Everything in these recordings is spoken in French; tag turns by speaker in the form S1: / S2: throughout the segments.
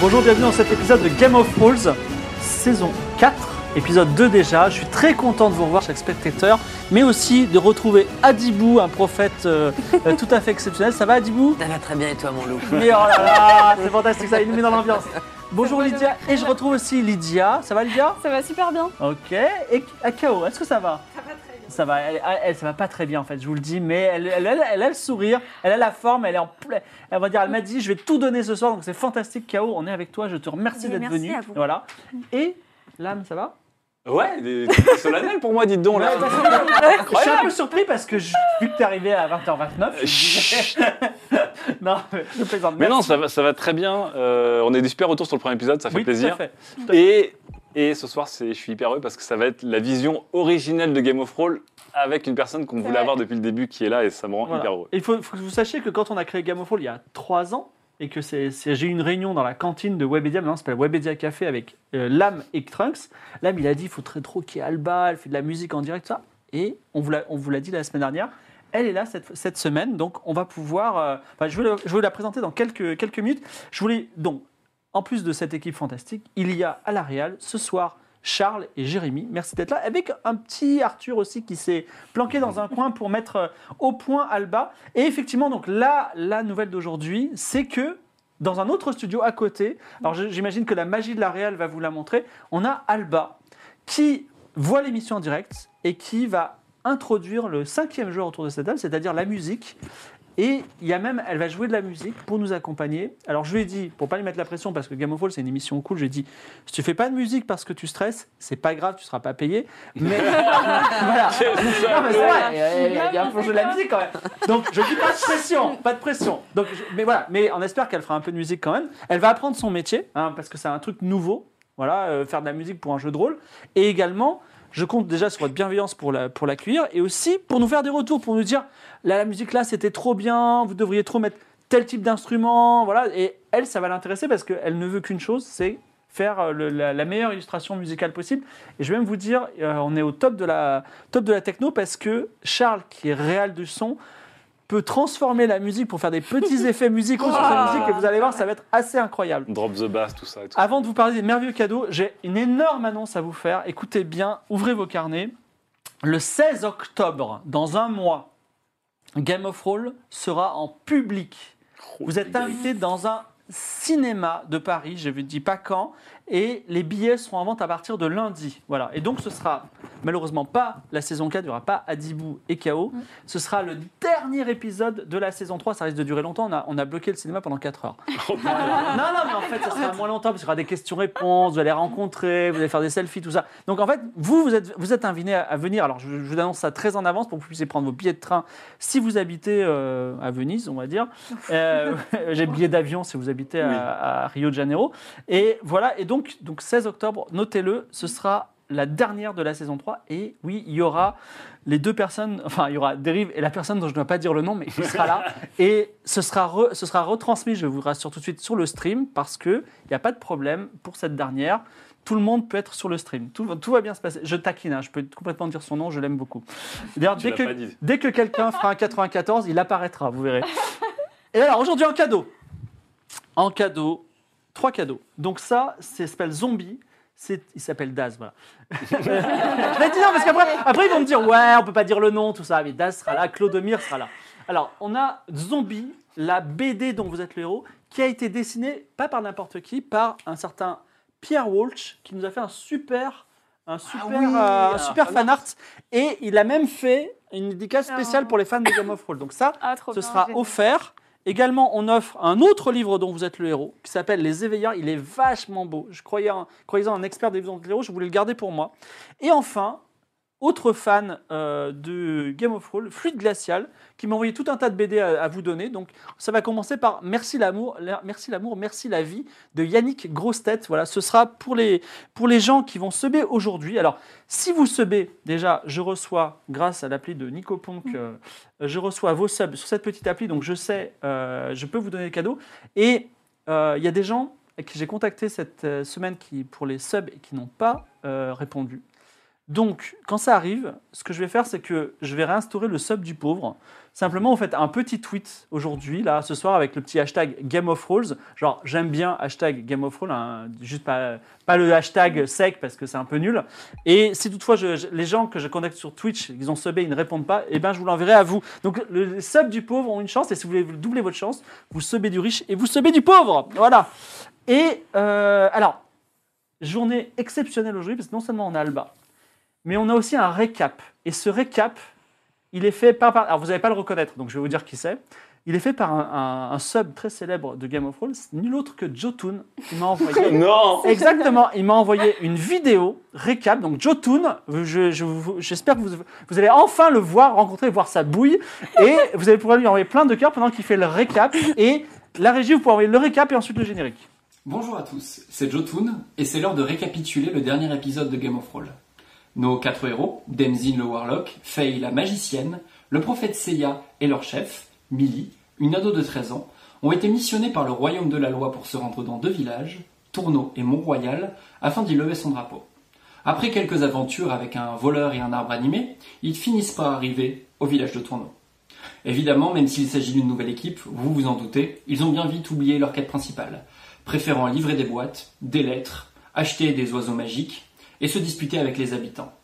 S1: Bonjour, bienvenue dans cet épisode de Game of Thrones, saison 4, épisode 2 déjà. Je suis très content de vous revoir, chaque spectateur, mais aussi de retrouver Adibou, un prophète euh, euh, tout à fait exceptionnel. Ça va, Adibou
S2: Ça va très bien et toi mon loup
S1: Mais oh là là, c'est fantastique, ça il nous met dans l'ambiance. Bonjour Lydia, et je retrouve aussi Lydia. Ça va, Lydia
S3: Ça va super bien.
S1: Ok, et Akao, est-ce que ça va ça va, elle, elle, ça va pas très bien en fait, je vous le dis, mais elle, elle, elle- elle a le sourire, elle a la forme, elle est en plein. Elle va dire, elle m'a dit, je vais tout donner ce soir, donc c'est fantastique, K.O. On est avec toi, je te remercie
S3: Mais
S1: d'être
S3: merci
S1: venu.
S3: à vous.
S1: Voilà. Et l'âme, ça va
S4: Ouais, des des trucs solennels pour moi, dites donc là.
S1: bah, Je
S4: bah,
S1: suis un peu surpris parce que je- vu que t'es arrivé à 20h29, je me disais- non, mais je plaisante.
S4: Mais non, ça va, ça va très bien. Euh, on est des super retours sur le premier épisode, ça fait
S1: oui,
S4: plaisir.
S1: Tout à fait.
S4: Et, et ce soir, c'est- je suis hyper heureux parce que ça va être la vision originelle de Game of Thrones avec une personne qu'on voulait
S3: vrai.
S4: avoir depuis le début qui est là et ça me rend
S1: Voilà.
S4: hyper heureux.
S1: Et Il faut, faut que vous sachiez que quand on a créé Game of Thrones il y a 3 ans, et que c'est, c'est- j'ai eu une réunion dans la cantine de Webedia, maintenant ça s'appelle Webedia Café avec euh, Lame et Trunks. Lame, il a dit il faut très trop qu'il y ait Alba, elle fait de la musique en direct, tout ça. Et on vous l'a, on vous l'a dit la semaine dernière, elle est là cette, cette semaine, donc on va pouvoir. euh, enfin, je, vais, le- je vais la présenter dans quelques, quelques minutes. Je voulais donc, en plus de cette équipe fantastique, il y a à la Real ce soir. Charles et Jérémy, merci d'être là. Avec un petit Arthur aussi qui s'est planqué dans un coin pour mettre euh, au point Alba. Et effectivement, donc là, la nouvelle d'aujourd'hui, c'est que dans un autre studio à côté, alors je- j'imagine que la magie de la réelle va vous la montrer, on a Alba qui voit l'émission en direct et qui va introduire le cinquième joueur autour de cette table, c'est-à-dire la musique. Et il y a même, elle va jouer de la musique pour nous accompagner. Alors je lui ai dit, pour pas lui mettre la pression, parce que Game of Thrones c'est une émission cool, je lui ai dit, si tu fais pas de musique parce que tu stresses, c'est pas grave, tu seras pas payé. Mais voilà. Non, mais c'est vrai, il y a- il y a- il y a un peu de la musique quand même. Donc je dis pas de pression, pas de pression. Donc, je- mais voilà, mais on espère qu'elle fera un peu de musique quand même. Elle va apprendre son métier, hein, parce que c'est un truc nouveau. Voilà, euh, faire de la musique pour un jeu de rôle. Et également, je compte déjà sur votre bienveillance pour la pour l'accueillir et aussi pour nous faire des retours, pour nous dire là la musique là c'était trop bien, vous devriez trop mettre tel type d'instrument, voilà. Et elle, ça va l'intéresser parce qu'elle ne veut qu'une chose, c'est faire euh, le- la, la meilleure illustration musicale possible. Et je vais même vous dire, euh, on est au top de la top de la techno parce que Charles, qui est réal du son, peut transformer la musique pour faire des petits effets musicaux sur sa musique et vous allez voir, ça va être assez incroyable.
S4: Drop the bass, tout ça et tout.
S1: Avant de vous parler des merveilleux cadeaux, j'ai une énorme annonce à vous faire. Écoutez bien, ouvrez vos carnets. Le 16 octobre, dans un mois, Game of Roll sera en public. Vous êtes invité dans un cinéma de Paris, je ne vous dis pas quand, et les billets seront en vente à partir de lundi. Voilà. Et donc ce sera malheureusement pas la saison 4, il n'y aura pas Adibou et K.O. Ce sera le dernier épisode de la saison 3, ça risque de durer longtemps, on a, on a bloqué le cinéma pendant 4 heures. Non, non, mais en fait, ça sera moins longtemps parce qu'il y aura des questions-réponses, vous allez rencontrer, vous allez faire des selfies, tout ça. Donc en fait, vous, vous êtes, vous êtes invité à, à venir. Alors je, je vous annonce ça très en avance pour que vous puissiez prendre vos billets de train si vous habitez euh, à Venise, on va dire. Euh, J'ai billet d'avion si vous habitez à,
S4: Oui.
S1: à Rio de Janeiro. Et voilà, et donc, donc 16 octobre, notez-le, ce sera la dernière de la saison 3. Et oui, il y aura les deux personnes, enfin, il y aura Dérive et la personne dont je ne dois pas dire le nom, mais qui sera là. Et ce sera, re- ce sera retransmis, je vous rassure tout de suite, sur le stream, parce qu'il n'y a pas de problème pour cette dernière. Tout le monde peut être sur le stream. Tout, tout va bien se passer. Je taquine, hein, je peux complètement dire son nom, je l'aime beaucoup. D'ailleurs,
S4: Tu
S1: dès
S4: l'as
S1: que,
S4: pas dit.
S1: dès que quelqu'un fera un 94, il apparaîtra, vous verrez. Et alors, aujourd'hui, en cadeau. En cadeau, trois cadeaux. Donc ça, c'est ça s'appelle Zombie. C'est, il s'appelle Daz, voilà. Je l'ai dit non, parce qu'après après, ils vont me dire, ouais, on peut pas dire le nom, tout ça. Mais Daz sera là, Clodomir sera là. Alors, on a Zombie, la BD dont vous êtes le héros, qui a été dessinée, pas par n'importe qui, par un certain Pierre Walsh, qui nous a fait un super un super,
S4: oui,
S1: euh, un
S4: un
S1: super
S4: fan
S1: fan art. Et il a même fait une dédicace spéciale
S2: Ah.
S1: pour les fans de Game of Thrones. Donc ça,
S2: Ah, trop
S1: ce
S2: bien,
S1: sera
S2: génial.
S1: offert. Également, on offre un autre livre dont vous êtes le héros, qui s'appelle Les Éveilleurs. Il est vachement beau. Je croyais en, croyais en un expert des livres dont vous êtes le héros, je voulais le garder pour moi. Et enfin, autre fan euh, de Game of Thrones, Fluide Glacial, qui m'a envoyé tout un tas de BD à, à vous donner. Donc, ça va commencer par Merci l'amour, la- merci l'amour, merci la vie de Yannick Grostet. Voilà, ce sera pour les, pour les gens qui vont seber aujourd'hui. Alors, si vous sebez, déjà, je reçois, grâce à l'appli de Nico Ponk, euh, je reçois vos subs sur cette petite appli. Donc, je sais, euh, je peux vous donner le cadeau. Et euh, il y a des gens que j'ai contactés cette euh, semaine qui, pour les subs et qui n'ont pas euh, répondu. Donc, quand ça arrive, ce que je vais faire, c'est que je vais réinstaurer le sub du pauvre. Simplement, vous faites un petit tweet aujourd'hui, là, ce soir, avec le petit hashtag Game of Rolls. Genre, j'aime bien hashtag Game of Rolls, hein, juste pas, pas le hashtag sec parce que c'est un peu nul. Et si toutefois je- je- les gens que je contacte sur Twitch, ils ont subé, ils ne répondent pas, eh ben je vous l'enverrai à vous. Donc le, les subs du pauvre ont une chance, et si vous voulez doubler votre chance, vous subez du riche et vous subez du pauvre. Voilà. Et euh, alors, journée exceptionnelle aujourd'hui, parce que non seulement on a Alba, mais on a aussi un récap. Et ce récap, il est fait par... par- alors vous n'allez pas le reconnaître, donc je vais vous dire qui c'est. Il est fait par un, un- un sub très célèbre de Game of Thrones, nul autre que Jotun, qui m'a envoyé
S4: Non
S1: Exactement, il m'a envoyé une vidéo récap. Donc Jotun, je- je vous- j'espère que vous, vous allez enfin le voir, rencontrer, voir sa bouille. Et vous allez pouvoir lui envoyer plein de cœurs pendant qu'il fait le récap. Et la régie, vous pouvez envoyer le récap et ensuite le générique.
S3: Bonjour à tous, c'est Jotun et c'est l'heure de récapituler le dernier épisode de Game of Thrones. Nos quatre héros, Demzin le Warlock, Faye la magicienne, le prophète Seiya et leur chef, Millie, une ado de 13 ans, ont été missionnés par le royaume de la loi pour se rendre dans deux villages, Tourneau et Mont-Royal, afin d'y lever son drapeau. Après quelques aventures avec un voleur et un arbre animé, ils finissent par arriver au village de Tourneau. Évidemment, même s'il s'agit d'une nouvelle équipe, vous vous en doutez, ils ont bien vite oublié leur quête principale préférant livrer des boîtes, des lettres, acheter des oiseaux magiques et se disputer avec les habitants.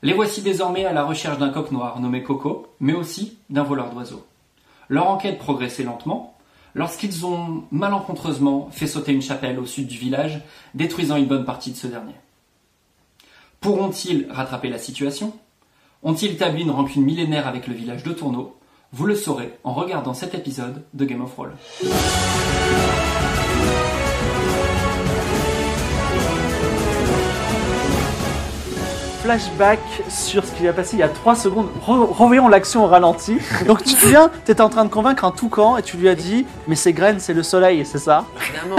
S3: Les voici désormais à la recherche d'un coq noir nommé Coco, mais aussi d'un voleur d'oiseaux. Leur enquête progressait lentement lorsqu'ils ont malencontreusement fait sauter une chapelle au sud du village, détruisant une bonne partie de ce dernier. Pourront-ils rattraper la situation Ont-ils établi une rancune millénaire avec le village de Tourneau Vous le saurez en regardant cet épisode de Game of Roll.
S1: Flashback sur ce qui a passé il y a 3 secondes. Re- revoyons l'action au ralenti. Donc tu viens, tu étais en train de convaincre un toucan et tu lui as dit Mais ces graines, c'est le soleil, c'est ça
S5: Évidemment.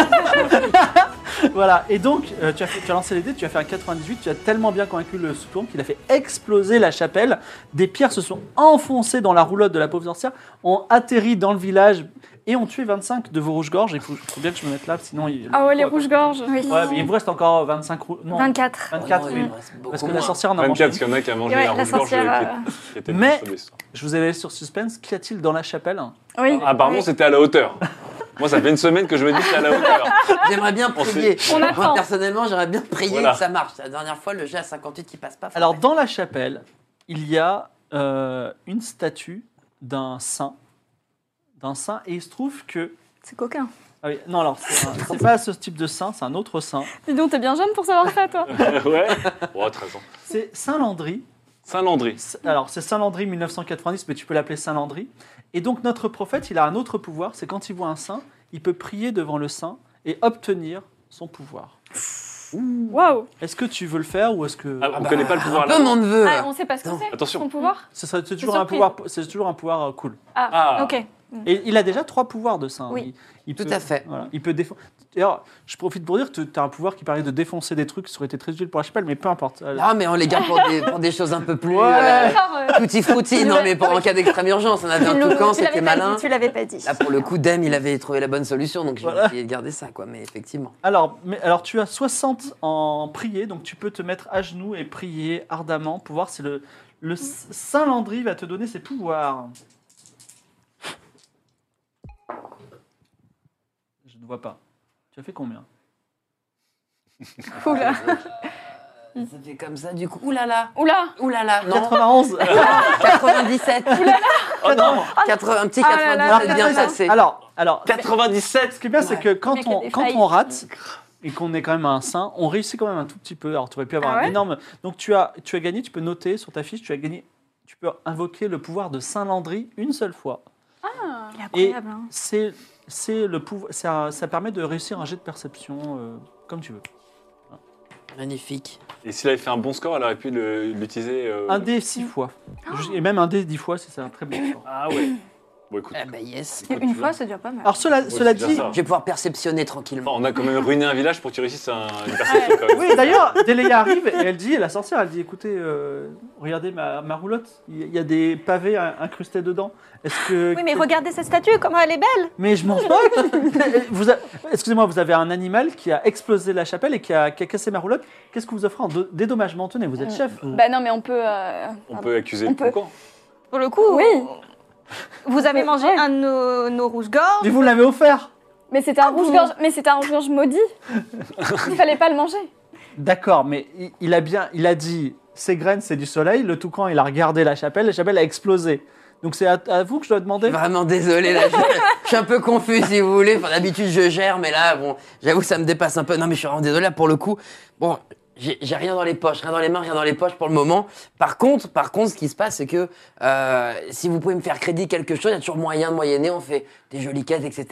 S1: Voilà, et donc euh, tu, as fait- tu as lancé les dés, tu as fait un 98, tu as tellement bien convaincu le sous qu'il a fait exploser la chapelle. Des pierres se sont enfoncées dans la roulotte de la pauvre sorcière, ont atterri dans le village et ont tué 25 de vos rouges-gorges. Il faut, faut bien que je me mette là, sinon. il-
S2: Ah ouais, les
S1: euh,
S2: rouges-gorges.
S6: Oui.
S1: Ouais, mais il vous reste encore 25 rouges. Non,
S6: 24.
S1: 24,
S5: Oh non,
S1: oui.
S5: il me reste beaucoup
S1: Parce que
S5: moins.
S1: la sorcière en a
S4: 24,
S1: mangé.
S4: parce qu'il y en a qui a mangé
S6: Ouais,
S4: la
S6: la
S4: rouge-gorge
S6: sorcière. euh.
S4: qui- qui était
S1: Mais-
S4: dans l'histoire.
S1: Je vous avais laissé sur suspense. Qu'y a-t-il dans la chapelle
S6: euh, Oui.
S1: Ah,
S4: Apparemment,
S6: Oui.
S4: c'était à la hauteur. Moi, ça fait une semaine que je me dis que c'est à la hauteur.
S5: J'aimerais bien
S4: On
S5: prier.
S2: On
S5: Moi,
S2: attend.
S5: personnellement, j'aimerais bien prier
S4: Voilà.
S5: que ça marche. La dernière fois, le jet à 58 qui passe pas. faut
S1: Alors,
S5: pas-
S1: dans la chapelle, il y a euh, une statue d'un saint. D'un saint, et il se trouve que.
S6: C'est coquin.
S1: Ah oui, non, alors, c'est un- c'est pas ce type de saint, c'est un autre saint.
S2: Dis donc, t'es bien jeune pour savoir ça, toi.
S4: ouais. Oh, 13 ans.
S1: C'est Saint-Landry.
S4: Saint-Landry.
S1: C'est- Alors, c'est Saint-Landry 1990, mais tu peux l'appeler Saint-Landry. Et donc, notre prophète, il a un autre pouvoir c'est quand il voit un saint, il peut prier devant le saint et obtenir son pouvoir.
S2: Waouh.
S1: Est-ce que tu veux le faire ou est-ce que.
S4: Ah, on connaît pas le pouvoir
S5: Un peu
S4: là.
S5: mon neveu.
S1: Euh,
S2: Ah, on sait pas ce que
S5: Non.
S2: c'est.
S4: Attention.
S2: Son pouvoir
S1: Ce serait- C'est toujours, un
S2: surprise.
S1: pouvoir- c'est toujours un pouvoir euh, cool.
S4: Ah.
S2: Ok.
S1: Et il a déjà trois pouvoirs de saint.
S6: Oui.
S1: Il- il
S5: Tout
S1: peut-
S5: à fait.
S1: voilà, il peut défoncer. D'ailleurs, je profite pour dire que tu as un pouvoir qui permet de défoncer des trucs qui aurait été très utile pour la chapelle, mais peu importe. Euh,
S5: Ah, mais on les garde pour des, pour des choses un peu plus.
S1: Ouais.
S2: D'accord, euh,
S5: Tutti frutti, non mais pour un cas d'extrême urgence, on avait un
S6: le-
S5: toucan,
S6: tu l'avais
S5: c'était
S6: pas dit,
S5: malin.
S6: Tu l'avais pas dit.
S5: Là pour le coup, Dem, il avait trouvé la bonne solution, donc j'ai
S1: Voilà.
S5: essayé de garder ça quoi, mais effectivement.
S1: Alors, mais, alors, tu as 60 en prier, donc tu peux te mettre à genoux et prier ardemment pour voir si le, le S- Saint Landry va te donner ses pouvoirs. Je ne vois pas. Tu as fait combien
S2: Oula. Mm.
S5: Ça fait comme ça du coup. Oulala, là
S2: Oula.
S5: là, oulala, non.
S1: 91
S5: 97. Ah
S4: Oh non
S5: Quatre- un petit
S2: Ah là là,
S1: alors,
S5: 97 bien
S2: là là.
S5: passé.
S1: alors, alors,
S4: 97
S1: ce qui est bien, c'est que quand
S2: Le mec a
S1: on,
S2: des
S1: quand
S2: failles.
S1: on rate, et qu'on est quand même un saint, on réussit quand même un tout petit peu. Alors, tu aurais pu avoir
S2: Ah
S1: un
S2: ouais
S1: énorme. Donc, tu as, tu as gagné, tu peux noter sur ta fiche, tu as gagné. Tu peux invoquer le pouvoir de Saint Landry une seule fois.
S2: Il est incroyable. hein.
S1: C'est, c'est le pouvoir, ça, ça permet de réussir un jet de perception euh, comme tu veux.
S5: Magnifique.
S4: Et s'il avait fait un bon score, elle aurait pu le- l'utiliser. euh,
S1: Un dé six
S2: Mm.
S1: fois.
S2: Oh.
S1: Et même un dé dix fois, c'est ça, un très bon score.
S4: Ah ouais. Bon, écoute.
S5: Eh ben yes.
S4: écoute,
S6: Une
S4: tu
S6: fois,
S4: vois.
S6: ça dure pas mal.
S1: Alors, cela,
S4: Ouais,
S1: cela
S4: c'est déjà
S1: dit,
S4: ça.
S5: Je vais pouvoir perceptionner
S4: Enfin,
S5: tranquillement.
S4: on a quand même ruiné un village pour que tu réussisses un, une perception quand même.
S1: Oui, d'ailleurs, Deleia arrive et elle dit, la sorcière, elle dit, écoutez, euh, regardez ma, ma roulotte, il y- il y a des pavés euh, incrustés dedans. Est-ce que...
S2: Oui, mais regardez cette statue, comment elle est belle
S1: Mais je m'en moque Vous a- Excusez-moi, vous avez un animal qui a explosé la chapelle et qui a, qui a cassé ma roulotte. Qu'est-ce que vous offrez en do- dédommagement Tenez, vous êtes chef. vous.
S2: Bah non, mais on peut. euh,
S4: On peut accuser
S2: On
S4: le
S2: peut.
S4: camp.
S6: Pour le coup,
S2: Oui.
S6: vous avez mangé
S2: Ouais.
S6: un de nos, nos rouges-gorges.
S1: Mais vous l'avez offert
S2: Mais c'était un rouge-gorge, mais c'était un rouge-gorge maudit. Il fallait pas le manger.
S1: D'accord, mais il, il a bien, il a dit, ces graines, c'est du soleil. Le toucan, il a regardé la chapelle, la chapelle a explosé. Donc c'est à, à vous que je dois demander.
S5: Vraiment désolé là, je, je suis un peu confus si vous voulez. Enfin, d'habitude je gère, mais là, bon, j'avoue ça me dépasse un peu. Non, mais je suis vraiment désolé là, pour le coup. Bon, j'ai j'ai rien dans les poches, rien dans les mains, rien dans les poches pour le moment. Par contre, par contre, ce qui se passe, c'est que euh, si vous pouvez me faire crédit quelque chose, il y a toujours moyen de moyenner. On fait des jolies cases, etc.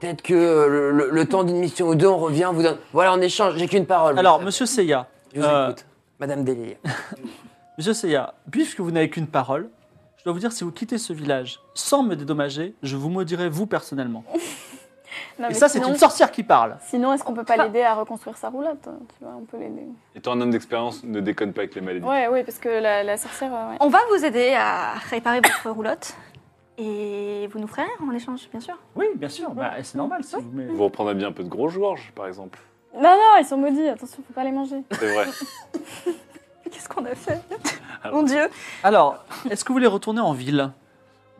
S5: Peut-être que euh, le, le- le temps d'une mission ou deux, on revient, on vous donne. Voilà, en échange, j'ai qu'une parole.
S1: Alors,
S5: vous
S1: monsieur Seiya,
S5: savez. je vous
S1: euh,
S5: écoute, Madame Delia.
S1: Monsieur Seiya, puisque vous n'avez qu'une parole, je dois vous dire si vous quittez ce village sans me dédommager, je vous maudirai vous personnellement.
S2: Non,
S1: Et
S2: Ah, mais
S1: ça, c'est
S2: sinon-
S1: une sorcière qui parle.
S2: Sinon, est-ce qu'on peut pas l'aider à reconstruire sa roulotte hein, Tu vois, on peut l'aider.
S4: Étant un homme d'expérience, ne déconne pas avec les maladies.
S2: Ouais, ouais, parce que la, la sorcière. euh, ouais.
S6: On va vous aider à réparer votre roulotte. Et vous nous ferez rien en échange, bien sûr.
S1: Oui, bien sûr, bah, c'est normal. Si vous mettez-
S4: Vous reprendrez bien un peu de gros gorges, par exemple.
S2: Non, non, ils sont maudits, attention, faut pas les manger.
S4: C'est vrai.
S6: Mais Qu'est-ce qu'on a fait Mon Dieu
S1: Alors, est-ce que vous voulez retourner en ville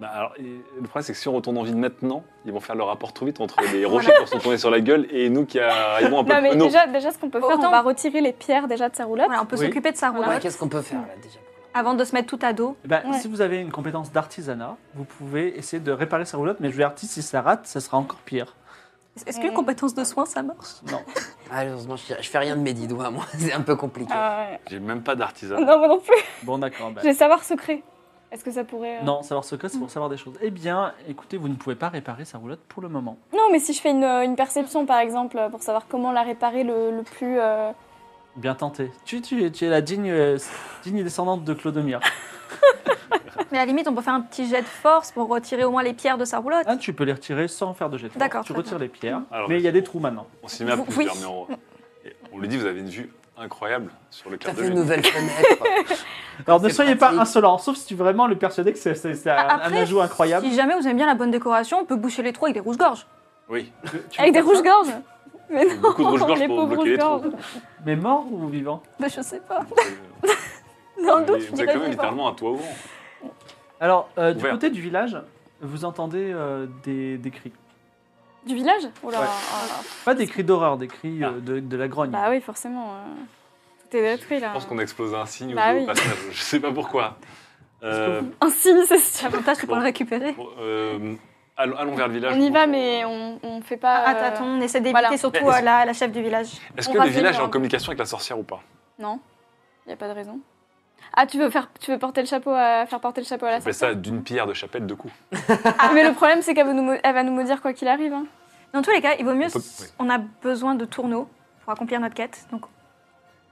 S4: Bah, alors, et- le problème, c'est que si on retourne en ville maintenant, ils vont faire leur rapport trop vite entre les rochers qui leur sont tournés sur la gueule et nous qui arrivons un peu
S2: Non, mais
S4: plus- non.
S2: déjà, déjà, ce qu'on peut faire,
S6: Autant-
S2: on va retirer les pierres déjà de sa roulotte.
S6: Voilà, on peut
S1: Oui.
S6: s'occuper de sa roulotte
S5: Ouais, Qu'est-ce qu'on peut faire là déjà
S6: avant de se mettre tout à dos.
S1: Eh ben,
S2: Ouais.
S1: Si vous avez une compétence d'artisanat, vous pouvez essayer de réparer sa roulotte, mais je vais dire, si ça rate, ça sera encore pire.
S6: Est-ce qu'une
S2: Mm.
S6: compétence de soins, ça marche
S1: Non.
S5: Malheureusement, je, je fais rien de mes dix doigts, moi. C'est un peu compliqué.
S2: Ah, ouais.
S4: J'ai même pas d'artisan.
S2: Non, moi non plus,
S1: Bon, d'accord. bah,
S2: je vais savoir secret. Est-ce que ça pourrait. euh,
S1: Non, savoir secret, c'est pour savoir des choses. Eh bien, écoutez, vous ne pouvez pas réparer sa roulotte pour le moment.
S2: Non, mais si je fais une, euh, une perception, par exemple, euh, pour savoir comment la réparer le, le plus. euh,
S1: Bien tenté. Tu, tu- tu es la digne, euh, digne descendante de Clodomir.
S6: Mais à la limite, on peut faire un petit jet de force pour retirer au moins les pierres de sa roulotte.
S1: Ah, tu peux les retirer sans faire de jet. de force.
S6: D'accord,
S1: Tu
S6: très
S1: retires les pierres,
S4: Mm. Alors,
S1: mais il y a des trous maintenant.
S4: On s'y met à
S6: Vous-
S4: plusieurs,
S6: oui.
S4: mais on- et on lui dit, vous avez une vue incroyable sur le
S5: Ça
S4: clair de
S5: fait une
S4: lune.
S5: nouvelle fenêtre.
S1: Alors ne
S5: C'est
S1: soyez
S5: pratique.
S1: pas insolent, sauf si tu es vraiment le persuadé que c'est- c'est c'est un, un
S6: Après,
S1: ajout incroyable.
S6: si jamais vous aimez bien la bonne décoration, on peut boucher les trous avec des rouges-gorges.
S4: Oui,
S1: Tu veux
S2: Avec des
S1: faire ça
S2: rouges-gorges Mais non,
S4: beaucoup de rouges-gorges
S2: les
S4: pour
S2: pauvres
S4: bloquer les trous.
S2: rouges-gorges.
S1: Mais mort ou vivant
S2: Bah, je sais pas.
S4: Vous
S2: Dans le doute,
S4: avez-
S2: je dirais
S4: vous avez quand même
S2: vivant.
S4: littéralement un toit ouvrant.
S1: Alors euh, du
S4: Ouvert.
S1: côté du village, vous entendez euh, des, des cris.
S2: Du village Oh là,
S1: Ouais.
S2: ah,
S1: Pas des cris d'horreur, des cris
S4: Ah.
S1: euh, de, de la grogne.
S2: Bah oui, forcément. euh, Tout est détruit là.
S4: Je pense qu'on a explosé un signe
S2: Ah. Bah
S4: ou deux
S2: oui.
S4: au passage. Je sais pas pourquoi. Euh,
S2: Un signe, c'est sûr.
S6: L'avantage, c'est pour
S4: Bon.
S6: le récupérer.
S4: bon, euh, allons, allons vers le village.
S2: On y va,
S4: Bon,
S2: mais on, on fait pas.
S6: À
S2: euh,
S6: tâtons, on essaie d'éviter
S2: voilà.
S6: surtout
S4: Mais-
S6: euh, la, la chef du village.
S4: Est-ce
S2: on
S4: que
S2: va
S4: le village est
S2: vivre.
S4: en communication avec la sorcière ou pas
S2: Non, il n'y a pas de raison. Ah, tu veux, faire, tu veux porter le chapeau à, faire porter le chapeau à la
S4: On fait
S2: sorcière
S4: ça d'une pierre de chapelle deux coups.
S2: Ah, Mais le problème, c'est qu'elle va nous, mau- elle va nous maudire quoi qu'il arrive. hein.
S6: Dans tous les cas, il vaut mieux.
S4: On peut-
S6: s-
S4: oui.
S6: On a besoin de tourneaux pour accomplir notre quête. Donc,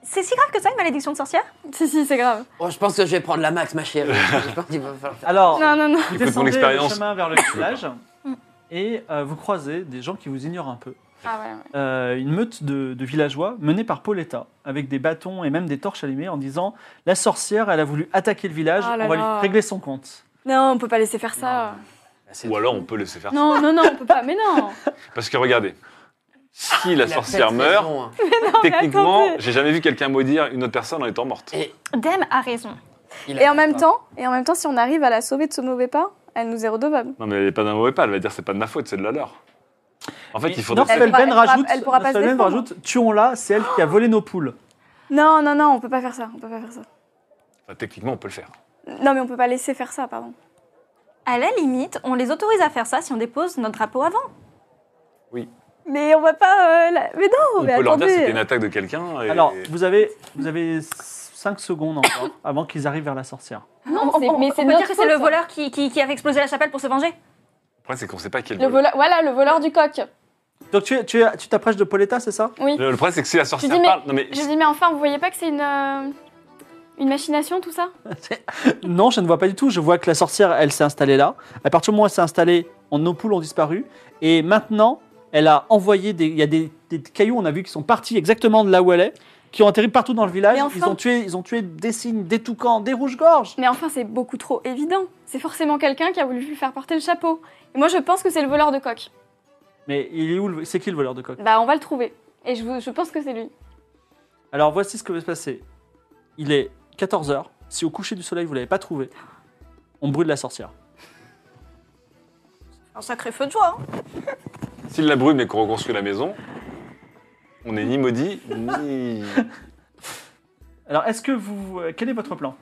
S6: c'est si grave que ça, une malédiction de sorcière
S2: Si, si, c'est grave.
S5: oh, je pense que je vais prendre la max, ma chérie. Je pense qu'il va falloir faire-
S1: Alors
S2: Non, non, non.
S1: vous
S4: Écoute mon
S1: descendez le
S4: expérience.
S1: chemin vers le village et euh, vous croisez des gens qui vous ignorent un peu.
S2: Ah, ouais, ouais.
S1: Euh, une meute de, de villageois menée par Pauletta, avec des bâtons et même des torches allumées, en disant La sorcière, elle a voulu attaquer le village,
S2: Ah là
S1: on va
S2: là.
S1: lui régler son compte.
S2: Non, on peut pas laisser faire ça.
S5: C'est-
S4: Ou alors on peut laisser faire ça.
S2: Non, non, non, on peut pas. Mais non.
S4: Parce que regardez, si la
S5: Il a
S4: sorcière
S5: peut-être
S4: meurt,
S5: raison, hein.
S4: techniquement,
S2: attendez.
S4: j'ai jamais vu quelqu'un maudire une autre personne en étant morte.
S5: Et,
S6: Dem a raison.
S5: il a-
S2: Et en même temps, et en même temps, si on arrive à la sauver de ce mauvais pas, elle nous est redevable.
S4: Non, mais elle est pas d'un mauvais pas, elle va dire c'est pas de ma faute, c'est de la leur. En fait, il faudrait.
S2: Elle
S1: Norfelben
S2: pourra- elle pourra-
S1: rajoute,
S2: elle pourra pas se
S1: Norfelben
S2: défendre.
S1: rajoute Tuons-la, c'est elle qui a volé nos poules.
S2: Non, non, non, on peut pas faire ça. On peut pas faire ça.
S4: Enfin, techniquement, on peut le faire.
S2: Non, mais on peut pas laisser faire ça, pardon.
S6: À la limite, on les autorise à faire ça si on dépose notre drapeau avant.
S4: Oui.
S6: Mais on va pas. euh, la- Mais non,
S4: On
S6: mais
S4: peut leur dire que c'était
S6: attendez.
S4: une attaque de quelqu'un. Et...
S1: Alors, vous avez, vous avez 5 secondes encore avant qu'ils arrivent vers la sorcière.
S2: Non,
S6: On-
S2: c'est-
S6: on-
S2: mais
S6: on
S2: c'est
S6: peut
S2: notre
S6: dire que c'est le
S2: faute.
S6: voleur qui, qui, qui avait explosé la chapelle pour se venger.
S4: Le problème, c'est qu'on sait pas quel.
S2: Le voleur, voilà, le voleur du coq.
S1: Donc, tu es- tu es- tu t'approches de Pauletta, c'est ça
S2: Oui.
S4: Le, le problème, c'est que si la sorcière
S2: dis, mais-
S4: parle. Non, mais
S2: Je dis, mais enfin, vous voyez pas que c'est une, euh, une machination, tout ça
S1: Non, je ne vois pas du tout. Je vois que la sorcière, elle s'est installée là. À partir du moment où elle s'est installée, en- nos poules ont disparu. Et maintenant, elle a envoyé des. Il y a des, des cailloux, on a vu, qui sont partis exactement de là où elle est, qui ont atterri partout dans le village.
S2: Mais enfin-
S1: Ils, ont tué, ils ont tué des cygnes, des toucans, des rouges-gorges.
S2: Mais enfin, c'est beaucoup trop évident. C'est forcément quelqu'un qui a voulu lui faire porter le chapeau. Et moi, je pense que c'est le voleur de coq.
S1: Mais il est où le- C'est qui le voleur de coq
S2: Bah, on va le trouver. Et je, vous- je pense que c'est lui.
S1: Alors voici ce que va se passer. Il est 14h. Si au coucher du soleil, vous ne l'avez pas trouvé, on brûle la sorcière.
S6: Un sacré feu de joie. hein.
S4: s'il la brûle mais qu'on reconstruit la maison, on n'est ni maudit ni.
S1: Alors, est-ce que vous. euh, Quel est votre plan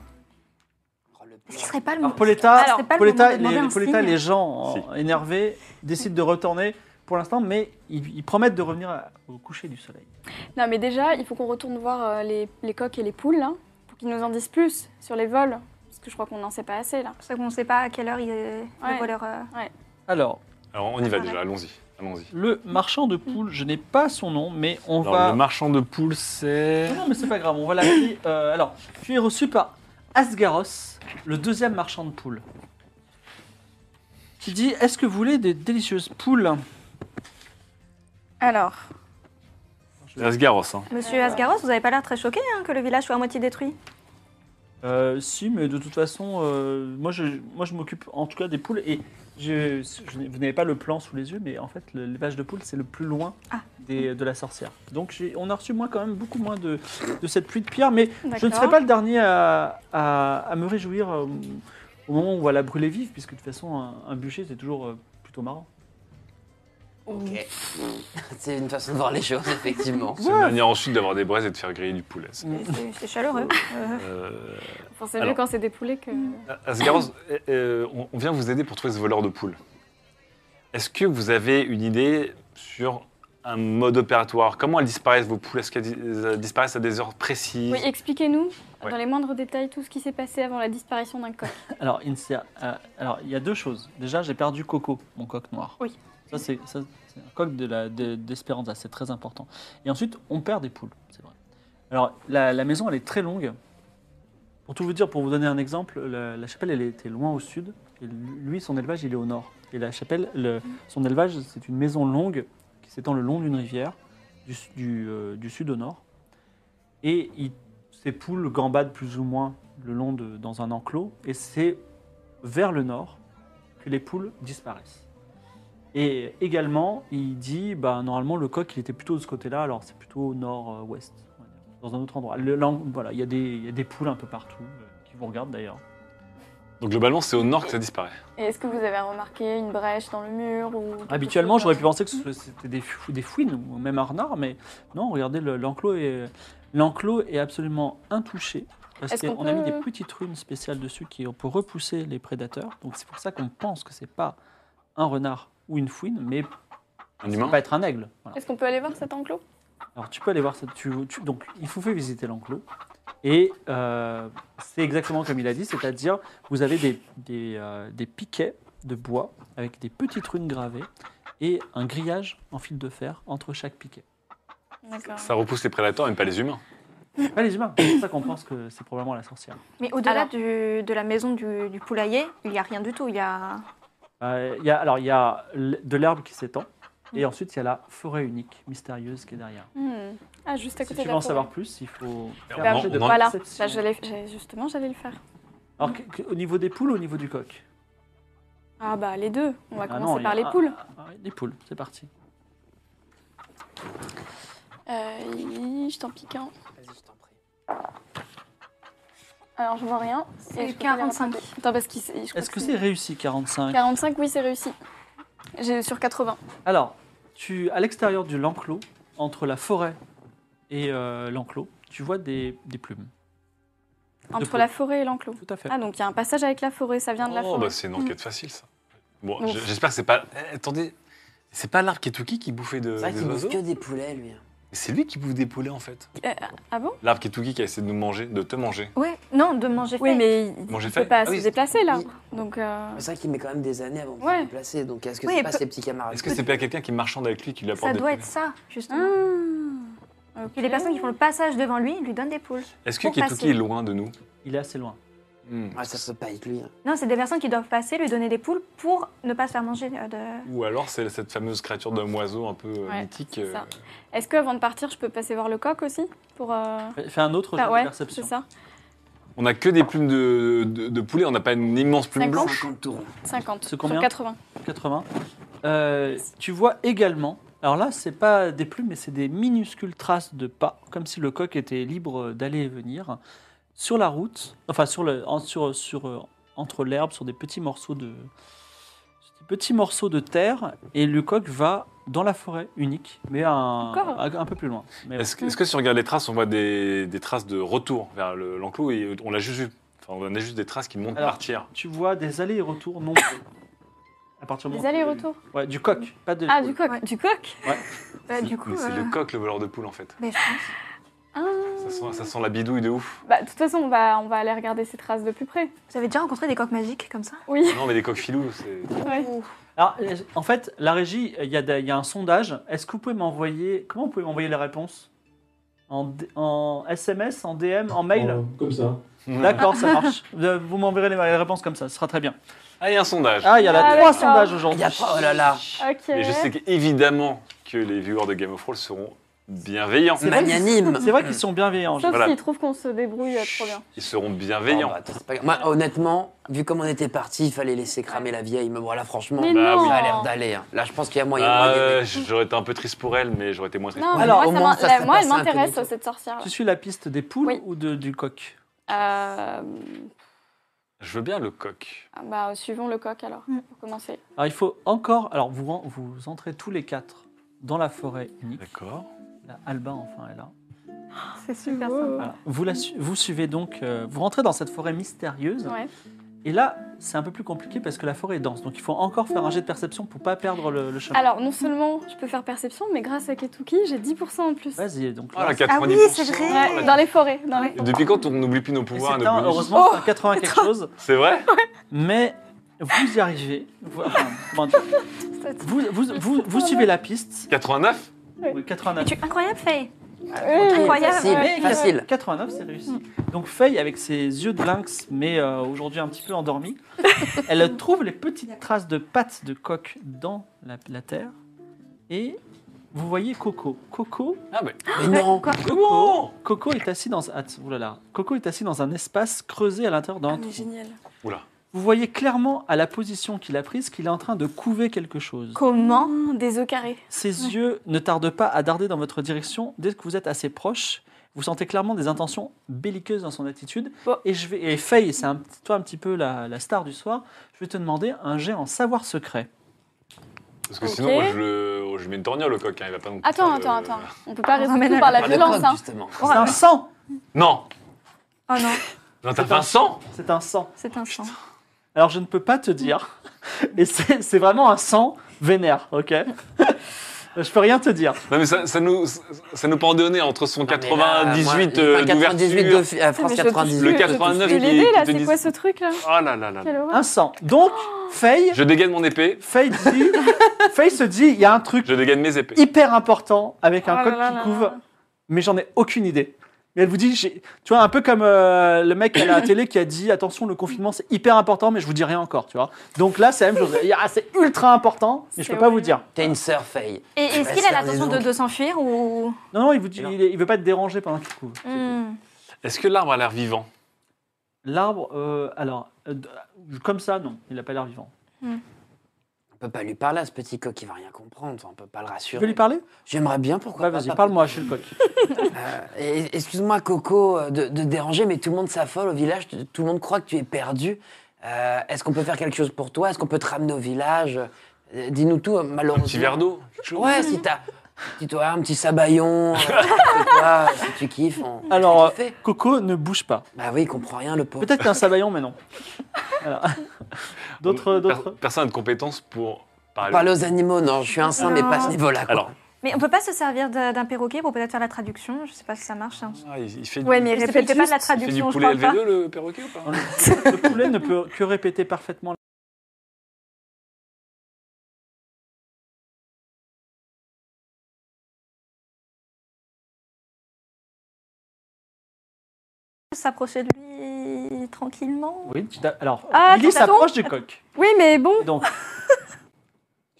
S6: Est-ce qu'il serait pas le moment
S1: Pauletta,
S6: Alors, Ah, c'est pas le
S1: Pauletta,
S6: moment de demander
S1: les,
S6: un
S1: Pauletta,
S6: signe.
S1: les gens
S4: Si.
S1: euh, énervés décident de retourner pour l'instant, mais ils, ils promettent de revenir à- au coucher du soleil.
S2: Non, mais déjà, il faut qu'on retourne voir euh, les, les coqs et les poules, là, pour qu'ils nous en disent plus sur les vols. Parce que je crois qu'on n'en sait pas assez, là.
S6: Parce qu'on ne sait pas à quelle heure il est
S2: Ouais.
S6: le voleur. euh,
S1: Alors,
S4: Alors, on y va déjà, allons-y. Allons-y.
S1: le marchand de poules, je n'ai pas son nom, mais on
S4: Alors,
S1: va.
S4: le marchand de poules, c'est.
S1: Non, non, mais c'est pas grave, on va l'appeler. euh, alors, tu es reçu par Asgaros, le deuxième marchand de poules, qui dit Est-ce que vous voulez des délicieuses poules
S6: Alors,
S4: Asgaros, hein.
S6: monsieur Asgaros, vous n'avez pas l'air très choqué hein, que le village soit à moitié détruit.
S1: Euh, Si, mais de toute façon, euh, moi je, moi, je m'occupe en tout cas des poules et je, je n'ai- vous n'avez pas le plan sous les yeux, mais en fait, le- l'élevage de poules, c'est le plus loin
S6: Ah.
S1: des- de la sorcière. Donc, j'ai- on a reçu moins, quand même beaucoup moins de, de cette pluie de pierre, mais Je ne serai
S2: D'accord.
S1: pas le dernier à, à- à me réjouir euh, au moment où on va la brûler vive, puisque de toute façon, un, un bûcher, c'est toujours euh, plutôt marrant.
S5: Ok. C'est une façon de voir les choses, effectivement.
S4: C'est une manière ensuite d'avoir des braises et de faire griller du poulet. ça.
S6: C'est c'est chaleureux. Euh,
S4: Euh,
S2: Enfin, c'est mieux
S4: Alors.
S2: quand c'est des poulets que.
S4: Asgaros, euh, euh, on on vient vous aider pour trouver ce voleur de poules. Est-ce que vous avez une idée sur un mode opératoire Comment elles disparaissent, vos poules Est-ce qu'elles dis- euh, disparaissent à des heures précises
S2: Oui, expliquez-nous,
S4: Ouais.
S2: dans les moindres détails, tout ce qui s'est passé avant la disparition d'un coq.
S1: Alors, il ne s'est- euh, alors, il y a deux choses. Déjà, j'ai perdu Coco, mon coq noir.
S6: Oui.
S1: Ça, c'est ça, c'est un coq de la- de- d'Espéranza, c'est très important. Et ensuite, on perd des poules, c'est vrai. Alors, la, la maison, elle est très longue. Pour tout vous dire, pour vous donner un exemple, la, la chapelle, elle était loin au sud. Et lui, son élevage, il est au nord. Et la chapelle, le- son élevage, c'est une maison longue qui s'étend le long d'une rivière, du, su- du, euh, du sud au nord. Et il- ces poules gambadent plus ou moins le long de, dans un enclos. Et c'est vers le nord que les poules disparaissent. Et également, il dit, bah, normalement, le coq, il était plutôt de ce côté-là, alors c'est plutôt au nord-ouest, on va dire, dans un autre endroit. Le, l'en- voilà, il y, a des- il y a des poules un peu partout, euh, qui vous regardent d'ailleurs.
S4: Donc globalement, c'est au nord que ça disparaît.
S2: Et est-ce que vous avez remarqué une brèche dans le mur ou quelque
S1: Habituellement,
S2: chose
S1: j'aurais pu penser que ce- c'était des, fou- des fouines ou même un renard, mais non, regardez, le- l'enclos est, l'enclos est absolument intouché. Parce
S2: Est-ce
S1: qu'on
S2: qu'on
S1: a mis
S2: peut-
S1: des petites runes spéciales dessus qui ont pour repousser les prédateurs. Donc c'est pour ça qu'on pense que c'est pas un renard ou une fouine, mais
S4: Un
S1: ça
S4: humain
S1: peut pas être un aigle. Voilà.
S2: Est-ce qu'on peut aller voir cet enclos
S1: Alors tu peux aller voir ça. Tu, tu- donc il vous fait visiter l'enclos et euh, c'est exactement comme il a dit, c'est-à-dire vous avez des, des, euh, des piquets de bois avec des petites runes gravées et un grillage en fil de fer entre chaque piquet.
S2: D'accord.
S4: Ça repousse les prédateurs, même pas les humains.
S1: Pas les humains, c'est pour ça qu'on pense que c'est probablement la sorcière.
S6: Mais au-delà
S2: Alors.
S6: du- de la maison du, du poulailler, il n'y a rien du tout. Il y a.
S1: Euh, il y a, alors il y a l- de l'herbe qui s'étend et ensuite il y a la forêt unique mystérieuse qui est derrière.
S2: Hmm. Ah, juste à
S1: Si tu
S2: côté de
S1: veux
S2: la
S1: en
S2: forêt.
S1: savoir plus, il faut faire
S4: on
S1: un
S4: en-
S1: jet de
S4: on en-
S2: Voilà,
S1: perception.
S2: Bah, j'allais- j'allais- justement, j'allais le faire.
S1: Alors, que- que- au niveau des poules ou au niveau du coq
S2: Ah bah, les deux. On va
S1: Ah
S2: commencer
S1: non,
S2: par
S1: il y
S2: les
S1: a-
S2: poules.
S1: ah, ah, les poules, c'est parti.
S2: Euh, hi, je t'en pique un. Alors, je vois rien. Et je peux pas les
S6: 45.
S2: rattraper. Attends, parce qu'il s'est- je crois
S1: Est-ce que c'est réussi 45
S2: 45, oui, c'est réussi. J'ai sur 80.
S1: Alors, tu à l'extérieur de l'enclos, entre la forêt et euh, l'enclos, tu vois des, des plumes.
S2: Entre
S1: poules.
S2: la forêt et l'enclos.
S1: Tout à fait.
S2: Ah, donc il y a un passage avec la forêt, ça vient de la
S4: Oh,
S2: forêt.
S4: bah, c'est une enquête facile, ça. Bon,
S2: Ouf.
S4: j- j'espère que c'est pas. Eh, attendez, C'est pas l'arbre Ketuki qui bouffait de,
S5: C'est vrai
S4: des
S5: qu'il bouffe
S4: oiseaux
S5: que des poulets, lui. hein.
S4: C'est lui qui bouffe des poulets en fait.
S2: Euh, ah bon
S4: L'arbre Ketuki qui a essayé de nous manger, de te manger.
S6: Ouais, non, de manger
S2: Oui,
S6: fait.
S2: mais il
S4: Manger
S2: ne
S4: fait
S2: peut pas
S4: Ah
S2: se
S4: oui,
S2: déplacer là. Donc, euh,
S5: C'est vrai qu'il met quand même des années avant de
S2: Ouais.
S5: se déplacer. Donc est-ce que
S6: Oui,
S5: c'est
S6: et
S5: pas
S6: peut-
S5: ses petits camarades
S4: Est-ce que c'est pas quelqu'un qui marchande avec lui qui lui apporte
S6: Ça
S4: des
S6: doit
S4: poulets
S6: être ça, justement.
S2: ah, ok.
S6: Et les personnes qui font le passage devant lui lui donnent des poules.
S4: Est-ce que
S6: pour
S4: Ketuki
S6: passer.
S4: est loin de nous
S1: Il est assez loin.
S4: Hmm.
S5: Ah, ça peut pas être lui. hein.
S6: Non, c'est des personnes qui doivent passer, lui donner des poules pour ne pas se faire manger euh, de.
S4: Ou alors c'est cette fameuse créature d'un oiseau un peu euh,
S2: Ouais,
S4: mythique.
S2: c'est
S4: euh,
S2: ça. Est-ce que avant de partir, je peux passer voir le coq aussi pour euh,
S1: Fais fais un autre jeu
S2: faire-
S1: de
S2: ouais, c'est
S1: perception.
S2: ça.
S4: On a que des plumes de, de, de poulet, on n'a pas une immense plume
S2: Cinquante.
S4: blanche.
S5: 50 tours.
S2: 50
S1: C'est
S2: sur
S1: combien
S2: 80.
S1: 80. Euh, tu vois également, alors là, c'est pas des plumes, mais c'est des minuscules traces de pas, comme si le coq était libre d'aller et venir sur la route, enfin sur le, en- sur, sur, euh, entre l'herbe, sur des petits morceaux de sur des petits morceaux de terre, et le coq va dans la forêt unique, mais un,
S2: Encore
S1: un, un peu plus loin. Mais
S4: Est-ce que, est-ce que si on regarde les traces, on voit des, des traces de retour vers le- l'enclos et on l'a juste vu Enfin, on a juste des traces qui montent
S1: Alors,
S4: partir.
S1: tu vois des allers et retours nombreux. À partir du
S2: Des
S1: moment où tu l'as vu.
S2: allers-retours.
S1: Ouais, du coq, pas de.
S2: Ah, du coq. Du coq
S6: Bah, du coup.
S4: Mais c'est
S6: euh,
S4: le coq, le voleur de poule en fait.
S6: mais je pense.
S2: Ah.
S4: Ça sent, ça sent la bidouille de ouf.
S2: Bah, de toute façon, on va, on va aller regarder ces traces de plus près.
S6: Vous avez déjà rencontré des coques magiques comme ça
S2: Oui.
S4: Non, mais des coqs filous, c'est.
S2: ouais.
S1: Alors, euh, en fait, la régie, il y, a des- il y a un sondage. Est-ce que vous pouvez m'envoyer. Comment vous pouvez m'envoyer les réponses en, D- en SMS, en DM, en mail
S3: Comme ça.
S1: D'accord, ça marche. Euh, Vous m'enverrez les, les réponses comme ça, ce sera très bien.
S4: Ah, il y a un sondage.
S1: Ah, il y en a
S2: Ah,
S1: trois
S2: d'accord.
S1: sondages
S5: Il
S1: aujourd'hui.
S5: y a pas. Oh là là.
S2: Ok.
S4: Et je sais qu'évidemment que les viewers de Game of Thrones seront bienveillants.
S1: vrai qu'ils-
S5: Magnanime.
S1: C'est vrai qu'ils sont bienveillants.
S2: Sauf
S4: Voilà.
S2: s'ils trouvent qu'on se débrouille euh, trop bien.
S4: Ils seront
S5: Oh,
S4: bienveillants.
S1: Ah,
S5: bah, attends, c'est pas grave. Moi, honnêtement, vu comment on était parti, il fallait laisser cramer la vieille. Mais voilà, franchement,
S2: Mais
S4: Bah oui.
S2: non
S5: ça a l'air d'aller. hein. Là, je pense qu'il y a
S1: bah,
S5: moyen
S4: Ah,
S5: de
S4: euh,
S5: gagner.
S4: j'aurais été un peu triste pour elle, mais j'aurais été moins triste
S2: Non,
S4: pour
S2: mais
S1: Alors,
S5: au
S2: moi, ça
S5: moins,
S2: m'in-
S5: ça
S2: la-
S5: serait
S2: moi, elle
S5: passé un peu
S2: m'intéresse,
S5: vite.
S2: cette sorcière-là.
S1: Tu suis la piste des poules
S2: Oui.
S1: ou de, du coq
S2: Euh,
S4: elle. Je veux bien le coq.
S2: bah, suivons le coq alors,
S6: Mm.
S2: pour commencer.
S1: Alors, il faut encore. Alors, vous, ren- vous entrez tous les quatre dans la forêt unique.
S4: D'accord.
S1: Là, Alba, enfin, est là.
S6: C'est super
S1: Voilà. Vous, la su- vous suivez donc. euh, vous rentrez dans cette forêt mystérieuse.
S2: Ouais.
S1: Et là, c'est un peu plus compliqué parce que la forêt est dense. Donc il faut encore faire un jet de perception pour pas perdre le, le chemin.
S2: Alors, non seulement je peux faire perception, mais grâce à Ketuki, j'ai 10% en plus.
S1: Vas-y, donc
S4: Ah, la
S1: lance.
S4: 90%.
S6: Ah oui, c'est vrai.
S2: Ouais, dans les forêts. Dans les...
S4: Depuis quand on n'oublie plus nos
S1: Et
S4: pouvoirs et
S1: c'est
S4: nos
S1: un-
S4: bonus
S1: heureusement, c'est un 80 quelque chose.
S4: C'est vrai
S1: Mais vous y arrivez. Vous, enfin, comment dire vous, vous- vous- vous suivez la piste.
S4: 89
S1: Oui, 89.
S6: Tu es incroyable, Faye.
S2: Incroyable.
S5: Facile,
S2: Ouais.
S5: facile.
S1: 89, c'est réussi. Donc Faye, avec ses yeux de lynx, mais euh, aujourd'hui un petit peu endormie, elle trouve les petites traces de pattes de coq dans la, la terre. Et vous voyez Coco. Coco,
S4: Ah, mais.
S5: Mais non.
S1: Coco, Coco est assis dans ah, t's- oulala. Coco est assis dans un espace creusé à l'intérieur d'un
S2: Ah, mais
S1: trou.
S2: génial.
S4: Oula.
S1: Vous voyez clairement à la position qu'il a prise qu'il est en train de couver quelque chose.
S6: Comment
S2: Oh, des œufs carrés.
S1: Ses yeux ne tardent pas à darder dans votre direction dès que vous êtes assez proche. Vous sentez clairement des intentions belliqueuses dans son attitude.
S2: Bon.
S1: Et je vais et Faye, c'est un petit- toi un petit peu la, la star du soir. Je vais te demander un jet en savoir secret.
S4: Parce que
S2: Ok.
S4: sinon, moi, je, le- je lui mets une torgnole au coq, hein, il va pas non plus
S2: Attends,
S4: faire
S2: attends, attends.
S4: le-
S2: On peut pas
S6: On
S2: résoudre
S6: ramène
S2: tout par la
S5: Pas le coq,
S2: violence. hein.
S5: justement.
S1: C'est un sang.
S4: Non
S6: Oh non,
S4: Non, t'as fait un sang
S1: C'est un sang.
S6: c'est un sang.
S1: Alors je ne peux pas te dire. Et c'est c'est vraiment un sang vénère, ok Je peux rien te dire.
S4: Non, mais ça, ça nous, ça nous pendonnait entre son
S5: Non, mais là, moi,
S4: 98
S5: enfin,
S4: euh,
S5: 98
S4: d'ouverture.
S5: de- à France
S2: Mais je
S5: 98.
S4: Le
S2: touche plus, je touche
S4: 89
S2: plus.
S4: qui-
S2: L'idée,
S4: qui
S2: là,
S4: te
S2: c'est
S4: dit-
S2: quoi ce truc là
S4: Oh là là là.
S2: Quelle horreur.
S1: Un sang. Donc,
S2: Oh
S1: Faye,
S4: Je dégaine mon épée,
S1: Faye, dit, Faye se dit, il y a un truc
S4: je dégaine mes épées.
S1: hyper important avec un
S2: Oh là
S1: coq
S2: là
S1: qui
S2: là
S1: couve,
S2: là.
S1: mais j'en ai aucune idée. Mais elle vous dit, j'ai- tu vois, un peu comme euh, le mec à la télé qui a dit, attention, le confinement, c'est hyper important, mais je vous dis rien encore, tu vois. Donc là, c'est la même chose. Il y a- ah, C'est ultra important, mais je
S2: C'est
S1: peux pas vous
S2: horrible.
S1: dire.
S5: T'es une sœur, Faye.
S6: Et est-ce qu'il a l'intention de,
S5: Dis donc.
S6: de s'enfuir ou.
S1: Non, non, il, vous dit, il, est- il veut pas te déranger pendant qu'il couve.
S6: Hmm.
S4: Est-ce que l'arbre a l'air vivant
S1: L'arbre, euh, alors, euh, d- comme ça, non, il n'a pas l'air vivant.
S5: On peut pas lui parler à ce petit coq, il va rien comprendre. On peut pas le
S1: Tu
S5: rassurer.
S1: veux lui parler
S5: J'aimerais bien, pourquoi
S1: Ouais,
S5: pas,
S1: vas-y,
S5: papa.
S1: parle-moi, je suis le coq.
S5: Euh, et- Excuse-moi, Coco, euh, de, de déranger, mais tout le monde s'affole au village. t- Tout le monde croit que tu es perdu. Euh, Est-ce qu'on peut faire quelque chose pour toi Est-ce qu'on peut te ramener au village Euh, Dis-nous tout, euh,
S4: Un
S5: malheureusement.
S4: petit verre d'eau
S5: Ouais, si t'as. Si toi, un petit sabayon, euh, je sais pas, si tu kiffes. on-
S1: Alors,
S5: on fait.
S1: Coco ne bouge pas.
S5: Bah oui, il comprend rien, le pauvre.
S1: Peut-être
S4: Ah
S1: qu'un sabayon, mais non. Voilà. D'autres,
S4: Per-
S1: d'autres.
S4: Personne n'a de compétence pour Parler-
S5: Parler aux animaux, non, je suis un saint, mais
S6: Non.
S5: pas à ce niveau-là. quoi.
S4: Alors,
S6: Mais on peut pas se servir de- d'un perroquet pour peut-être faire la traduction. Je sais pas si ça marche. hein.
S4: ah, il, il fait du-
S2: Ouais, mais
S6: Il se
S2: répète
S6: fait pas
S2: juste.
S6: de la
S4: il fait du
S6: traduction, je
S4: poulet
S6: crois pas.
S4: LV2 le perroquet ou pas
S1: Le poulet ne peut que répéter parfaitement.
S6: S'approcher de lui tranquillement.
S1: Oui, tu t'a- alors,
S2: Ah,
S1: Lily
S2: tu t'attends
S1: s'approche du coq.
S2: Oui, mais bon.
S1: Donc, tu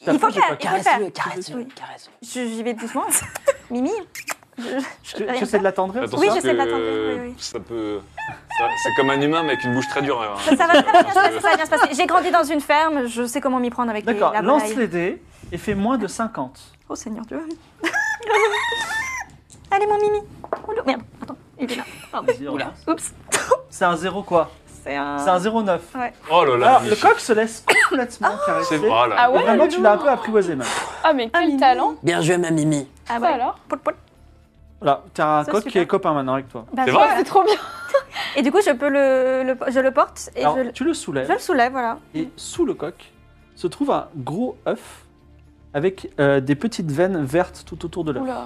S6: Il faut
S1: t'approches du
S6: faire-
S1: coq.
S6: il faut faire.
S5: Caresse-le, caresse-le,
S6: Oui.
S5: caresse-le.
S6: Je- J'y vais doucement. Mimi. je- je-
S1: Tu
S6: rien
S1: tu
S6: faire.
S1: essaies de l'attendrir
S4: Attention
S6: Oui, j'essaie
S4: que,
S6: de l'attendre, oui, oui.
S4: Ça peut. ça- C'est comme un humain, mais avec une bouche très dure. hein.
S6: Ça va très bien se passer, ça va bien se passer. J'ai grandi dans une ferme, je sais comment m'y prendre avec les,
S1: D'accord,
S6: la
S1: lance
S6: volaille.
S1: les dés et fais moins de 50.
S6: Oh Seigneur Dieu. Allez mon Mimi. Oulou, merde, attends, il est là.
S1: Vas-y, relance.
S6: Oh. Oups,
S1: C'est un 0 quoi
S6: c'est un... Ah.
S1: C'est un 0,9. Alors,
S4: Oh là là.
S1: Ah, le
S4: magnifique.
S1: coq se laisse complètement
S4: C'est
S1: caresser.
S4: oh là.
S2: Ah ouais
S1: Vraiment, tu l'as un peu apprivoisé même.
S2: Ah, mais
S6: Ah,
S2: quel
S6: Mimi.
S2: talent.
S5: Bien joué, ma Mimi.
S6: Ah
S2: Ça
S6: ouais.
S2: alors
S6: Pout, pout.
S1: Voilà, t'as un
S6: Ça,
S1: coq qui
S6: super.
S1: est copain maintenant avec toi.
S6: Bah,
S4: C'est
S6: voilà.
S4: vrai
S2: Oh, C'est trop bien.
S6: Et du coup, je peux le, le- je le porte et
S1: Alors,
S6: je, le-
S1: tu le
S6: je
S1: soulèves
S6: le soulève, voilà.
S1: et sous le coq se trouve un gros œuf avec euh, des petites veines vertes tout autour de l'œuf.
S2: Oula.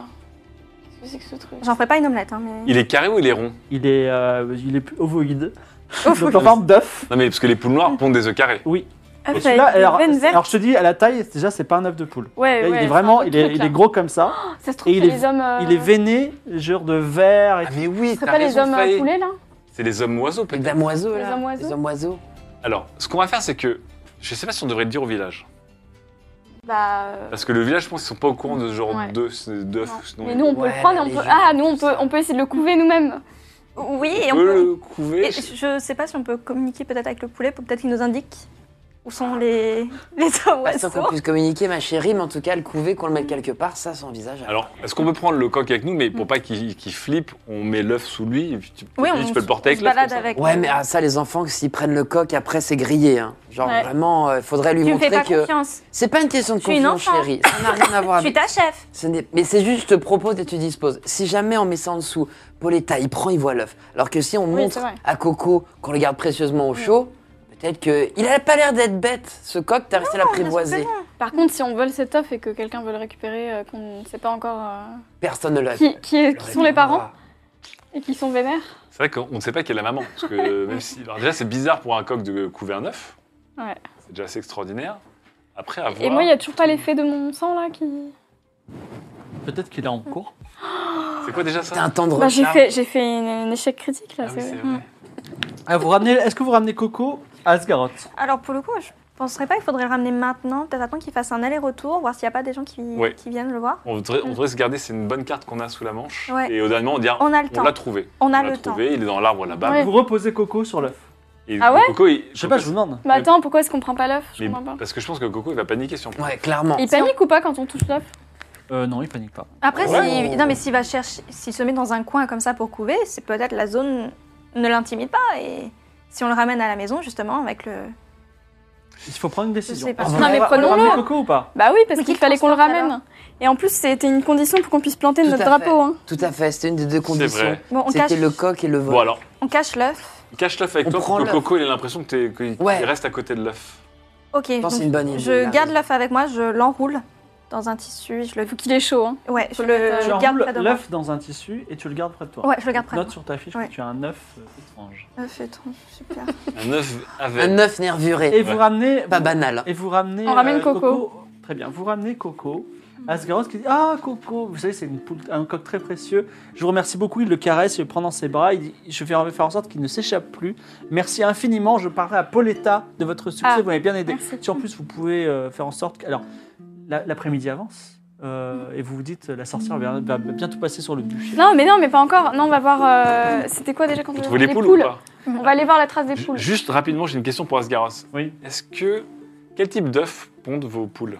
S2: Qu'est-ce que c'est que ce truc
S6: J'en ferai pas une omelette, hein, mais...
S4: Il est carré ou il est rond
S1: Il est, euh, il est plus ovoïde. Donc en forme d'œuf.
S4: Non, mais parce que les poules noires pondent des œufs carrés.
S1: Oui.
S2: Ah,
S1: Et
S2: ça a
S1: celui-là,
S2: été une
S1: alors,
S2: veine verte.
S1: alors je te dis, à la taille, déjà, c'est pas un œuf de poule.
S2: Ouais,
S1: Là, il
S2: ouais,
S1: est
S2: c'est
S1: vraiment,
S2: un
S1: il
S2: autre
S1: est,
S2: truc,
S1: il
S2: là.
S1: est gros comme ça.
S2: Ça se trouve,
S1: et
S2: c'est
S1: il est-
S2: les hommes. euh,
S1: Il est veiné, genre de vert. Et...
S4: mais oui,
S2: Ce serait pas les hommes euh, poulets, là
S4: C'est les hommes oiseaux,
S5: Les
S4: peut-être.
S5: dames oiseaux,
S2: Les
S5: là.
S2: hommes oiseaux.
S5: Les hommes oiseaux.
S4: Alors, ce qu'on va faire, c'est que. Je sais pas si on devrait le dire au village.
S2: Bah. euh,
S4: Parce que le village, je pense qu'ils sont pas au courant de ce genre
S2: Ouais.
S4: d'œufs. d'œufs,
S2: non.
S4: sinon
S2: Mais
S4: ils-
S2: nous, on peut
S5: Ouais,
S2: le prendre et
S5: les
S2: on peut.
S5: gens,
S2: Ah, nous, on
S5: ça.
S2: peut, on peut essayer de le couver nous-mêmes.
S6: Oui,
S4: On
S6: et on
S4: peut
S6: peut...
S4: le couver.
S6: et je sais pas si on peut communiquer peut-être avec le poulet, pour peut-être qu'il nous indique où sont les, les
S5: Pas sûr qu'on
S6: oiseaux.
S5: puisse communiquer, ma chérie, mais en tout cas, le couver, qu'on le mette quelque part, ça, c'est envisageable.
S4: Alors, est-ce qu'on peut prendre le coq avec nous, mais pour pas qu'il qu'il flippe, on met l'œuf sous lui, et puis tu,
S6: Mm. Oui,
S4: lui,
S6: on
S4: tu peux le porter avec
S6: se
S4: l'œuf.
S6: balade
S4: comme ça.
S6: avec.
S5: Ouais, mais ah, ça, les enfants, s'ils prennent le coq, après, c'est grillé. hein. Genre,
S2: Ouais.
S5: vraiment, il faudrait lui
S6: Tu me
S5: montrer
S6: fais pas
S5: que.
S6: confiance.
S5: C'est pas une question de
S6: Je suis une
S5: confiance,
S6: enfant.
S5: chérie. Ça n'a rien à voir
S6: Je suis
S5: avec.
S6: ta chef.
S5: Ce n'est- Mais c'est juste, je te propose et tu disposes. Si jamais on met ça en dessous, Pauletta, il prend, il voit l'œuf. Alors que si on
S2: Oui,
S5: montre
S2: c'est vrai.
S5: à Coco qu'on le garde précieusement au chaud, peut-être que. Il a pas l'air d'être bête, ce coq, t'as resté à l'apprivoiser.
S2: Par contre, si on vole cet œuf et que quelqu'un veut le récupérer, euh, qu'on ne sait pas encore euh,
S5: Personne ne l'a
S2: qui, qui est- qui sont les parents
S5: Ah.
S2: et qui sont vénères.
S4: C'est vrai qu'on ne sait pas qui est la maman. Parce que même si, alors déjà, c'est bizarre pour un coq de couver un œuf.
S2: Ouais.
S4: C'est déjà assez extraordinaire. Après, à voir.
S2: Et moi, il n'y a toujours pas l'effet de mon sang là qui.
S1: Peut-être qu'il est en cours.
S4: C'est quoi déjà
S5: T'es
S4: ça
S5: un tendre
S2: Bah, j'ai
S5: chat.
S2: fait, j'ai fait une- un échec critique là.
S4: Ah oui,
S2: c'est-
S4: c'est
S6: Mm.
S4: vrai.
S1: Ah, vous ramenez, est-ce que vous ramenez Coco à Asgaroth
S6: Alors pour le coup, je penserais pas qu'il faudrait le ramener maintenant. Peut-être attendre qu'il fasse un aller-retour, voir s'il n'y a pas des gens qui,
S4: Ouais.
S6: qui viennent le voir.
S4: On devrait, on devrait se garder, c'est une bonne carte qu'on a sous la manche.
S6: Mm. Ouais.
S4: Et au dernier moment, on dira
S6: On a le temps.
S4: l'a trouvé.
S6: On a
S4: l'a
S6: le temps.
S4: trouvé, il est dans l'arbre là-bas.
S2: Ouais.
S1: Vous reposez Coco sur l'œuf.
S4: Et
S2: Ah ouais
S4: Coco, il-
S1: Je sais pas, je vous demande.
S6: Bah,
S2: Mais attends, pourquoi est-ce qu'on prend pas l'œuf Je
S4: Mais-
S2: comprends pas.
S4: Parce que je pense que Coco, il va paniquer si on prend.
S5: Ouais, clairement.
S2: Il panique ou pas quand on touche l'œuf
S1: Euh, non, il panique pas.
S6: Après,
S5: Ouais.
S6: s'il- non mais s'il va chercher, s'il se met dans un coin comme ça pour couver, c'est peut-être la zone ne l'intimide pas et si on le ramène à la maison justement avec le.
S1: Il faut prendre une décision.
S6: sais pas.
S1: Est-ce
S5: Non,
S1: qu'on va-
S2: mais
S1: on va
S2: prenons-le.
S1: ramener Coco ou pas
S2: Bah oui, parce
S6: Mais
S2: qu'il
S6: qu'il
S2: fallait qu'on le
S6: transporte,
S2: ramène. Et en plus, c'était une condition pour qu'on puisse planter
S5: Tout
S2: notre
S5: à fait.
S2: drapeau. hein.
S5: Tout à fait, c'était une des deux
S4: C'est
S5: conditions.
S4: vrai.
S6: Bon, on cache,
S5: C'était le coq et le vol.
S4: Bon, alors,
S6: on cache l'œuf.
S4: cache l'œuf avec
S5: On
S4: toi
S5: prend
S4: pour que
S5: l'œuf.
S4: Coco, il ait l'impression que t'es- qu'il
S5: Ouais.
S4: qu'il reste à côté de l'œuf.
S6: Ok.
S5: Je pense que
S6: donc,
S5: c'est une bonne idée. il
S6: je
S5: a
S6: garde
S5: raison.
S6: l'œuf avec moi, je l'enroule dans un tissu, je le.
S2: Faut qu'il est chaud. hein.
S6: Ouais, je
S2: le
S6: le
S2: mettre,
S1: Tu
S6: garde
S1: enroules
S6: près de moi.
S1: l'œuf dans un tissu et tu le gardes près de toi.
S6: Ouais, je le garde près de
S1: Note
S6: moi.
S1: sur ta fiche
S6: Ouais.
S1: que tu as un œuf euh, étrange.
S6: Œuf étrange, super.
S4: Un œuf avec.
S5: Un œuf nervuré.
S1: Et vous ramenez.
S5: Pas
S1: vous-
S5: banal. hein.
S1: Et vous ramenez. euh,
S2: On ramène Coco.
S1: Très bien. Vous ramenez Coco. Asgaroth qui dit Ah, Coco Vous savez, c'est une poule- un coq très précieux. Je vous remercie beaucoup. Il le caresse, il le prend dans ses bras. Il dit Je vais faire en sorte qu'il ne s'échappe plus. Merci infiniment. Je parlerai à Pauletta de votre succès.
S2: Ah,
S1: vous m'avez bien aidé.
S2: merci.
S1: Si en plus vous pouvez euh, faire en sorte. que- Alors, la- l'après-midi avance. euh, et vous vous dites La sorcière va, va bientôt passer sur le bûcher.
S2: Non, mais non, mais pas encore. Non, on va voir. euh, C'était quoi déjà quand
S4: Vous
S2: on
S4: trouvez les poules, ou pas
S2: On va aller voir la trace des
S4: Ju-
S2: poules.
S4: Juste rapidement, j'ai une question pour Asgaros.
S1: Oui.
S4: Est-ce que. Quel type d'œuf pondent vos poules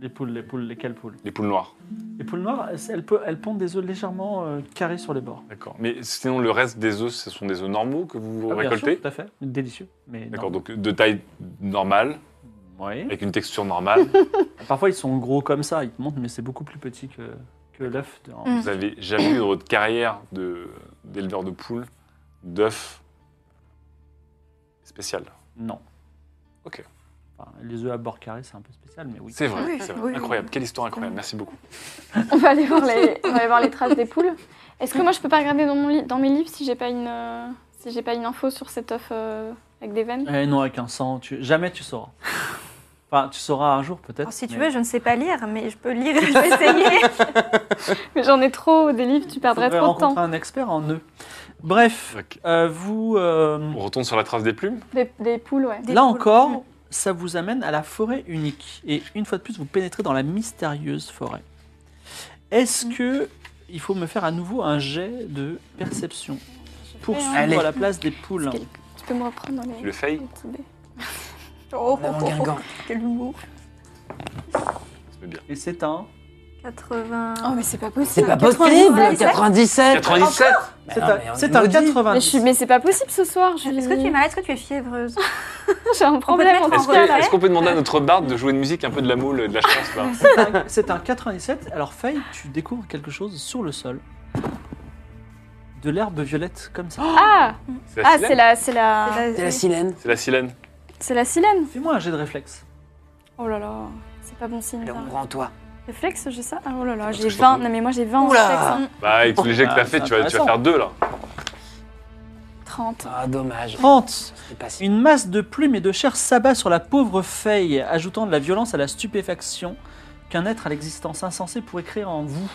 S1: Les poules, les poules, lesquelles poules
S4: Les poules noires.
S1: Les poules noires, elles, elles pe- elles pondent des œufs légèrement euh, carrés sur les bords.
S4: D'accord. Mais sinon, le reste des œufs, ce sont des œufs normaux que vous
S1: Ah, bien sûr,
S4: récoltez
S1: Tout à fait. Délicieux. Mais non.
S4: D'accord, donc de taille normale,
S1: Ouais.
S4: avec une texture normale.
S1: Parfois, ils sont gros comme ça, ils te montrent, mais c'est beaucoup plus petit que, que l'œuf. de-
S6: Mm.
S4: Vous avez jamais eu dans votre carrière de- d'éleveur de, poules d'œufs spécial
S1: Non.
S4: Ok.
S1: Enfin, les œufs à bord carré, c'est un peu spécial, mais oui.
S4: C'est vrai,
S6: Oui,
S4: c'est vrai.
S6: oui, oui.
S4: incroyable. Quelle histoire incroyable. Merci beaucoup.
S2: On va aller voir les, on va aller voir les traces des poules. Est-ce que moi je peux pas regarder dans, mon li- dans mes livres si j'ai pas une euh, si j'ai pas une info sur cet œuf euh, avec des veines
S1: Eh non, avec un sang, tu- jamais tu sauras. Enfin, tu sauras un jour peut-être.
S6: Alors, si tu
S1: mais-
S6: veux, je ne sais pas lire, mais je peux lire et je vais essayer.
S2: Mais j'en ai trop des livres, tu perdrais
S1: Faudrait
S2: trop de temps.
S1: rencontrer un expert en œufs. Bref,
S4: Ok.
S1: euh, vous. euh,
S4: On retourne sur la trace des plumes.
S2: Des, des poules, ouais.
S6: Des
S1: Là
S6: poules.
S1: encore, ça vous amène à la forêt unique. Et une fois de plus, vous pénétrez dans la mystérieuse forêt. Est-ce
S2: Mm.
S1: que il faut me faire à nouveau un jet de perception pour
S2: hein.
S1: suivre
S5: Allez.
S1: à la place des poules
S2: Parce que- Tu peux me reprendre dans les,
S4: Tu le fais
S2: les petits dés.
S6: Oh,
S5: Avant
S6: oh, oh,
S5: Guingamp.
S6: quel humour.
S4: C'est bien.
S1: Et c'est un.
S6: 80.
S2: Oh mais c'est pas possible.
S5: C'est pas possible
S6: 97.
S5: 97
S4: 97
S1: C'est
S5: Bah non,
S1: un,
S5: mais on
S1: c'est
S5: nous
S1: un
S5: dit.
S1: 90.
S2: Mais, je suis- mais c'est pas possible ce soir. je suis-
S6: Est-ce que tu es malade Est-ce que tu es fiévreuse
S2: J'ai un problème.
S6: mettre
S2: en
S6: en
S4: Est-ce
S2: tout
S4: que-
S6: relais.
S2: cas, là.
S4: est-ce qu'on peut demander à notre barde de jouer une musique un peu de la moule, de la chance là
S1: C'est un- C'est un 97. Alors, Faye, tu découvres quelque chose sur le sol. De l'herbe violette, comme ça.
S2: Ah,
S4: C'est la
S2: ah
S4: silène
S2: c'est la, c'est la,
S6: C'est
S5: C'est
S6: la-
S5: la silène.
S4: C'est la silène.
S2: c'est la silène.
S1: Fais-moi un jet de réflexe.
S2: Oh là là, c'est pas bon signe.
S5: Allez,
S2: ça.
S5: on prend toi.
S2: Réflexe, j'ai ça. Ah, Oh là là,
S4: Parce
S2: j'ai
S4: que je
S2: 20.
S4: t'en-
S2: Non mais moi j'ai 20 en
S5: Oula.
S2: réflexe. hein.
S4: Bah, avec tous les jets que
S1: Bah,
S4: t'as fait,
S1: c'est
S4: tu vas, tu vas
S1: intéressant.
S4: faire deux là.
S2: 30.
S5: Ah, dommage.
S1: 30.
S5: C'est pas si-
S1: Une masse de plumes et de chair s'abat sur la pauvre Faye, ajoutant de la violence à la stupéfaction qu'un être à l'existence insensée pourrait créer en vous.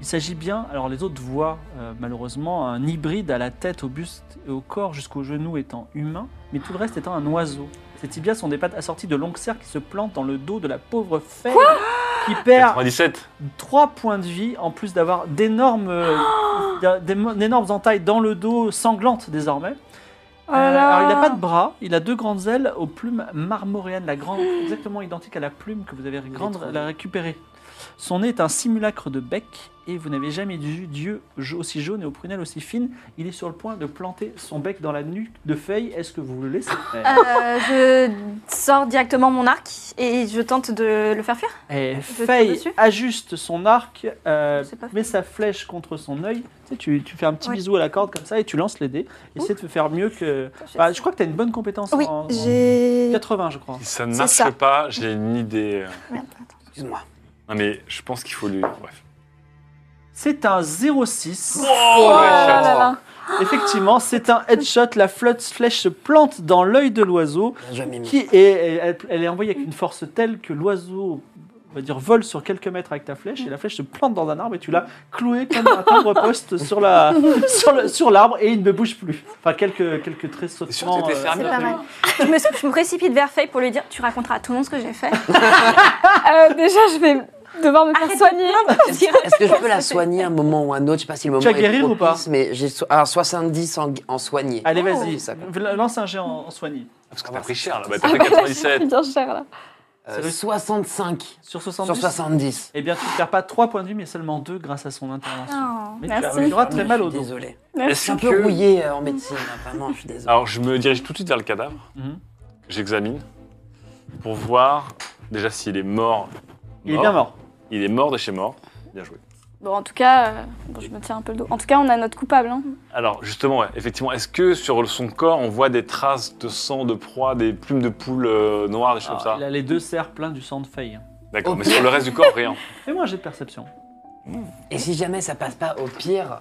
S1: Il s'agit bien, alors les autres voient euh, malheureusement un hybride à la tête, au buste et au corps jusqu'aux genoux étant humain, mais tout le reste étant un oiseau. Ses tibias sont des pattes assorties de longues serres qui se plantent dans le dos de la pauvre Faye, qui perd
S4: 97
S1: 3 points de vie en plus d'avoir d'énormes euh, d'a- d'émo- d'énormes entailles dans le dos sanglantes désormais.
S2: Oh là
S1: Euh,
S2: là.
S1: alors il n'a pas de bras, il a deux grandes ailes aux plumes marmoréennes, la grande, exactement identique à la plume que vous avez grande-
S5: trouvé.
S1: la récupérée. Son nez est un simulacre de bec et vous n'avez jamais vu Dieu ja- aussi jaune et aux prunelles aussi fines. Il est sur le point de planter son bec dans la nuque de Feuille. Est-ce que vous le laissez
S2: Ah,
S1: faire
S6: Euh, je sors directement mon arc et je tente de le faire fuir.
S1: Et
S6: tire
S1: Faye
S6: dessus
S1: Eh, ajuste son arc, euh,
S6: C'est pas fait.
S1: met sa flèche contre son œil. Tu, sais, tu, tu fais un petit
S6: Ouais.
S1: bisou à la corde comme ça et tu lances les dés. Essaie de faire mieux que. Bah, je crois que tu as une bonne compétence
S6: Oui,
S1: en, en
S6: j'ai.
S1: 80, je crois.
S4: Ça ne
S6: C'est
S4: marche
S6: ça.
S4: pas, j'ai une idée.
S5: Excuse-moi.
S4: Non mais je pense qu'il faut lui. Bref.
S1: C'est un 06.
S4: Oh,
S2: Oh
S4: la
S2: là
S4: chatte.
S2: là là.
S1: Effectivement, c'est un headshot. La flotte flèche se plante dans l'œil de l'oiseau,
S5: Bien joué, Mimi.
S1: qui est, elle, elle est envoyée avec une force telle que l'oiseau, on va dire, vole sur quelques mètres avec ta flèche, et la flèche se plante dans un arbre, et tu l'as cloué comme un timbre-poste sur la sur le- sur l'arbre, et il ne bouge plus. Enfin, quelques quelques traits
S4: T'es sûr que
S1: sautements.
S4: t'étais
S1: euh,
S6: C'est
S4: fermière
S6: pas mal. je, me, je me précipite vers Faye pour lui dire Tu raconteras à tout le monde ce que j'ai fait.
S2: Euh, déjà, je vais devoir me faire
S6: Arrête de
S2: soigner.
S5: Est-ce est-ce que je peux la soigner à un moment ou un autre Je sais pas si le moment
S1: Tu vas
S5: est
S1: guérir ou
S5: propice, Mais j'ai so- alors, 70 en, en soigné.
S1: Allez,
S5: C'est
S1: vas-y,
S5: ça, quoi.
S1: lance un géant en, en soigné.
S4: Parce que t'as pris cher là, bah,
S5: Ah,
S4: t'as fait
S2: Ah, bah, là, j'ai
S4: 97.
S2: pris bien cher là.
S5: Euh,
S1: C'est le-
S5: 65
S1: Sur
S5: sur
S1: 70.
S5: 70.
S1: Eh bien, tu ne perds pas 3 points de vue, mais seulement 2 grâce à son intervention.
S6: Non.
S1: Mais
S2: Merci.
S1: tu auras très mal au dos.
S5: Désolé. Je suis
S4: Est-ce
S5: un peu
S4: que.
S5: rouillé euh, en médecine, hein, vraiment, je suis désolé.
S4: Alors je me dirige tout de suite vers le cadavre,
S1: Mhm.
S4: j'examine, pour voir déjà s'il est mort.
S1: Il est bien mort.
S4: Il est mort de chez mort. Bien joué.
S2: Bon, en tout cas, euh, bon, je me tiens un peu le dos. En tout cas, on a notre coupable. Hein.
S4: Alors justement, ouais, effectivement, est-ce que sur son corps on voit des traces de sang, de proie, des plumes de poule euh, noires, des choses
S1: Alors,
S4: comme ça
S1: Ah, il a les deux cerfs pleins du sang de feuille.
S4: D'accord, mais sur le reste du corps, rien.
S1: Fais-moi un jet de perception.
S5: Et si jamais ça passe pas, au pire,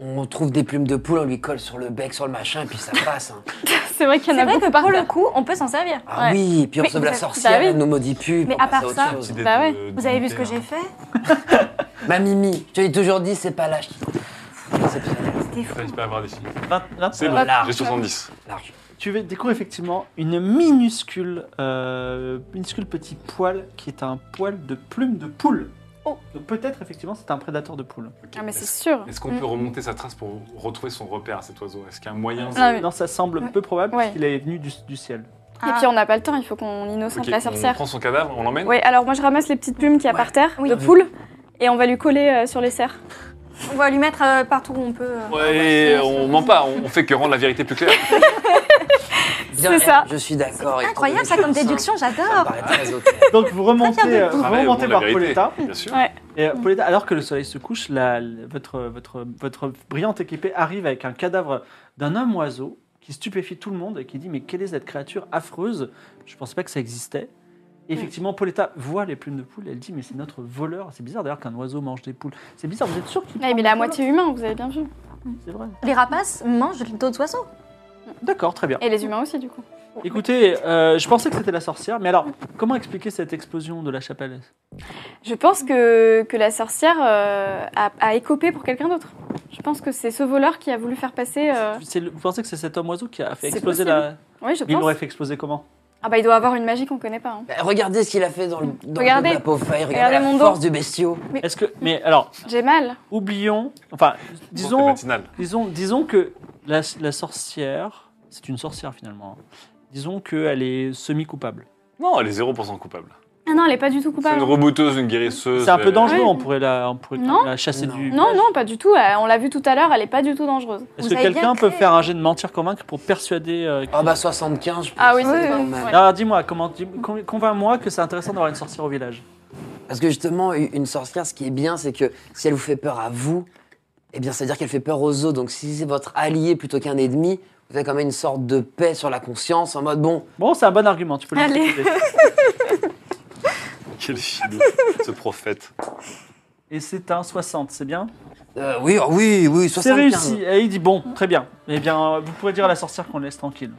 S5: on trouve des plumes de poule, on lui colle sur le bec, sur le machin, et puis ça passe. hein.
S2: C'est vrai qu'il y en
S6: C'est
S2: a
S6: vrai
S2: beaucoup
S6: que
S2: par
S6: pour
S2: là.
S6: le coup, on peut s'en servir.
S5: Ah
S2: Ouais.
S5: oui, puis on
S6: Mais
S5: sauve
S6: vous
S5: la
S6: avez-
S5: sorcière,
S2: bah oui.
S5: elle nous maudit plus. puis
S6: Mais
S5: on
S6: à
S5: passe
S6: part
S5: autre
S6: ça,
S5: chose.
S2: Bah ouais.
S6: Vous avez vu ce que j'ai fait
S5: Ma Mimi, je te l'ai toujours dit, c'est pas l'âge qui compte. C'est plus
S6: C'était fou.
S4: pas hein. avoir des signes.
S1: 20, 20
S4: C'est bon,
S2: Ah,
S5: large.
S4: j'ai 70.
S5: large.
S1: Tu vas- découvres effectivement une minuscule, euh, minuscule petit poil qui est un poil de plume de poule.
S2: Oh.
S1: Donc peut-être effectivement c'est un prédateur de poule.
S2: Ah, mais c'est
S4: Est-ce-
S2: sûr.
S4: Est-ce qu'on peut remonter sa trace pour retrouver son repère, cet oiseau Est-ce qu'il y a un moyen
S2: Ah, oui.
S1: Non, ça semble
S6: Ouais.
S1: peu probable
S2: Ouais.
S1: puisqu'il est venu du, du ciel.
S2: Et
S6: Ah.
S2: puis, on n'a pas le temps, il faut qu'on innocente
S4: Ok,
S2: la
S4: On
S2: sorcière.
S4: prend son cadavre, on l'emmène
S2: Oui, alors moi, je ramasse les petites plumes qu'il y a
S5: Ouais.
S2: par terre
S6: Oui.
S2: de poule et on va lui coller euh, sur les serres.
S6: On va lui mettre euh, partout où on peut. euh.
S4: Ouais, on ment pas, on on fait que rendre la vérité plus claire.
S5: Bien,
S2: ça.
S5: Je suis d'accord. et
S6: Incroyable
S5: trouver
S6: ça comme
S4: hein.
S5: des choses
S6: déduction,
S5: simples, ça me
S6: j'adore.
S5: paraît très ok.
S1: Donc vous remontez, euh, vous
S4: Ah, bah,
S1: remontez
S4: bon, la
S1: par
S4: vérité,
S1: Pauletta.
S4: Bien sûr.
S2: Ouais.
S1: Et, euh, Pauletta, alors que le soleil se couche, la- votre, votre, votre brillante équipée arrive avec un cadavre d'un homme oiseau qui stupéfie tout le monde et qui dit Mais quelle est cette créature affreuse Je ne pensais pas que ça existait. Et effectivement, Pauletta voit les plumes de poule. Elle dit Mais c'est notre voleur. C'est bizarre d'ailleurs qu'un oiseau mange des poules. C'est bizarre, vous êtes sûr qu'il.
S2: Ah, mais il est à moitié humain, vous avez bien vu.
S1: C'est vrai.
S6: Les rapaces mangent d'autres oiseaux.
S1: D'accord, très bien.
S2: Et les humains aussi, du coup.
S1: Écoutez, euh, je pensais que c'était la sorcière, mais alors, comment expliquer cette explosion de la chapelle
S2: Je pense que, que la sorcière euh, a, a écopé pour quelqu'un d'autre. Je pense que c'est ce voleur qui a voulu faire passer. euh,
S1: C'est le- Vous pensez que c'est cet homme oiseau qui a fait
S2: C'est
S1: exploser la.
S2: Oui, je
S1: Il l'aurait
S2: pense.
S1: fait exploser comment
S2: Ah bah il doit avoir une magie qu'on connaît pas. hein.
S5: Bah, regardez ce qu'il a fait dans le, dans
S2: Regardez.
S5: le la pauvre faille. Regardez,
S2: Regardez
S5: la
S2: mon dos.
S5: force du bestiau.
S1: Est-ce que. Mais alors,
S2: J'ai mal.
S1: oublions. Enfin,
S4: Bon, c'est
S1: disons,
S4: matinal.
S1: disons, disons que la, la sorcière. C'est une sorcière finalement. hein. Disons qu'elle est semi-coupable.
S4: Non, elle est 0% coupable.
S2: Ah non, elle est pas du tout
S4: C'est une
S2: coupable.
S4: rebouteuse, une
S5: Euh,
S4: guérisseuse. euh,
S1: C'est un peu
S4: elle-
S1: dangereux,
S2: Oui.
S1: on pourrait la, on pourrait
S2: Non.
S1: la chasser
S5: Non.
S1: du.
S2: Non, non, pas du tout. Elle- On l'a vu tout à l'heure, elle est pas du tout dangereuse.
S1: Est-ce que
S6: Vous avez bien
S1: quelqu'un peut
S6: créé.
S1: faire un jet de mentir convaincre pour persuader. euh,
S5: Ah bah 75, je pense.
S2: Ah oui,
S5: que
S2: c'est
S5: c'est pas
S2: oui,
S5: mal.
S2: ouais.
S1: Alors dis-moi, comment dis- con- convainc-moi que c'est intéressant d'avoir une sorcière au village.
S5: Parce que justement, u- une sorcière, ce qui est bien, c'est que si elle vous fait peur à vous, eh bien, c'est-à-dire qu'elle fait peur aux autres. Donc, si c'est votre allié plutôt qu'un ennemi, vous avez quand même une sorte de paix sur la conscience, en mode bon,
S1: Bon, c'est un bon argument, tu peux le
S6: Allez.
S1: utiliser.
S4: Quel filou, ce prophète.
S1: Et c'est un 60, c'est bien
S5: euh, oui, oh, oui, oui,
S1: C'est
S5: 75.
S1: réussi. Et il dit bon, très bien. Eh bien, euh, vous pourrez dire à la sorcière qu'on laisse tranquille.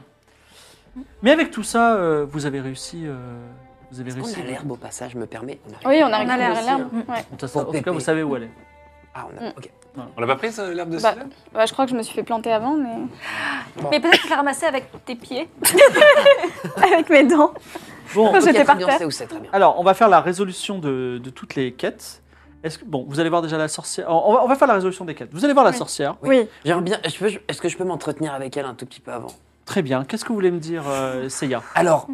S1: Mais avec tout ça, euh, vous avez réussi. euh, vous avez
S5: On
S1: réussi.
S5: a l'herbe au passage, me permet. On a-
S2: Oui, on a
S6: On a l'air
S2: récupéré l'herbe. Ouais.
S1: En tout cas, en tout
S5: Pépé.
S1: cas, vous savez où elle est.
S5: hein. Ah, on
S2: Mm.
S5: a. Ok.
S4: On l'a pas prise, euh, l'herbe de
S2: Bah,
S4: Sylvain
S2: ouais, je crois que je me suis fait planter avant, mais.
S4: Oh.
S6: Mais peut-être que tu l'as ramassé avec tes pieds. avec mes dents.
S1: Bon,
S5: Ok,
S6: J'étais
S5: très
S6: par
S5: bien,
S6: terre.
S5: c'est où c'est très bien.
S1: alors on va faire la résolution de, de toutes les quêtes. Est-ce que bon, vous allez voir déjà la sorcière. On va, on va faire la résolution des quêtes. Vous allez voir la sorcière.
S5: Oui. J'aimerais bien. je peux- je- Est-ce que je peux m'entretenir avec elle un tout petit peu avant
S1: Très bien. Qu'est-ce que vous voulez me dire, euh, Seiya
S5: Alors,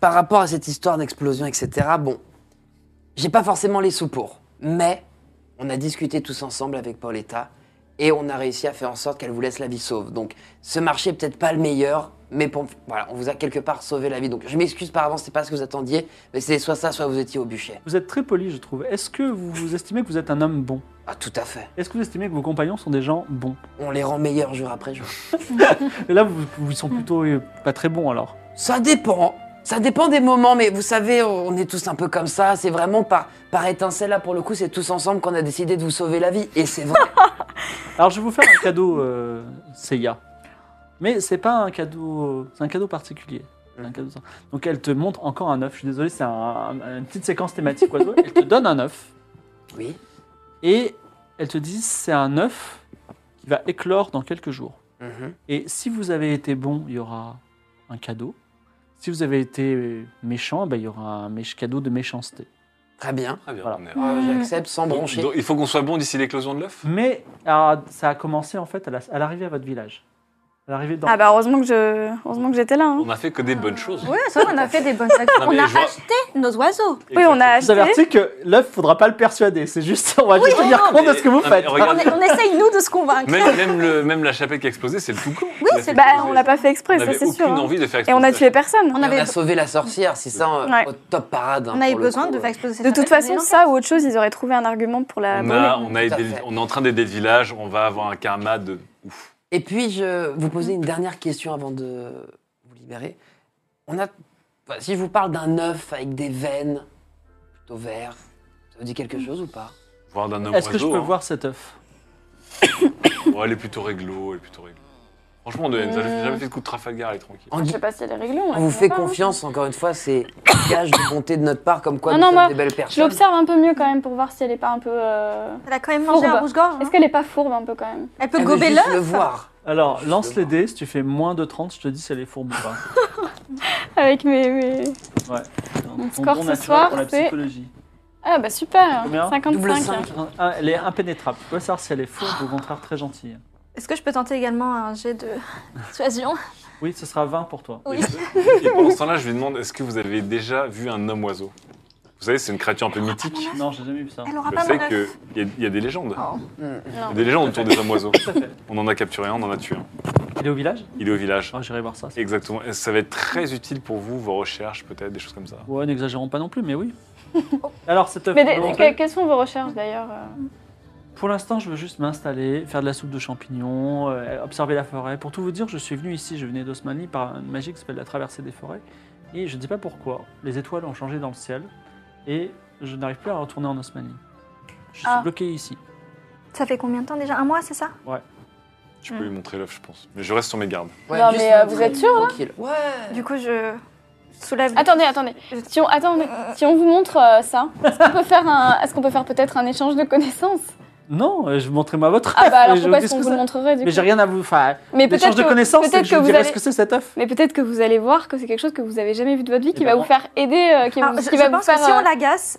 S5: par rapport à cette histoire d'explosion, etc., bon, j'ai pas forcément les sous pour, mais on a discuté tous ensemble avec Pauletta et on a réussi à faire en sorte qu'elle vous laisse la vie sauve. Donc, ce marché est peut-être pas le meilleur, mais pour, voilà, on vous a quelque part sauvé la vie. Donc, je m'excuse par avance, c'est pas ce que vous attendiez, mais c'est soit ça, soit vous étiez au bûcher.
S1: Vous êtes très poli, je trouve. Est-ce que vous, vous estimez que vous êtes un homme bon
S5: Ah, tout à fait.
S1: Est-ce que vous estimez que vos compagnons sont des gens bons
S5: On les rend meilleurs jour après jour.
S1: Et là, vous, vous sont plutôt euh, pas très bons alors.
S5: Ça dépend. Ça dépend des moments, mais vous savez, on est tous un peu comme ça. C'est vraiment par, par étincelle, là, pour le coup, c'est tous ensemble qu'on a décidé de vous sauver la vie. Et c'est vrai.
S1: Alors je vais vous faire un cadeau, euh, Seiya. Mais c'est pas un cadeau, c'est un cadeau particulier. C'est un cadeau- Donc elle te montre encore un œuf. Je suis désolé, c'est un- un- une petite séquence thématique oiseau. Elle te donne un œuf
S5: Oui.
S1: et elle te dit c'est un œuf qui va éclore dans quelques jours.
S5: Mhm.
S1: Et si vous avez été bon, il y aura un cadeau. Si vous avez été méchant, ben, il y aura un méch- cadeau de méchanceté.
S5: Très bien.
S4: Très bien,
S1: Voilà.
S4: on est-
S5: Euh, J'accepte sans
S4: Donc,
S5: broncher.
S4: donc, il faut qu'on soit bon d'ici l'éclosion de l'œuf
S1: Mais ah, ça a commencé en fait à la- à l'arrivée à votre village. À l'arrivée dans
S2: Ah bah heureusement que je, heureusement que j'étais là. hein.
S4: On a fait que des bonnes choses.
S6: Oui, c'est vrai qu'on a fait des bonnes actions.
S4: Non, mais
S6: on a
S4: je vois-
S6: acheté nos oiseaux.
S2: Oui, on a
S1: Je vous
S2: acheté.
S1: avertis que l'œuf, faudra pas le persuader. C'est juste, on va juste tenir
S4: non,
S1: compte de
S4: mais-
S1: ce que vous
S4: non, mais
S1: faites.
S4: Ah, regarde-
S6: On, est- on essaye, nous, de se convaincre.
S4: Même, même le- même la chapelle qui a explosé, c'est le tout con.
S2: Oui, c'est bah, on l'a pas fait exprès,
S4: On
S2: ça
S4: n'avait
S2: c'est
S4: aucune
S2: sûr. hein.
S4: envie de faire
S2: Et
S4: exploser.
S2: on a tué personne.
S6: On
S5: Et On,
S6: avait,
S5: a sauvé la sorcière, c'est ça, euh,
S2: Ouais.
S5: au top parade. hein,
S6: on avait
S5: pour le
S6: besoin
S5: coup,
S6: de
S5: euh.
S6: faire exploser cette
S2: De toute
S6: chapelle,
S2: façon,
S6: mais non.
S2: ça ou autre chose, ils auraient trouvé un argument pour la
S4: On, a,
S2: brûler.
S4: on, a
S5: Tout à
S4: aidé-
S5: fait.
S4: on est en train d'aider le village, on va avoir un karma de ouf.
S5: Et puis, je vous poser une dernière question avant de vous libérer. On a, bah, si je vous parle d'un œuf avec des veines, plutôt vert, ça vous dit
S6: Mm.
S5: quelque chose ou pas
S4: Voir d'un homme
S1: Est-ce que je
S4: oiseau,
S1: peux
S4: hein.
S1: voir cet œuf
S4: Ouais, elle est plutôt réglo, elle est plutôt réglo. Franchement,
S6: Euh.
S4: de haine, ça, j'ai jamais fait de coup de Trafalgar, elle est tranquille.
S5: En
S2: Je
S5: gui-
S2: sais pas si elle est réglée.
S5: on vous fait
S6: hein.
S5: confiance, encore une fois, c'est un gage de bonté de notre part, comme quoi
S2: Non,
S5: nous
S2: non,
S5: sommes
S2: moi,
S5: des belles
S2: Je
S5: personnes.
S2: l'observe un peu mieux quand même pour voir si elle est pas un peu. euh,
S6: Elle a quand même mangé
S2: Fourbe.
S6: un rouge-gorge. hein.
S2: Est-ce Ah, qu'elle est pas fourbe un peu quand même
S6: Elle peut
S5: Elle veut
S6: gober
S5: juste le
S6: l'œuf.
S5: voir.
S1: Alors,
S5: Juste
S1: lance
S5: le
S1: les
S5: voir.
S1: dés. Si tu fais moins de 30, je te dis si elle est fourbe ou pas.
S2: Avec mes. mes-
S1: Mon
S2: score ce soir,
S1: pour la
S2: c'est-
S1: psychologie.
S2: Ah bah super
S1: Combien
S2: 55.
S5: Double cinq.
S1: Ah, Elle est impénétrable. Tu dois savoir si elle est fourbe ou au contraire très gentille.
S6: Est-ce que je peux tenter également un jet de dissuasion
S1: Oui, ce sera 20 pour toi.
S6: Oui.
S4: Et pendant ce temps-là, je lui demande est-ce que vous avez déjà vu un homme oiseau Vous savez, c'est une créature un peu
S2: Ah,
S4: mythique.
S1: Non, j'ai jamais vu ça.
S6: Elle aura
S4: Ah. Je
S6: pas Oh.
S4: sais
S6: mal
S4: qu'il y, a- il y a des légendes. Il y a
S2: Non.
S4: des légendes autour des hommes oiseaux.
S1: Tout à fait.
S4: On en a capturé un, on en a tué un.
S1: Il est au village
S4: Il est au village.
S1: Ah, J'irai voir ça.
S4: Exactement. Et Ça va être très utile pour vous, vos recherches, peut-être, des choses comme ça.
S1: Ouais, n'exagérons pas non plus, mais oui. Alors, cet œuf.
S2: Mais
S1: on
S2: des-
S1: l'a
S2: que-
S1: montré
S2: quelles sont vos recherches d'ailleurs euh
S1: Pour l'instant, je veux juste m'installer, faire de la soupe de champignons, euh, observer la forêt. Pour tout vous dire, je suis venu ici, je venais d'Osmanie par une magie qui s'appelle la traversée des forêts. Et je ne sais pas pourquoi, les étoiles ont changé dans le ciel et je n'arrive plus à retourner en Osmanie. Je suis
S2: Ah.
S1: bloqué ici.
S6: Ça fait combien de temps déjà Un mois, c'est ça
S4: Je
S6: Mm.
S4: peux lui montrer l'œuf, je pense. Mais je reste sur mes gardes.
S2: Non,
S5: juste
S2: mais, euh,
S5: un
S2: vous
S5: petit-
S2: êtes sûr, là
S5: tranquille. Ouais.
S6: Du coup, je soulève.
S2: Attendez, attendez. Si on, attendez. Si on vous montre euh, ça, est-ce qu'on peut faire, un- est-ce qu'on peut faire peut-être un échange de connaissances
S1: Non, euh, je vais montrer ma votre
S2: Ah
S1: œuf,
S2: bah alors
S1: mais je-
S2: pourquoi est-ce
S1: qu'est-ce
S2: qu'on
S1: que
S2: vous le
S1: ça-
S2: montrerait du
S1: Mais
S2: coup
S1: j'ai rien à vous. Enfin,
S2: Mais
S1: l'échange de connaissances, c'est que
S2: peut-être
S1: je
S2: que
S1: vous
S2: vous
S1: dirai
S2: allez.
S1: ce que c'est cet œuf.
S2: Mais peut-être que vous allez voir que c'est quelque chose que vous avez jamais vu de votre vie, qui
S1: ben
S2: va
S1: non.
S2: vous faire aider, euh, qui,
S6: Ah,
S2: vous-
S6: je,
S2: qui
S6: je
S2: va vous
S6: pense
S2: faire.
S6: que si
S2: euh,
S6: on Eh ben, l'agace.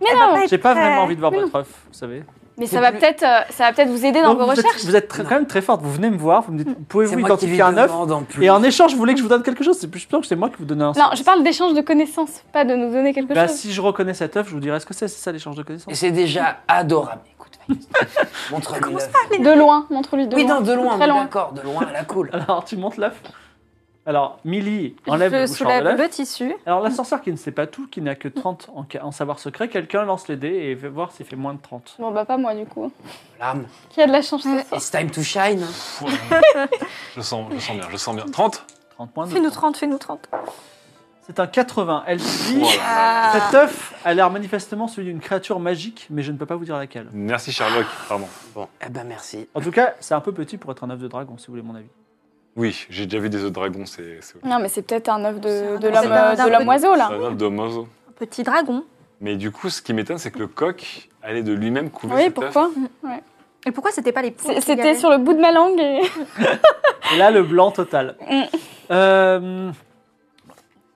S2: Mais
S6: elle va
S2: non
S6: pas être
S1: J'ai pas
S6: prête.
S1: vraiment envie de voir
S2: Mais
S1: votre œuf, vous savez.
S2: Mais
S5: C'est
S2: ça va
S5: plus-
S2: peut-être, euh, ça va peut-être vous aider dans
S1: Donc,
S2: vos
S1: vous êtes,
S2: recherches.
S1: vous êtes très- quand même très forte. Vous venez me voir, vous me dites,
S5: C'est
S1: pouvez-vous
S5: moi qui
S1: identifier
S5: vais
S1: un œuf
S5: demande en plus.
S1: Et en échange, vous voulez que je vous donne quelque chose C'est plus sûr que c'est moi qui vous donne un.
S2: Non, je parle d'échange de connaissances, pas de nous donner quelque
S1: Bah,
S2: chose.
S1: si je reconnais cet œuf, je vous dirai ce que c'est. C'est ça l'échange de connaissances.
S5: Et c'est déjà adorable. Écoute, montre lui l'œuf.
S2: De loin, montre-lui de
S5: Oui,
S2: loin.
S5: non, de loin,
S2: très
S5: mais
S2: loin.
S5: d'accord, de loin, à la cool.
S1: Alors, tu montes l'œuf. Alors, Millie euh, enlève le
S6: je
S1: bouchon de
S6: soulève
S1: l'œuf.
S6: le tissu.
S1: Alors, la sorcière qui ne sait pas tout, qui n'a que 30 en, ca- en savoir secret, quelqu'un lance les dés et va voir s'il fait moins de 30.
S2: Bon, bah pas moi du coup.
S5: L'âme.
S2: Qui a de la chance ce soir
S5: It's time to shine. hein.
S4: Pff, ouais. je, sens, je sens bien, je sens bien. 30
S1: 30 moins de
S6: Fais-nous 30, fais-nous 30.
S1: C'est un 80. Elle se dit
S4: Voilà.
S2: Ah.
S6: Euh,
S1: Cet œuf a l'air manifestement celui d'une créature magique, mais je ne peux pas vous dire laquelle.
S4: Merci Sherlock, pardon.
S5: Bon, eh ben merci.
S1: En tout cas, c'est un peu petit pour être un œuf de dragon, si vous voulez mon avis.
S4: Oui, j'ai déjà vu des œufs de dragon, c'est c'est-
S2: Non, mais c'est peut-être un œuf
S6: C'est
S2: de,
S6: un-
S2: de
S6: c'est
S2: l'homme
S6: d'un-
S2: euh,
S6: d'un
S2: de l'homme
S6: petit-
S2: oiseau
S4: c'est
S2: là.
S4: un œuf de mozo.
S6: Petit dragon.
S4: Mais du coup, ce qui m'étonne, c'est que le coq allait de lui-même couver
S2: Oui,
S4: cet œuf.
S2: pourquoi
S6: Et pourquoi c'était pas les poules
S2: C'est-
S6: qu'il y avait
S2: C'était sur le bout de ma langue. et-
S1: Et là, le blanc total.
S2: Mm.
S1: Euh,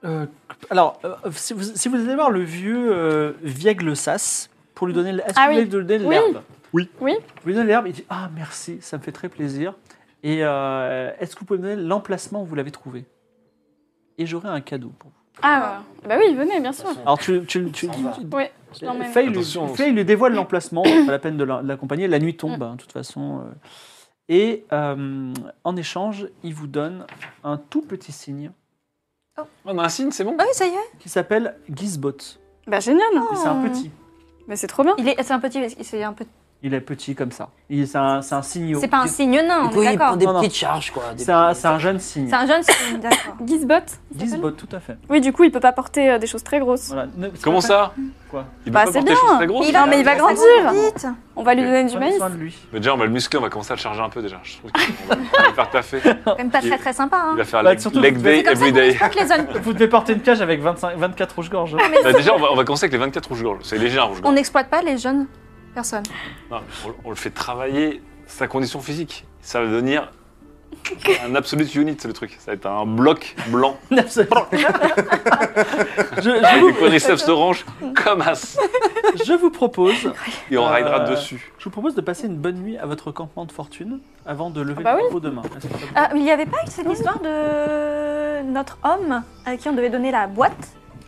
S1: euh, alors, euh, si, vous, si vous allez voir le vieux euh, Viègle Sas, pour lui donner, le- est-ce que vous
S2: Ah oui.
S1: voulez lui donner de
S2: Oui.
S1: l'herbe
S4: Oui.
S2: Oui.
S1: Vous lui donnez de l'herbe, il dit Ah, merci, ça me fait très plaisir. Et euh, est-ce que vous pouvez me donner l'emplacement où vous l'avez trouvé Et j'aurai un cadeau pour vous.
S2: Ah ouais. bah oui, venez bien sûr.
S1: Alors, tu. tu, tu,
S5: Ça va.
S1: tu-
S2: Oui, je l'emmène.
S1: Faye lui,
S4: Attention.
S1: Faye lui dévoile l'emplacement, c'est pas la peine de la- de l'accompagner, la nuit
S6: Mm.
S1: tombe, hein, de toute façon. euh. Et euh, en échange, il vous donne un tout petit signe
S4: On a Oh, un signe, c'est bon
S6: Ah oui, ça y est.
S1: qui s'appelle Gizbot. Et
S2: Bah génial.
S1: C'est
S6: Oh.
S1: un petit.
S2: Mais c'est trop bien.
S6: Il est, c'est un petit, il- c'est un petit.
S1: Il est petit comme ça. Il- C'est un, c'est un signe.
S6: C'est pas un signe nain,
S5: Du
S6: on
S5: coup,
S6: est
S5: il prend
S6: d'accord.
S5: des
S1: Non, non.
S5: petites charges, quoi. des
S1: C'est un,
S5: petits-
S1: c'est un jeune signe.
S6: C'est un jeune signe, d'accord.
S2: Gizbot. ça s'appelle
S1: Gizbot, tout à fait.
S2: Oui, du coup, il peut pas porter euh, des choses très grosses.
S1: Voilà. Ne- c'est
S4: Comment
S1: pas-
S4: ça
S1: Quoi
S4: Il
S2: Bah,
S4: peut pas
S2: c'est
S4: porter des
S2: bien.
S4: choses très grosses.
S2: Il Non, mais il va grandir.
S6: Vite.
S2: On va lui
S4: Ok.
S2: donner du
S1: Prenez
S2: maïs.
S1: soin de lui.
S4: Mais déjà, on va le muscler, on va commencer à le charger un peu déjà. Je trouve qu'on va, on va le faire taffer.
S6: Quand même pas très très sympa.
S4: Il
S6: Hein.
S4: va faire
S1: Bah,
S4: leg,
S1: surtout,
S4: leg
S1: c'est
S4: day
S6: comme ça
S4: every day.
S6: Pas que les hommes-
S1: Vous devez porter une cage avec 25, 24 rouges-gorges.
S4: Bah, déjà, on va, on va commencer avec les 24 rouges-gorges. C'est léger un
S6: On
S4: rouge-gorge.
S6: n'exploite pas les jeunes personnes.
S4: Non, On, on le fait travailler sa condition physique. Ça va devenir un absolute unit, c'est le truc. Ça va être un bloc blanc.
S1: Absolument. je, je
S4: Avec des
S1: vous,
S4: quadriceps orange comme as.
S1: je vous propose
S4: Et on
S1: Euh,
S4: raidera dessus.
S1: Je vous propose de passer une bonne nuit à votre campement de fortune avant de lever
S2: Ah bah
S1: le
S2: oui.
S1: propos demain. Est-ce que ça vous-
S6: Euh, il n'y avait pas cette histoire de notre homme à qui on devait donner la boîte,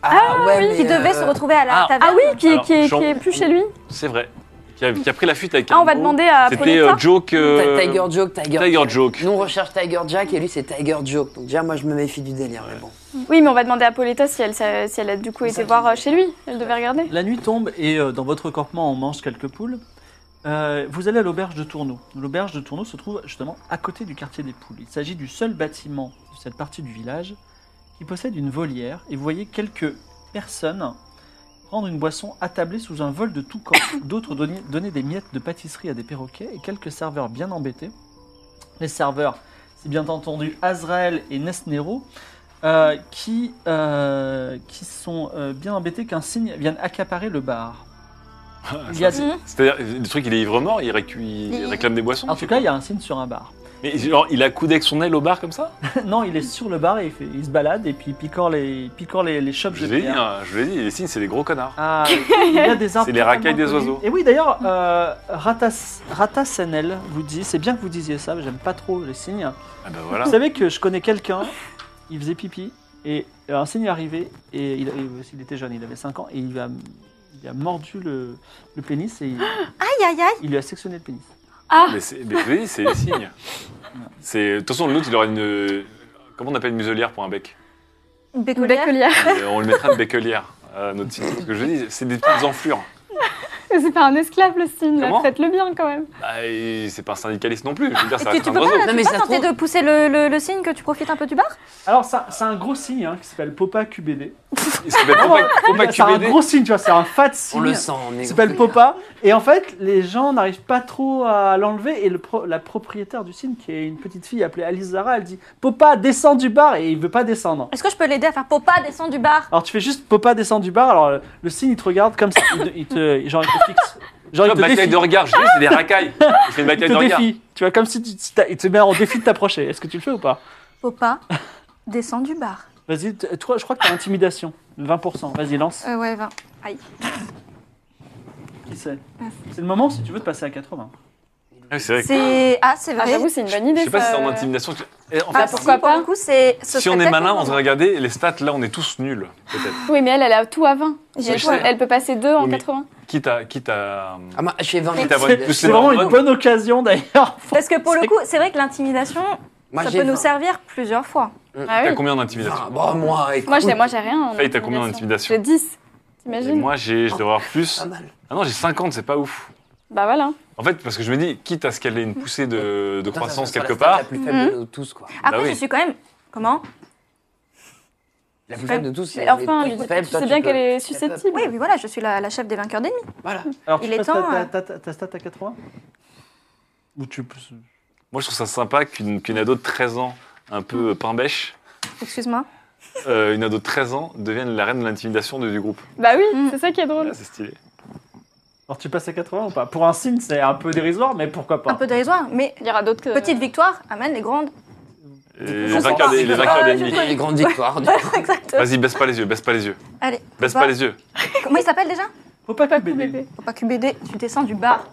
S5: Ah, ouais, mais,
S6: qui devait
S5: euh,
S6: se retrouver à la
S5: ah,
S6: taverne.
S2: Ah oui, qui,
S4: Alors,
S2: qui, est-
S4: Jean-
S2: qui est plus chez lui.
S4: C'est vrai. Qui a, qui a pris la fuite avec
S2: Ah, on va
S4: mot.
S2: demander à
S4: C'était euh,
S2: Polenta.
S4: joke. euh,
S5: Tiger Joke, Tiger,
S4: Tiger Joke.
S5: Nous, on recherche Tiger Jack et lui, c'est Tiger Joke. Donc, déjà, moi, je me méfie du délire, mais bon.
S2: Oui, mais on va demander à Pauletta si elle, sa- si elle a du coup été
S5: ça,
S2: voir
S5: je-
S2: euh, chez lui. Elle devait regarder.
S1: La nuit tombe et euh, dans votre campement on mange quelques poules. Euh, vous allez à l'auberge de Tourneau. L'auberge de Tourneau se trouve justement à côté du quartier des poules. Il s'agit du seul bâtiment de cette partie du village qui possède une volière et vous voyez quelques personnes prendre une boisson attablée sous un vol de toucan, d'autres donner, donner des miettes de pâtisserie à des perroquets et quelques serveurs bien embêtés. Les serveurs, c'est bien entendu Azrael et Nesnero, euh, qui, euh, qui sont euh, bien embêtés qu'un signe vienne accaparer le bar.
S4: Ah,
S1: Il y a-
S4: C'est-à-dire, le truc, il est ivre-mort, il, récu- il
S6: Il-
S4: réclame des boissons.
S1: en
S4: il fait
S1: tout cas,
S4: quoi
S1: il y a un signe sur un bar.
S4: Mais genre, il a coudé avec son aile au bar comme ça
S1: non, il est sur le bar et il, fait- il se balade et puis il picore les, il picore les, les chopes
S4: Je
S1: de
S4: l'ai dit,
S1: bière.
S4: hein, je l'ai dit, les signes, c'est des gros connards.
S1: Ah, il y a des arbres.
S4: C'est les racailles des
S1: totalement connus.
S4: oiseaux.
S1: Et oui, d'ailleurs, euh, Ratas, Ratasenel vous dit, c'est bien que vous disiez ça, mais j'aime pas trop les signes.
S4: Ah bah voilà.
S1: Vous savez que je connais quelqu'un, il faisait pipi, et euh, un signe est arrivé, et il, il- il était jeune, il avait 5 ans, et il a, il a mordu le, le pénis et il,
S6: Aïe aïe aïe.
S1: il lui a sectionné le pénis.
S2: Ah.
S4: Mais, c'est, mais je l'ai dit, c'est les signes. C'est, de toute façon, l'autre, il aura une. Comment on appelle une muselière pour un bec
S6: Une
S2: Une
S6: bécolière.
S2: bécolière.
S4: Et On lui mettra une béquelière à notre signe. Parce que je dis, c'est des petites enflures.
S2: que c'est pas un esclave le signe. là.
S4: Comment
S2: Faites-le bien quand même.
S4: Bah, et c'est pas un syndicaliste non plus. Je veux dire, ça
S6: tu,
S4: reste
S6: tu
S4: un
S6: peux pas,
S4: oiseau.
S6: tu
S5: Non,
S6: peux
S5: mais
S6: pas
S5: ça se
S6: tenter
S5: trouve-
S6: de pousser le, le- le signe que tu profites un peu du bar
S1: Alors, ça- c'est un gros signe hein, qui s'appelle Popa QBD.
S4: Il
S2: Ah,
S4: s'appelle Popa- Popa
S1: C'est un
S4: QBD.
S1: gros signe, tu vois, c'est un fat signe.
S5: On le sent, on est.
S1: Il s'appelle Popa. Et en fait, les gens n'arrivent pas trop à l'enlever. Et le pro- la propriétaire du signe, qui est une petite fille appelée Alice Zara, elle dit Popa, descends du bar. Et il veut pas descendre.
S6: Est-ce que je peux l'aider à faire Popa descendre du bar
S1: Alors tu fais juste Popa, descends du bar. Alors euh, le signe, il te regarde comme ça. Il, te- il te, genre, il te fixe. Genre,
S4: Tu
S1: il
S4: vois,
S1: te défie.
S4: bataille de regard, je dis, c'est des racailles. Il fait
S1: Il
S4: une bataille de
S1: te
S4: regard.
S1: défie. Tu vois, comme si tu, si t'as- il te met en défi de t'approcher. Est-ce que tu le fais ou pas
S6: Popa descend du bar.
S1: Vas-y, t- toi, je crois que t'as intimidation. 20%. Vas-y, lance.
S6: Euh, ouais, 20. Aïe.
S1: Qui c'est C'est le moment, si tu veux, de passer à 80.
S4: Ah oui, c'est vrai. que-
S6: C'est. Ah, c'est
S2: Ah,
S6: vrai.
S2: j'avoue, c'est une euh, bonne
S4: Je
S2: idée.
S4: sais pas si
S2: ça.
S4: c'est en intimidation. Eh, En
S6: Ah,
S4: fait,
S2: pourquoi
S6: si, pour
S2: pas
S6: le coup, c'est. ce
S4: si on
S6: serait
S4: est malin, on
S6: peut-être-
S4: devrait regarder les stats. Là, on est tous nuls, peut-être.
S2: Oui, mais elle, elle a tout à 20.
S6: J'ai
S2: Elle
S4: je
S2: peut-
S4: sais.
S2: Elle peut passer 2 en
S4: Oui, mais-
S2: 80.
S4: Quitte à. Quitte à...
S5: Ah, moi, je fais 20
S4: Quitte à avoir
S1: C'est
S4: une-
S1: c'est vraiment une bonne occasion d'ailleurs.
S6: Parce que pour le coup, c'est vrai que l'intimidation,
S5: Moi,
S6: ça
S5: j'ai
S6: peut nous
S5: 20.
S6: servir plusieurs fois.
S2: Ah
S4: T'as
S2: oui. Ah,
S4: combien
S5: Ah,
S4: d'intimidation
S5: bon, moi, écoute.
S2: Moi, j'ai moi, j'ai rien. en
S4: Faye, t'as combien d'intimidation
S2: J'ai 10.
S4: Et
S2: T'imagines
S4: Moi, j'ai- je devrais avoir plus.
S5: Pas mal.
S4: Ah non, j'ai 50, c'est pas ouf.
S2: Bah voilà.
S4: En fait, parce que je me dis, quitte à ce qu'elle ait une poussée de, de
S5: Attends,
S4: croissance
S5: ça, ça, ça, la
S4: quelque
S5: stat
S4: part,
S5: La plus faible
S2: Mmh.
S5: de tous, quoi.
S6: Après,
S4: Bah oui.
S6: je suis quand même. Comment
S5: La plus faible de tous,
S2: Mais
S5: la
S2: enfin,
S5: plus
S2: je-
S5: faible,
S2: tu
S5: toi,
S2: sais bien
S5: peux-
S2: qu'elle est
S5: tu peux-
S2: susceptible.
S6: Oui, oui, voilà, je suis la, la chef des vainqueurs d'ennemis.
S5: Voilà.
S1: Alors, tu
S6: Il est
S1: passes
S6: temps,
S1: ta,
S6: euh.
S1: ta, ta- ta stat à 80 Ou tu peux-
S4: moi, je trouve ça sympa qu'une qu'une ado de 13 ans, un peu pain-bêche,
S6: Excuse-moi.
S4: euh, une ado de 13 ans devienne la reine de l'intimidation de- du groupe.
S2: Bah oui,
S6: Mm.
S2: c'est ça qui est drôle.
S4: Ah, c'est stylé.
S1: Alors, tu passes à 80 ou pas Pour un signe, c'est un peu dérisoire, mais pourquoi pas
S6: Un peu dérisoire, mais
S2: Il y aura d'autres que.
S6: petite victoire amène les grandes.
S4: Et
S1: Je
S4: les
S1: sais
S4: vainqueurs
S1: pas.
S4: des- les vainqueurs
S6: Ah,
S4: d'ennemis.
S6: je-
S5: Une grande victoire. du coup.
S6: Exactement.
S4: Vas-y, baisse pas les yeux, baisse pas les yeux.
S6: Allez.
S4: Baisse
S6: Popa.
S4: pas les yeux.
S6: Comment il s'appelle déjà
S1: Faut pas
S2: Pas
S1: que BD.
S2: bébé.
S6: Faut pas QBD, tu descends du bar.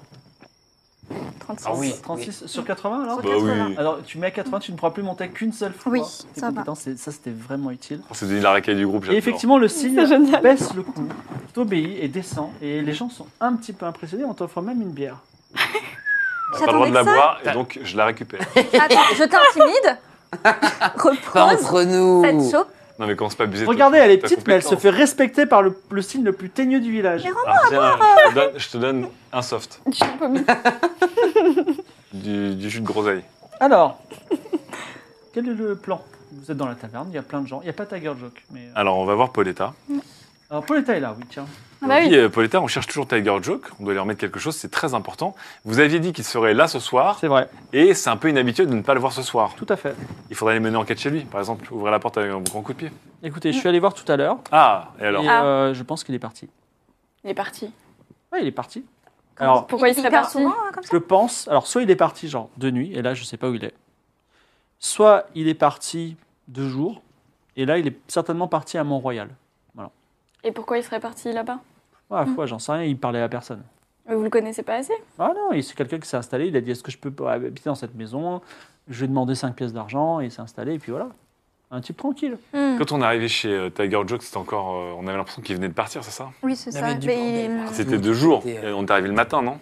S6: 36.
S5: Ah oui.
S1: 36 sur 80 alors
S6: Sur
S4: Bah
S6: 80.
S4: oui.
S1: Ah, Alors, tu mets à 80, tu ne pourras plus monter qu'une seule fois.
S6: Oui,
S1: tes
S6: ça va.
S1: compétences. C'est- Ça, c'était vraiment utile.
S4: Oh, C'est devenu la racaille du groupe,
S1: Et
S4: j'adore.
S1: effectivement, le signe
S2: C'est génial.
S1: baisse le cou, t'obéis et descend. Et les gens sont un petit peu impressionnés. On t'offre même une bière.
S4: J'ai pas le droit de la
S6: J'attendais que ça.
S4: boire, et donc je la récupère.
S6: Attends, je t'intimide.
S5: Pas
S6: Repose
S5: entre
S6: cette
S5: nous.
S6: chope.
S4: Non, mais commence pas à abuser. de
S1: Regardez,
S4: ta-
S1: elle est
S4: ta
S1: petite, mais elle se
S4: compétence.
S1: fait respecter par le, le signe le plus teigneux du village.
S4: Alors, tiens, je te donne- Ah, bah, je te donne un soft,
S2: Du champomis.
S4: du, du jus de groseille.
S1: Alors, quel est le plan Vous êtes dans la taverne, il y a plein de gens. Il n'y a pas Tiger Joke. Mais... euh,
S4: Alors, on va voir Pauletta.
S1: Alors, Pauletta est là, oui, tiens.
S2: Ah Bah
S4: Oui,
S2: oui.
S4: euh, Pauletta, on cherche toujours Tiger Joke. On doit lui remettre quelque chose, c'est très important. Vous aviez dit qu'il serait là ce soir,
S1: C'est vrai,
S4: et c'est un peu une habitude de ne pas le voir ce soir.
S1: tout à fait.
S4: Il faudrait aller mener enquête chez lui, par exemple, ouvrir la porte avec un grand coup de pied.
S1: Écoutez, je suis allé voir tout à l'heure.
S4: Ah, et alors
S1: Et
S6: Ah.
S1: euh, je pense qu'il est parti.
S2: Il est parti.
S1: Oui, il est parti. Alors,
S2: Pourquoi il
S6: Il
S2: serait
S6: part
S2: parti
S6: souvent hein, comme ça
S1: je pense. Alors, soit il est parti, genre, de nuit, et là, je sais pas où il est. Soit il est parti de jour, et là, il est certainement parti à Mont-Royal.
S2: Et pourquoi il serait parti là-bas
S1: Ouais,
S2: Hmm.
S1: à fois, j'en sais rien, il parlait à personne.
S2: Mais Vous le connaissez pas assez
S1: Ah non, il- c'est quelqu'un qui s'est installé, il a dit est-ce que je peux habiter dans cette maison Je lui ai demandé 5 pièces d'argent, et il s'est installé, et puis voilà. Un type tranquille.
S6: Hmm.
S4: Quand on est arrivé chez euh, Tiger Joke, c'était encore, euh, on avait l'impression qu'il venait de partir, c'est ça
S6: Oui, c'est ça.
S5: avait du
S6: Mais il-
S5: bordel. C'est-
S4: C'était deux jours.
S5: C'était, euh,
S4: Et on est arrivé le matin, non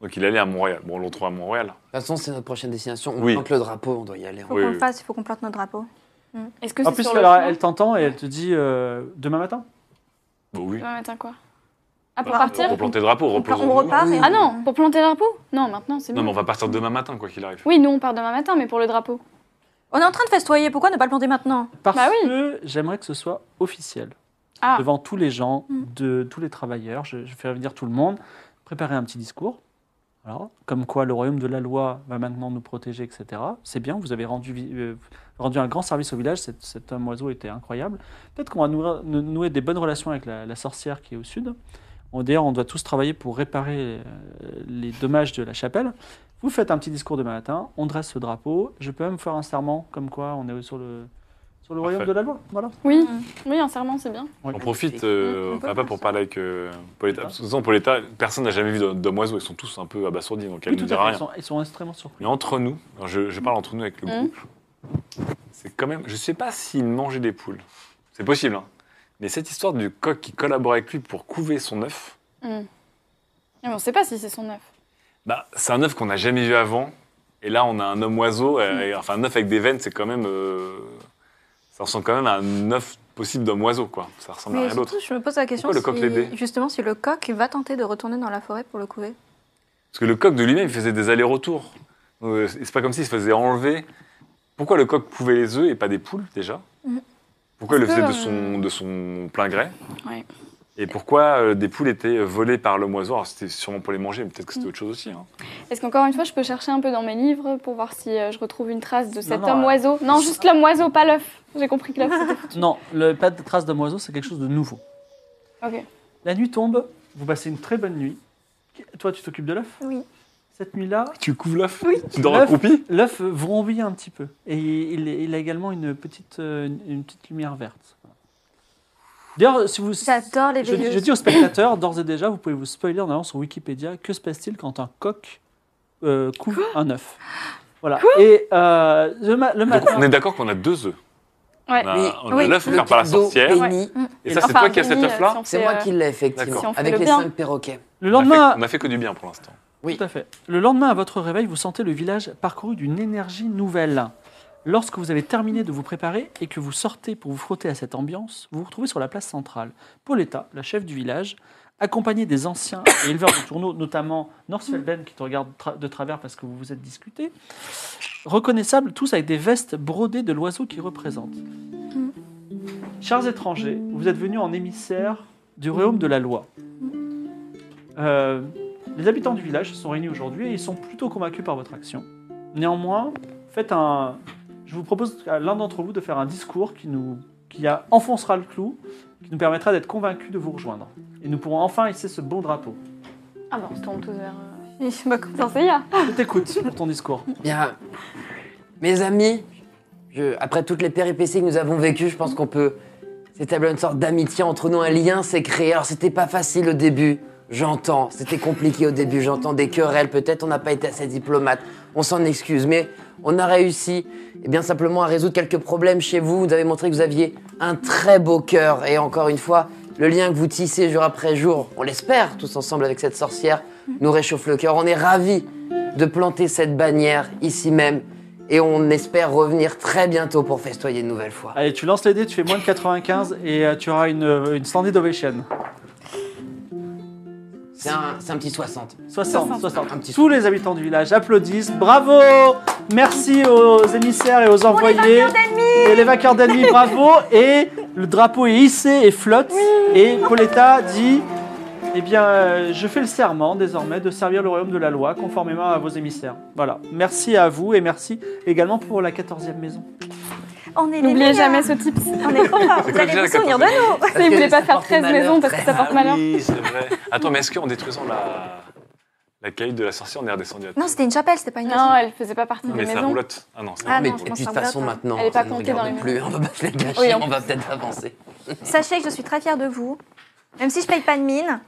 S4: Donc il allait à Montréal. Bon, on le retrouve à Montréal.
S5: De toute façon, c'est notre prochaine destination. On
S4: Oui.
S5: plante le drapeau, on doit y aller.
S6: Faut
S4: Oui,
S6: qu'on
S4: oui.
S6: le fasse, il faut qu'on plante nos drapeaux.
S2: Est-ce que
S1: En
S2: c'est
S1: plus,
S2: sur le
S1: alors,
S2: chemin
S1: elle t'entend et elle te dit euh, demain matin.
S4: Bon, Bah oui.
S2: Demain matin quoi Ah pour
S4: Bah,
S2: partir
S4: Replanter le drapeau,
S6: On,
S4: reposons-nous.
S6: on repart et.
S2: Ah non, pour planter le drapeau Non, maintenant c'est
S4: Non,
S2: bon.
S4: mais on va partir demain matin, quoi qu'il arrive.
S2: Oui, nous on part demain matin, mais pour le drapeau.
S6: On est en train de festoyer, pourquoi ne pas le planter maintenant
S1: Parce
S2: Bah oui.
S1: que j'aimerais que ce soit officiel.
S2: Ah.
S1: Devant tous les gens,
S6: Mm.
S1: de tous les travailleurs, je, je fais revenir tout le monde, préparer un petit discours. Alors, comme quoi le royaume de la loi va maintenant nous protéger, etc. C'est bien, vous avez rendu, vi- euh, rendu un grand service au village, cet, cet homme oiseau était incroyable. Peut-être qu'on va nouer, nous- nouer des bonnes relations avec la, la sorcière qui est au sud. On- D'ailleurs, on doit tous travailler pour réparer euh, les dommages de la chapelle. Vous faites un petit discours demain matin, on dresse ce drapeau. Je peux même faire un serment comme quoi on est sur le, sur le royaume
S4: Parfait.
S1: de la loi. Voilà.
S2: Oui, oui, un serment c'est bien.
S4: On profite, euh,
S6: Mm, on peut
S4: papa,
S6: faire
S4: pour
S6: ça.
S4: parler avec euh, Pauletta. Parce que de toute façon, Pauletta, personne n'a jamais vu d'ho- d'homme oiseau. Ils sont tous un peu abasourdis, donc elle
S1: Oui,
S4: ne
S1: tout
S4: dira
S1: à fait. Ils
S4: rien.
S1: sont, ils sont extrêmement surpris.
S4: Mais entre nous, alors je, je parle entre nous avec le
S2: Mm.
S6: Hum.
S4: groupe, c'est quand même. Je sais pas s'il mangeait des poules. C'est possible, hein. Mais cette histoire du coq qui collabore avec lui pour couver son œuf,
S2: Hmm. Mais on sait pas si c'est son œuf.
S4: bah, c'est un œuf qu'on n'a jamais vu avant. Et là, on a un homme oiseau, euh, et- enfin un œuf avec des veines, c'est quand même. euh, ça ressemble quand même à un œuf possible d'un oiseau, quoi. Ça ressemble à
S6: Mais
S4: rien d'autre.
S6: surtout, je me pose la question
S4: Pourquoi le coq
S6: si-
S4: l'aidait
S6: justement si le coq va tenter de retourner dans la forêt pour le couver.
S4: Parce que le coq de lui-même, il faisait des allers-retours. Euh, c'est pas comme s'il se faisait enlever. Pourquoi le coq pouvait les œufs et pas des poules, déjà
S6: Mhm.
S4: Pourquoi il le
S2: Est-ce
S4: faisait
S2: que,
S4: de son, de son plein gré
S2: Ouais.
S4: Et pourquoi euh, des poules étaient volées par le moiseau Alors, c'était sûrement pour les manger, mais peut-être que c'était autre chose aussi. hein.
S2: Est-ce qu'encore une fois, je peux chercher un peu dans mes livres pour voir si euh, je retrouve une trace de cet
S1: non,
S2: homme
S1: euh,
S2: oiseau Non, juste l'homme oiseau, pas l'œuf. J'ai compris que l'œuf c'était.
S1: Non, le, pas de trace d'un oiseau, c'est quelque chose de nouveau.
S2: Ok.
S1: La nuit tombe, vous passez une très bonne nuit. Toi, tu t'occupes de l'œuf
S6: Oui.
S1: Cette nuit-là,
S4: Tu couvres l'œuf Tu dors
S1: L'œuf.
S4: accroupi
S1: l'œuf vrombit un petit peu. Et il, il a également une petite, euh, une petite lumière verte. Voilà. D'ailleurs, si vous.
S6: J'adore les
S1: Je,
S6: veilleuses.
S1: je dis aux spectateurs, d'ores et déjà, vous pouvez vous spoiler en allant sur Wikipédia. Que se passe-t-il quand un coq euh, couvre un œuf Voilà. et euh, le, ma- le
S4: Donc,
S1: matin.
S4: on est d'accord qu'on a deux œufs.
S2: Bah, Ouais.
S4: On a,
S5: Oui.
S4: on a
S6: Oui.
S4: l'œuf
S5: Le
S4: offert par la
S5: petit dos
S4: sorcière.
S2: Ouais.
S5: béni.
S4: Et ça,
S1: Enfin,
S4: c'est toi qui as cet
S2: béni, euh, si
S4: œuf-là
S2: on
S5: C'est
S2: fait,
S5: moi
S2: euh,
S5: qui l'ai, effectivement.
S4: D'accord.
S2: Si on fait
S5: avec
S2: le
S5: les
S2: bien.
S5: cinq perroquets.
S1: Le
S4: On a fait-
S1: lendemain,
S4: On a fait que du bien pour l'instant.
S5: Oui.
S1: Tout à fait. Le lendemain, à votre réveil, vous sentez le village parcouru d'une énergie nouvelle. Lorsque vous avez terminé de vous préparer et que vous sortez pour vous frotter à cette ambiance, vous vous retrouvez sur la place centrale. Pauletta, la chef du village, accompagnée des anciens et éleveurs de tourneaux, notamment Norsfelben qui te regarde tra- de travers parce que vous vous êtes discuté, reconnaissables tous avec des vestes brodées de l'oiseau qui représente. Chers étrangers, vous êtes venus en émissaire du royaume de la loi. Euh, les habitants du village se sont réunis aujourd'hui et ils sont plutôt convaincus par votre action. Néanmoins, faites un. Je vous propose à l'un d'entre vous de faire un discours qui nous qui a- enfoncera le clou, qui nous permettra d'être convaincus de vous rejoindre. Et nous pourrons enfin hisser ce bon drapeau.
S2: Ah bah, on se tourne tous
S6: hein.
S2: vers. euh,
S6: Je suis pas contente.
S2: Saint Seiya.
S1: Je t'écoute pour ton discours.
S5: Bien. Mes amis, je- après toutes les péripéties que nous avons vécues, je pense qu'on peut s'établir une sorte d'amitié entre nous. Un lien s'est créé. Alors, c'était pas facile au début. J'entends. C'était compliqué au début. J'entends des querelles. Peut-être on n'a pas été assez diplomate. On s'en excuse. Mais on a réussi, eh bien, simplement à résoudre quelques problèmes chez vous. Vous avez montré que vous aviez un très beau cœur. Et encore une fois, le lien que vous tissez jour après jour, on l'espère, tous ensemble avec cette sorcière, nous réchauffe le cœur. On est ravis de planter cette bannière ici même. Et on espère revenir très bientôt pour festoyer une nouvelle fois.
S1: Allez, tu lances les dés, tu fais moins de 95 et euh, tu auras une, euh, une standing ovation.
S5: C'est un, c'est un petit 60.
S1: 60, 60.
S5: Un petit
S1: Tous les habitants du village applaudissent. Bravo Merci aux émissaires et aux envoyés. et les vainqueurs d'ennemis, bravo Et le drapeau est hissé et flotte. Et Pauletta dit Eh bien, euh, je fais le serment désormais de servir le royaume de la loi conformément à vos émissaires. Voilà. Merci à vous et merci également pour la 14e maison.
S6: On est les
S2: N'oubliez
S6: meilleurs.
S2: jamais ce type. Si
S6: On est trop forts.
S4: C'est
S6: Vous
S4: quoi déjà
S6: allez
S4: la
S6: vous souvenir de
S4: 14e?
S6: nous.
S5: que
S2: vous voulez
S5: ça
S2: pas faire
S5: porte
S2: 13
S5: malheur,
S2: maisons parce
S5: très
S2: que ça porte
S4: Ah
S2: malheur.
S4: Oui, c'est vrai. Attends, mais est-ce qu'en détruisant la, la caille de la sorcière, on est redescendu à
S6: Non, c'était une chapelle, c'était pas une
S2: Non,
S6: maison.
S2: elle faisait pas partie des
S4: Mais c'est la
S2: maisons.
S4: roulotte. Ah non, c'est
S6: Ah,
S4: la
S5: mais
S6: non,
S4: roulotte.
S6: je
S5: de
S6: pense
S5: toute
S6: que ça me
S5: façon,
S6: bloque.
S5: maintenant,
S2: Elle est pas
S5: ça ne
S2: comptée
S5: regarde
S2: dans les
S5: plus. On va pas se les gâcher.
S2: Oui,
S5: on
S2: en
S5: va peut-être avancer.
S6: Sachez que je suis très fière de vous. Même si je paye pas de mine,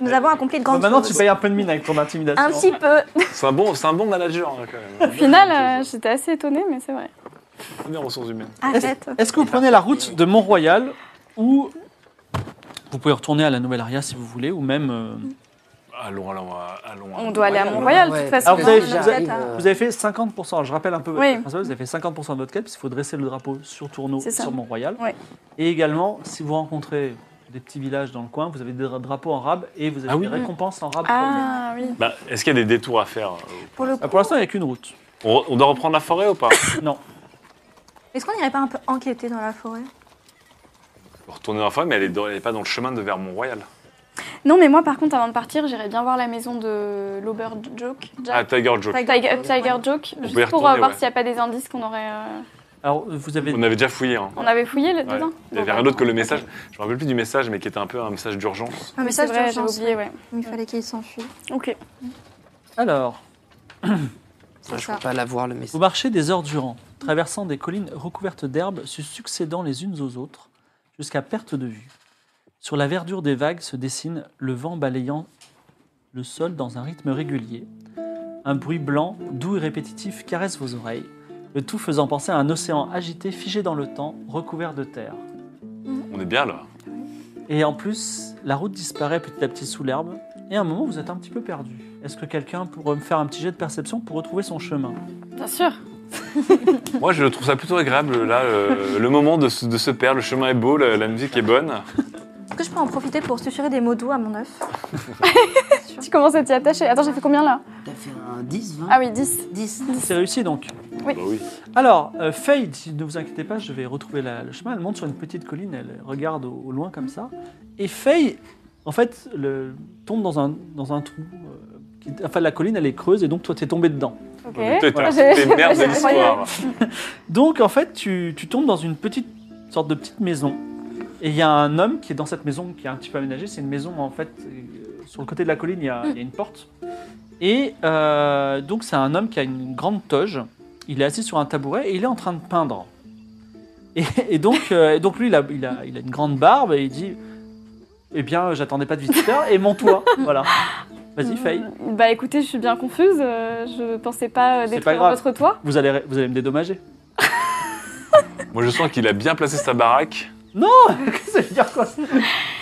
S6: nous avons accompli de
S1: Bon,
S6: grandes
S1: Bah, maintenant, tu
S6: choses.
S1: payes un peu de mine avec ton intimidation.
S6: Un petit peu.
S4: C'est un, bon, c'est un bon manager, hein, quand même.
S2: Au final, euh, j'étais assez étonnée, mais c'est vrai.
S4: Bien ressources humaines.
S6: Arrête.
S1: Est-ce que vous prenez la route de Mont-Royal ou vous pouvez retourner à la Nouvelle-Aria si vous voulez ou même euh,
S4: Allons, allons, euh, allons.
S2: On
S4: allons.
S2: doit aller à
S5: Ouais,
S2: Mont-Royal, de
S5: ouais.
S2: toute
S1: Alors,
S2: façon.
S1: vous avez-
S2: Non,
S1: vous
S2: non,
S1: avez-
S5: J'arrive,
S6: attends.
S5: euh,
S1: Vous avez fait 50%, je rappelle un peu votre
S2: Oui.
S1: quête principale, vous avez fait 50% de votre quête, parce qu'il faut dresser le drapeau sur Tourneau
S2: C'est
S1: et
S2: ça.
S1: sur Mont-Royal.
S2: Ouais.
S1: Et également, si vous rencontrez des petits villages dans le coin, vous avez des dra- drapeaux en rab et vous avez
S4: Ah oui.
S1: des récompenses en rab.
S2: Ah oui.
S4: Bah, est-ce qu'il y a des détours à faire euh,
S6: Pour le
S1: Ah,
S6: coup,
S1: pour l'instant, il n'y a qu'une route.
S4: on, re- on doit reprendre la forêt ou pas
S1: Non.
S6: est-ce qu'on irait pas un peu enquêter dans la forêt
S4: On peut Retourner dans la forêt, mais elle est, dans- elle est pas dans le chemin de vers Mont-Royal.
S2: Non, mais moi, par contre, avant de partir, j'irai bien voir la maison de l'Ober Joke.
S4: Ah,
S2: Jack.
S4: Tiger Joe.
S2: Tiger, Tiger Joke, juste
S4: On peut y
S2: pour euh,
S4: retourner,
S2: voir
S4: ouais.
S2: s'il n'y a pas des indices qu'on aurait. euh,
S1: Alors, vous avez.
S4: On avait déjà fouillé. Hein.
S2: On avait fouillé bah, le
S4: Ouais.
S2: dedans
S4: Il n'y avait rien d'autre que le message. Je me rappelle plus du message, mais qui était un peu un message d'urgence.
S6: Un
S2: Mais ça,
S6: message
S2: j'avais
S6: d'urgence.
S2: oublié, ouais.
S6: Il fallait qu'il s'enfuit.
S2: Ok.
S1: Alors,
S6: C'est
S5: Je peux
S6: ça.
S5: pas l'avoir le message.
S1: Vous marchez des heures durant, traversant des collines recouvertes d'herbes, se succédant les unes aux autres, jusqu'à perte de vue. Sur la verdure des vagues se dessine le vent balayant le sol dans un rythme régulier. Un bruit blanc, doux et répétitif caresse vos oreilles, le tout faisant penser à un océan agité, figé dans le temps, recouvert de terre.
S4: On est bien là.
S1: Et en plus, la route disparaît petit à petit sous l'herbe, et à un moment vous êtes un petit peu perdu. Est-ce que quelqu'un pourrait me faire un petit jet de perception pour retrouver son chemin
S2: Bien sûr.
S4: Moi, je trouve ça plutôt agréable, là, euh, le moment de se, de se perdre. Le chemin est beau, la, la musique est bonne.
S6: Est-ce que je peux en profiter pour susurrer des mots doux à mon œuf
S2: Tu commences à t'y attacher. Attends, j'ai fait combien là
S5: T'as fait un 10, 20
S2: Ah oui, 10.
S5: 10.
S1: C'est réussi donc.
S2: Oui.
S4: Bah oui.
S1: Alors, euh, Faye, si- ne vous inquiétez pas, je vais retrouver la- le chemin. Elle monte sur une petite colline, elle regarde au, au loin comme ça. Et Faye, en fait, le- tombe dans un, dans un trou. euh, qui- enfin, la colline, elle est creuse et donc toi, t'es tombé dedans.
S2: Ok.
S4: T'es
S2: Voilà, j'ai-
S4: t'es merde de
S2: j'ai-
S4: l'histoire.
S1: Donc, en fait, tu, tu tombes dans une petite sorte de petite maison. Et il y a un homme qui est dans cette maison qui est un petit peu aménagée. C'est une maison, en fait, euh, sur le côté de la colline, il y a, il y a une porte. Et euh, donc, c'est un homme qui a une grande toge. Il est assis sur un tabouret et il est en train de peindre. Et, et donc, euh, et donc, lui, il a, il, a, il a une grande barbe et il dit Eh bien, j'attendais pas de visiteur et monte-toi. voilà. Vas-y, Faye.
S2: Mm, Bah écoutez, je suis bien confuse. euh, Je pensais pas euh,
S1: C'est
S2: détruire
S1: pas grave.
S2: votre toit.
S1: Vous allez, vous allez me dédommager.
S4: Moi, je sens qu'il a bien placé sa baraque.
S1: ça veut dire quoi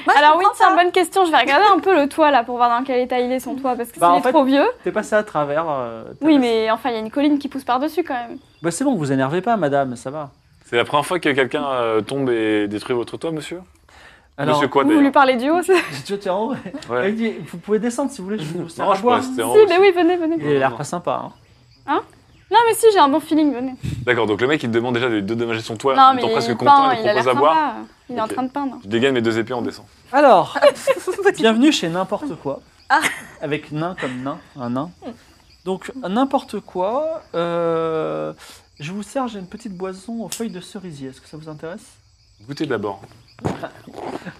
S2: Ah, Alors oui, c'est une bonne question. Je vais regarder un peu le toit là pour voir dans quel état il est son toit parce que
S1: Bah, en
S2: s'il est
S1: fait-
S2: trop vieux.
S1: T'es passé à travers. euh, t'as
S2: Oui,
S1: passé-
S2: mais enfin, il y a une colline qui pousse par-dessus quand même.
S1: Bah c'est bon, vous énervez pas, madame, ça va.
S4: C'est la première fois que quelqu'un euh, tombe et détruit votre toit, monsieur
S1: Alors,
S4: Monsieur quoi,
S2: Vous lui
S4: d'ailleurs
S2: parlez du haut c'est-
S1: tu tiens en haut.
S4: Ouais.
S1: Elle dit, vous pouvez descendre si vous voulez, je vous sers
S4: Non,
S1: à
S4: je
S1: boire.
S4: pourrais rester en haut
S2: Si, mais oui, venez, venez.
S1: Il a l'air pas sympa. hein.
S2: Non, mais si, j'ai un bon feeling, venez.
S4: D'accord, donc le mec, il te demande déjà de lui dédommager son toit.
S2: Non,
S4: il
S2: mais
S4: est presque
S2: il
S4: content,
S2: peint,
S4: il te
S2: il a l'air
S4: propose à boire.
S2: sympa. Il est en
S4: Ok.
S2: train de peindre.
S4: Je dégaine mes deux épées, on descend.
S1: Alors, bienvenue chez n'importe quoi. Avec nain comme nain, un nain. Donc n'importe quoi. euh, je vous sers, j'ai une petite boisson aux feuilles de cerisier. Est-ce que ça vous intéresse
S4: Goûtez d'abord.
S1: Alors,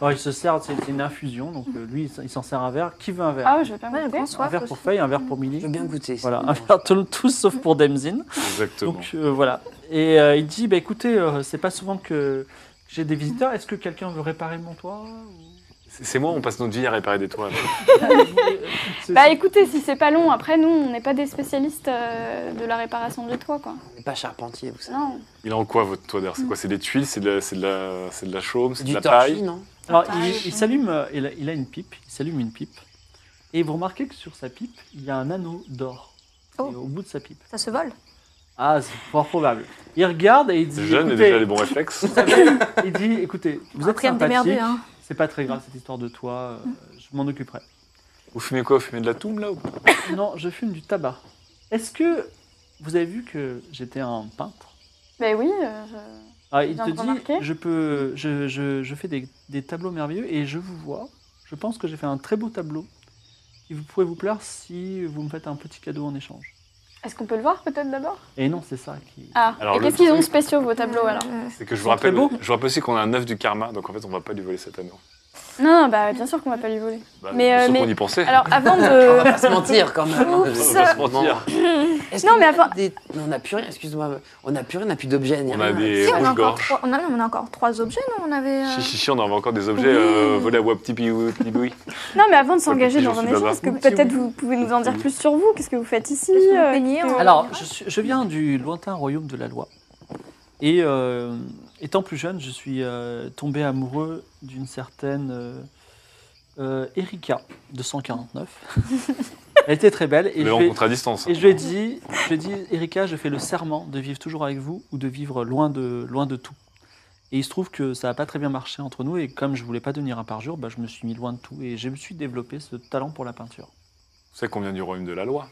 S1: Oh, Il se sert, c'est c'est une infusion. Donc euh, lui, il s'en- il s'en sert un verre. Qui veut un verre
S2: Ah, ouais, je vais pas
S6: Ouais, je
S2: goûter.
S6: prends
S1: Un
S6: soif
S1: verre
S6: aussi.
S1: pour Feuille, un verre pour
S5: Je
S1: Milly.
S5: veux bien goûter. ça.
S1: Voilà, un verre tout- tous sauf pour Demzin.
S4: Exactement.
S1: Donc euh, voilà. Et euh, il dit, bah, écoutez, euh, c'est pas souvent que j'ai des visiteurs. Est-ce que quelqu'un veut réparer mon toit ou-
S4: C'est c'est moi, on passe notre vie à réparer des toits.
S1: C'est-
S2: Bah
S1: c'est-
S2: écoutez, si c'est pas long, après nous, on n'est pas des spécialistes euh, de la réparation du toit, quoi.
S5: On n'est pas charpentier, vous savez.
S2: Non.
S4: Il est en quoi, votre toit d'ailleurs C'est quoi C'est des tuiles, c'est de la, c'est de la, c'est de la chaume, c'est de
S5: Du
S4: la
S5: torchis,
S4: paille
S5: non
S1: Alors, il, il s'allume, euh, il, a- il a une pipe, il s'allume une pipe. Et vous remarquez que sur sa pipe, il y a un anneau d'or.
S6: Oh.
S1: Et Au bout de sa pipe.
S6: Ça se vole.
S1: Ah, c'est fort probable. Il regarde et il dit,
S4: C'est jeune, mais
S1: écoutez,
S4: déjà les bons réflexes.
S1: il dit, écoutez, vous êtes
S6: Après, à me
S1: sympathique.
S6: démerder. Hein. Mm.
S1: C'est pas très grave cette histoire de toit. euh, je m'en occuperai.
S4: Vous fumez quoi Vous fumez de la toum là ou pas
S1: Non, je fume du tabac. Est-ce que vous avez vu que j'étais un peintre
S2: Bah oui, euh, je-
S1: Ah, Il
S2: viens
S1: te
S2: de remarquer.
S1: dit, je, peux, je, je- je fais des, des tableaux merveilleux et je vous vois. Je pense que j'ai fait un très beau tableau. qui vous pouvez vous plaire si vous me faites un petit cadeau en échange.
S2: Est-ce qu'on peut le voir peut-être d'abord
S1: Et non, c'est ça qui...
S2: Ah,
S4: Alors,
S2: et
S4: le
S2: qu'est-ce qu'ils ont de
S4: truc-
S2: spéciaux vos tableaux alors
S6: Euh,
S4: C'est que je
S1: Ils
S4: vous
S1: sont très
S4: rappelle,
S1: beaux.
S4: je vous rappelle aussi qu'on a un œuf du karma, donc en fait on va pas lui voler cet anneau.
S2: Non, non, bah bien sûr qu'on va pas lui voler.
S4: Bah,
S2: Mais, euh,
S4: sauf
S2: mais-
S4: qu'on y pensait.
S2: Alors avant
S5: On va
S2: de.
S5: pas se mentir quand même.
S4: on va pas se mentir.
S5: Est-ce
S2: Non,
S5: qu'il y
S2: mais
S5: a
S2: avant-
S5: des- non, on n'a plus rien, excuse-moi. On n'a plus rien, on n'a plus d'objets. ni
S4: On a
S5: rien.
S4: des
S6: si, on a, encore
S4: rouges-gorges.
S6: trois... on, a, on a encore trois objets, non On avait. euh,
S4: Chichichi, on avait encore des objets euh, volés à Waptipiwi.
S2: Non, mais avant de
S4: Ouais,
S2: s'engager
S4: j'en
S2: dans un
S4: suis
S2: échange,
S4: bavard.
S2: est-ce que peut-être vous pouvez nous
S4: Mm.
S2: en dire plus sur vous Qu'est-ce que vous faites ici
S6: Est-ce que vous
S2: euh,
S6: peignez
S2: qu'est-ce que-
S6: en-
S1: Alors, je, suis- je viens du lointain royaume de la loi. Et euh, étant plus jeune, je suis euh, tombé amoureux d'une certaine euh, euh, Erika de 149. Elle était très belle. Et je,
S4: Le
S1: lui ai-
S4: rencontre à distance.
S1: et je lui ai dit, je lui ai dit, Erika, je fais le serment de vivre toujours avec vous ou de vivre loin de, loin de tout. Et il se trouve que ça n'a pas très bien marché entre nous. Et comme je voulais pas devenir un parjure, bah, je me suis mis loin de tout. Et je me suis développé ce talent pour la peinture.
S4: Vous savez qu'on vient du royaume de la loi.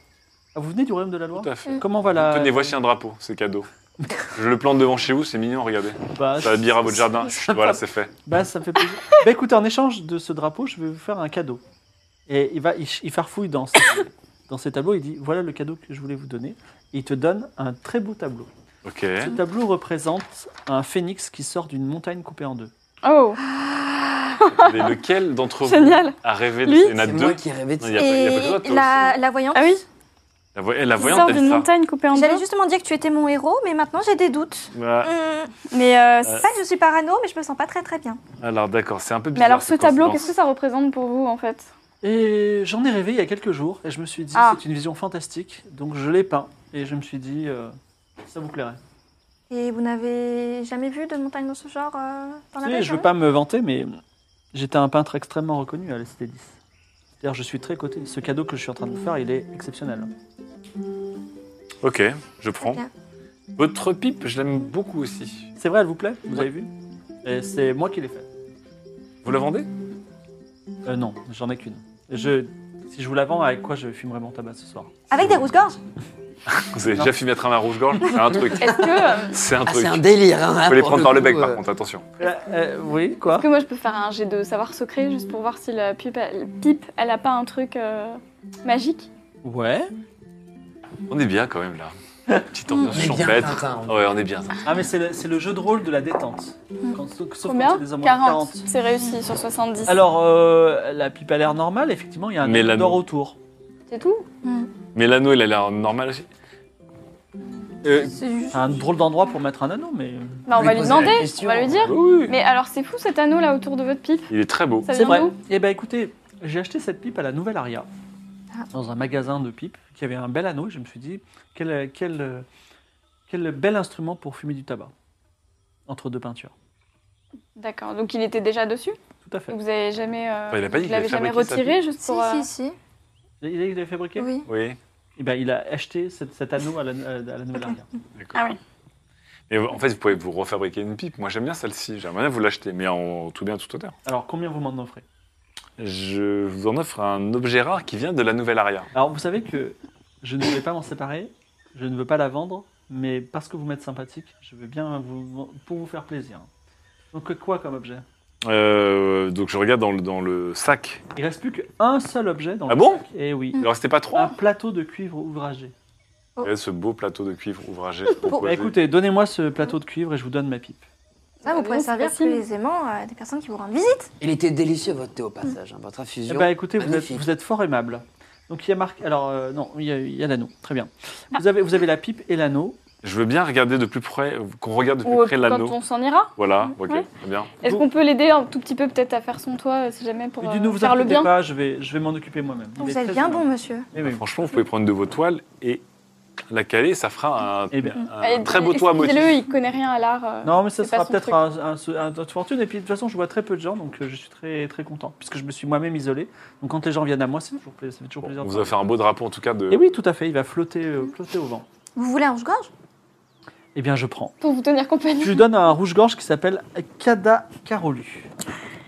S1: Ah, vous venez du royaume de la loi
S4: Tout à fait.
S1: Comment va la...
S4: Tenez, voici un drapeau, c'est cadeau. Je le plante devant chez vous, c'est mignon, regardez.
S1: Bah,
S4: Ça habillera votre jardin. Chut, voilà, c'est fait.
S1: Bah, ça me fait plaisir. bah, écoutez, en échange de ce drapeau, je vais vous faire un cadeau. Et il, va, il, ch- il farfouille dans ses, dans ses tableaux. Il dit Voilà le cadeau que je voulais vous donner. Et il te donne un très beau tableau.
S4: Ok.
S1: Ce tableau représente un phénix qui sort d'une montagne coupée en deux.
S2: Oh,
S4: Ah, Mais lequel d'entre vous
S2: génial
S4: a rêvé de
S2: Lui,
S4: ça Il y en a
S5: C'est moi
S4: deux.
S5: qui rêvais de
S4: Non,
S5: ça.
S4: il y a pas- il y a pas de
S6: Et
S4: vote, toi
S6: la, la voyante.
S2: Ah oui
S4: La, voy- la
S2: Il
S4: voyante
S2: sort
S4: a
S2: d'une
S4: dit ça.
S2: montagne coupée en deux.
S6: J'allais justement dire que tu étais mon héros, mais maintenant j'ai des doutes.
S4: Bah,
S6: Hum,
S2: Mais, euh,
S4: Euh,
S6: Pas que je suis parano, mais je me sens pas très très bien.
S4: alors d'accord, c'est un peu
S2: mais
S4: bizarre.
S2: alors ce
S4: cette
S2: tableau,
S4: coïncidence.
S2: qu'est-ce que ça représente pour vous en fait
S1: Et j'en ai rêvé il y a quelques jours. Et je me suis dit
S2: Ah.
S1: C'est une vision fantastique. Donc je l'ai peint. Et je me suis dit euh, Ça vous plairait.
S6: Et vous n'avez jamais vu de montagne de ce genre euh, dans la
S1: Tu sais,
S6: région
S1: je veux pas me vanter, mais j'étais un peintre extrêmement reconnu à la Cité 10. C'est-à-dire, je suis très coté. Ce cadeau que je suis en train de vous faire, il est exceptionnel.
S4: Ok, je prends.
S6: Très bien.
S4: Votre pipe, je l'aime beaucoup aussi.
S1: C'est vrai, elle vous plaît Vous avez vu Et c'est moi qui l'ai faite.
S4: Vous la vendez
S1: Euh, non, j'en ai qu'une. Je, si je vous la vends, avec quoi je fumerai mon tabac ce soir
S6: Avec des rouges-gorges
S4: Vous avez
S1: Non.
S4: déjà fumé à travers un rouge-gorge C'est un truc.
S2: Est-ce que, euh,
S4: C'est un
S5: Ah,
S4: truc.
S5: c'est un délire. Hein,
S4: Faut
S5: là,
S4: les
S5: pour
S4: prendre par le
S5: coup,
S4: bec, par
S5: euh.
S4: contre, attention.
S1: Euh, euh, Oui, quoi
S2: est-ce que moi je peux faire un jet de savoir secret juste pour voir si la pipe, elle, pipe, elle a pas un truc euh, magique
S1: Ouais.
S4: On est bien quand même là.
S2: Mm.
S4: Petite
S5: On
S4: ambiance
S5: est bien,
S4: champêtre.
S5: Tintin, on-
S4: Ouais, on est bien. ça.
S1: Ah, mais c'est le, c'est le jeu de rôle de la détente. Quand- sauf sauf quand
S2: Combien
S1: c'est des hommes
S2: 40.
S1: en 40.
S2: C'est réussi sur 70.
S1: Alors, euh, la pipe a l'air normale, effectivement, il y a un
S4: Mais
S1: anneau
S4: la-
S1: d'or autour.
S2: c'est tout
S4: Mais l'anneau, il a l'air normal aussi. Euh,
S6: C'est juste.
S1: Un drôle d'endroit pour mettre un anneau, mais.
S2: Bah, on
S5: Lui
S2: va lui
S5: poser la
S2: demander, on
S5: question.
S2: va lui dire.
S4: oui,
S2: Mais alors c'est fou cet anneau là autour de votre pipe.
S4: il est très beau.
S2: Ça
S1: C'est
S2: vient
S1: vrai.
S2: d'où
S1: Eh ben écoutez, j'ai acheté cette pipe à la Nouvelle Aria, dans un magasin de pipes, qui avait un bel anneau. Et je me suis dit, quel, quel, quel bel instrument pour fumer du tabac, entre deux peintures.
S2: D'accord, donc il était déjà dessus
S1: Tout à fait.
S2: Vous avez jamais, euh,
S4: Enfin, il a pas dit
S2: vous
S4: qu'il avait
S2: l'avez jamais
S4: fabriqué sa
S2: retiré juste
S6: Si,
S2: pour. euh,
S6: si, si.
S1: Il il l'avait fabriqué
S6: Oui.
S4: Oui,
S1: Eh ben, il a acheté cette- cet anneau à la, à la Nouvelle Aria.
S4: d'accord.
S2: Ah oui.
S4: Et en fait, vous pouvez vous refabriquer une pipe. Moi, j'aime bien celle-ci. J'aimerais bien vous l'acheter, mais en tout bien, tout honneur.
S1: Alors, combien vous m'en offrez
S4: Je vous en offre un objet rare qui vient de la Nouvelle Aria.
S1: Alors, vous savez que je ne voulais pas m'en séparer, je ne veux pas la vendre, mais parce que vous m'êtes sympathique, je veux bien vous. pour vous faire plaisir. Donc, quoi comme objet
S4: Euh, donc, je regarde dans le, dans le sac.
S1: Il reste plus qu'un seul objet dans
S4: Ah
S1: le
S4: bon
S1: sac. Et oui.
S2: Mm.
S4: Il en restait pas
S1: Un
S2: Ah.
S4: trois
S1: plateau de cuivre ouvragé.
S4: Regardez ce beau plateau de cuivre ouvragé.
S1: Bah, écoutez, donnez-moi ce plateau de cuivre et je vous donne ma pipe. Eh
S6: Ça, Ah, vous pouvez
S2: Euh, c'est
S6: servir
S2: facile.
S6: plus aisément euh, à des personnes qui vous rendent visite.
S5: Il était délicieux votre thé au passage, hein, votre
S1: Eh
S5: infusion.
S1: ben, écoutez, vous êtes,
S5: Magnifique.
S1: vous êtes fort aimable. Donc il y a marqué. Alors euh, non, il y a, il y a l'anneau. Très bien. Vous avez, vous avez la pipe et l'anneau.
S4: Je veux bien regarder de plus près, euh, qu'on regarde de plus
S2: Ou
S4: près
S2: quand
S4: l'anneau.
S2: on s'en ira
S4: Voilà, ok,
S2: Mm. Ouais.
S4: très bien.
S2: Est-ce
S1: Donc-
S2: qu'on peut l'aider un tout petit peu peut-être à faire son toit euh, si jamais pour
S1: Mais
S2: euh,
S1: ne vous
S2: faire le
S1: inquiétez
S2: bien
S1: pas, je vais, je vais m'en occuper moi-même. Il
S6: Vous
S1: est
S6: êtes
S1: très
S6: bien
S1: aimable.
S6: bon, monsieur.
S1: Eh oui.
S4: Franchement, vous pouvez prendre de vos toiles et la caler, ça fera un,
S1: Eh bien.
S4: un
S2: Allez,
S4: très beau toit à motif.
S2: excusez-le, il connaît rien à l'art. euh.
S1: Non, mais ça
S2: C'est pas
S1: sera
S2: son
S1: peut-être
S2: truc.
S1: un, un- un don de fortune. Et puis de toute façon, je vois très peu de gens, donc euh, je suis très très content, puisque je me suis moi-même isolé. Donc quand les gens viennent à moi, c'est toujours, pla- ça fait toujours
S4: Bon,
S1: plaisir.
S4: on
S1: de
S4: vous a fait un beau drapeau en tout cas de.
S1: Et Eh oui, tout à fait. Il va flotter, euh, flotter au vent.
S6: Vous voulez un rouge-gorge
S1: Eh bien, je prends.
S2: Pour vous tenir compagnie.
S1: Je lui donne un rouge-gorge qui s'appelle Kada Karolu.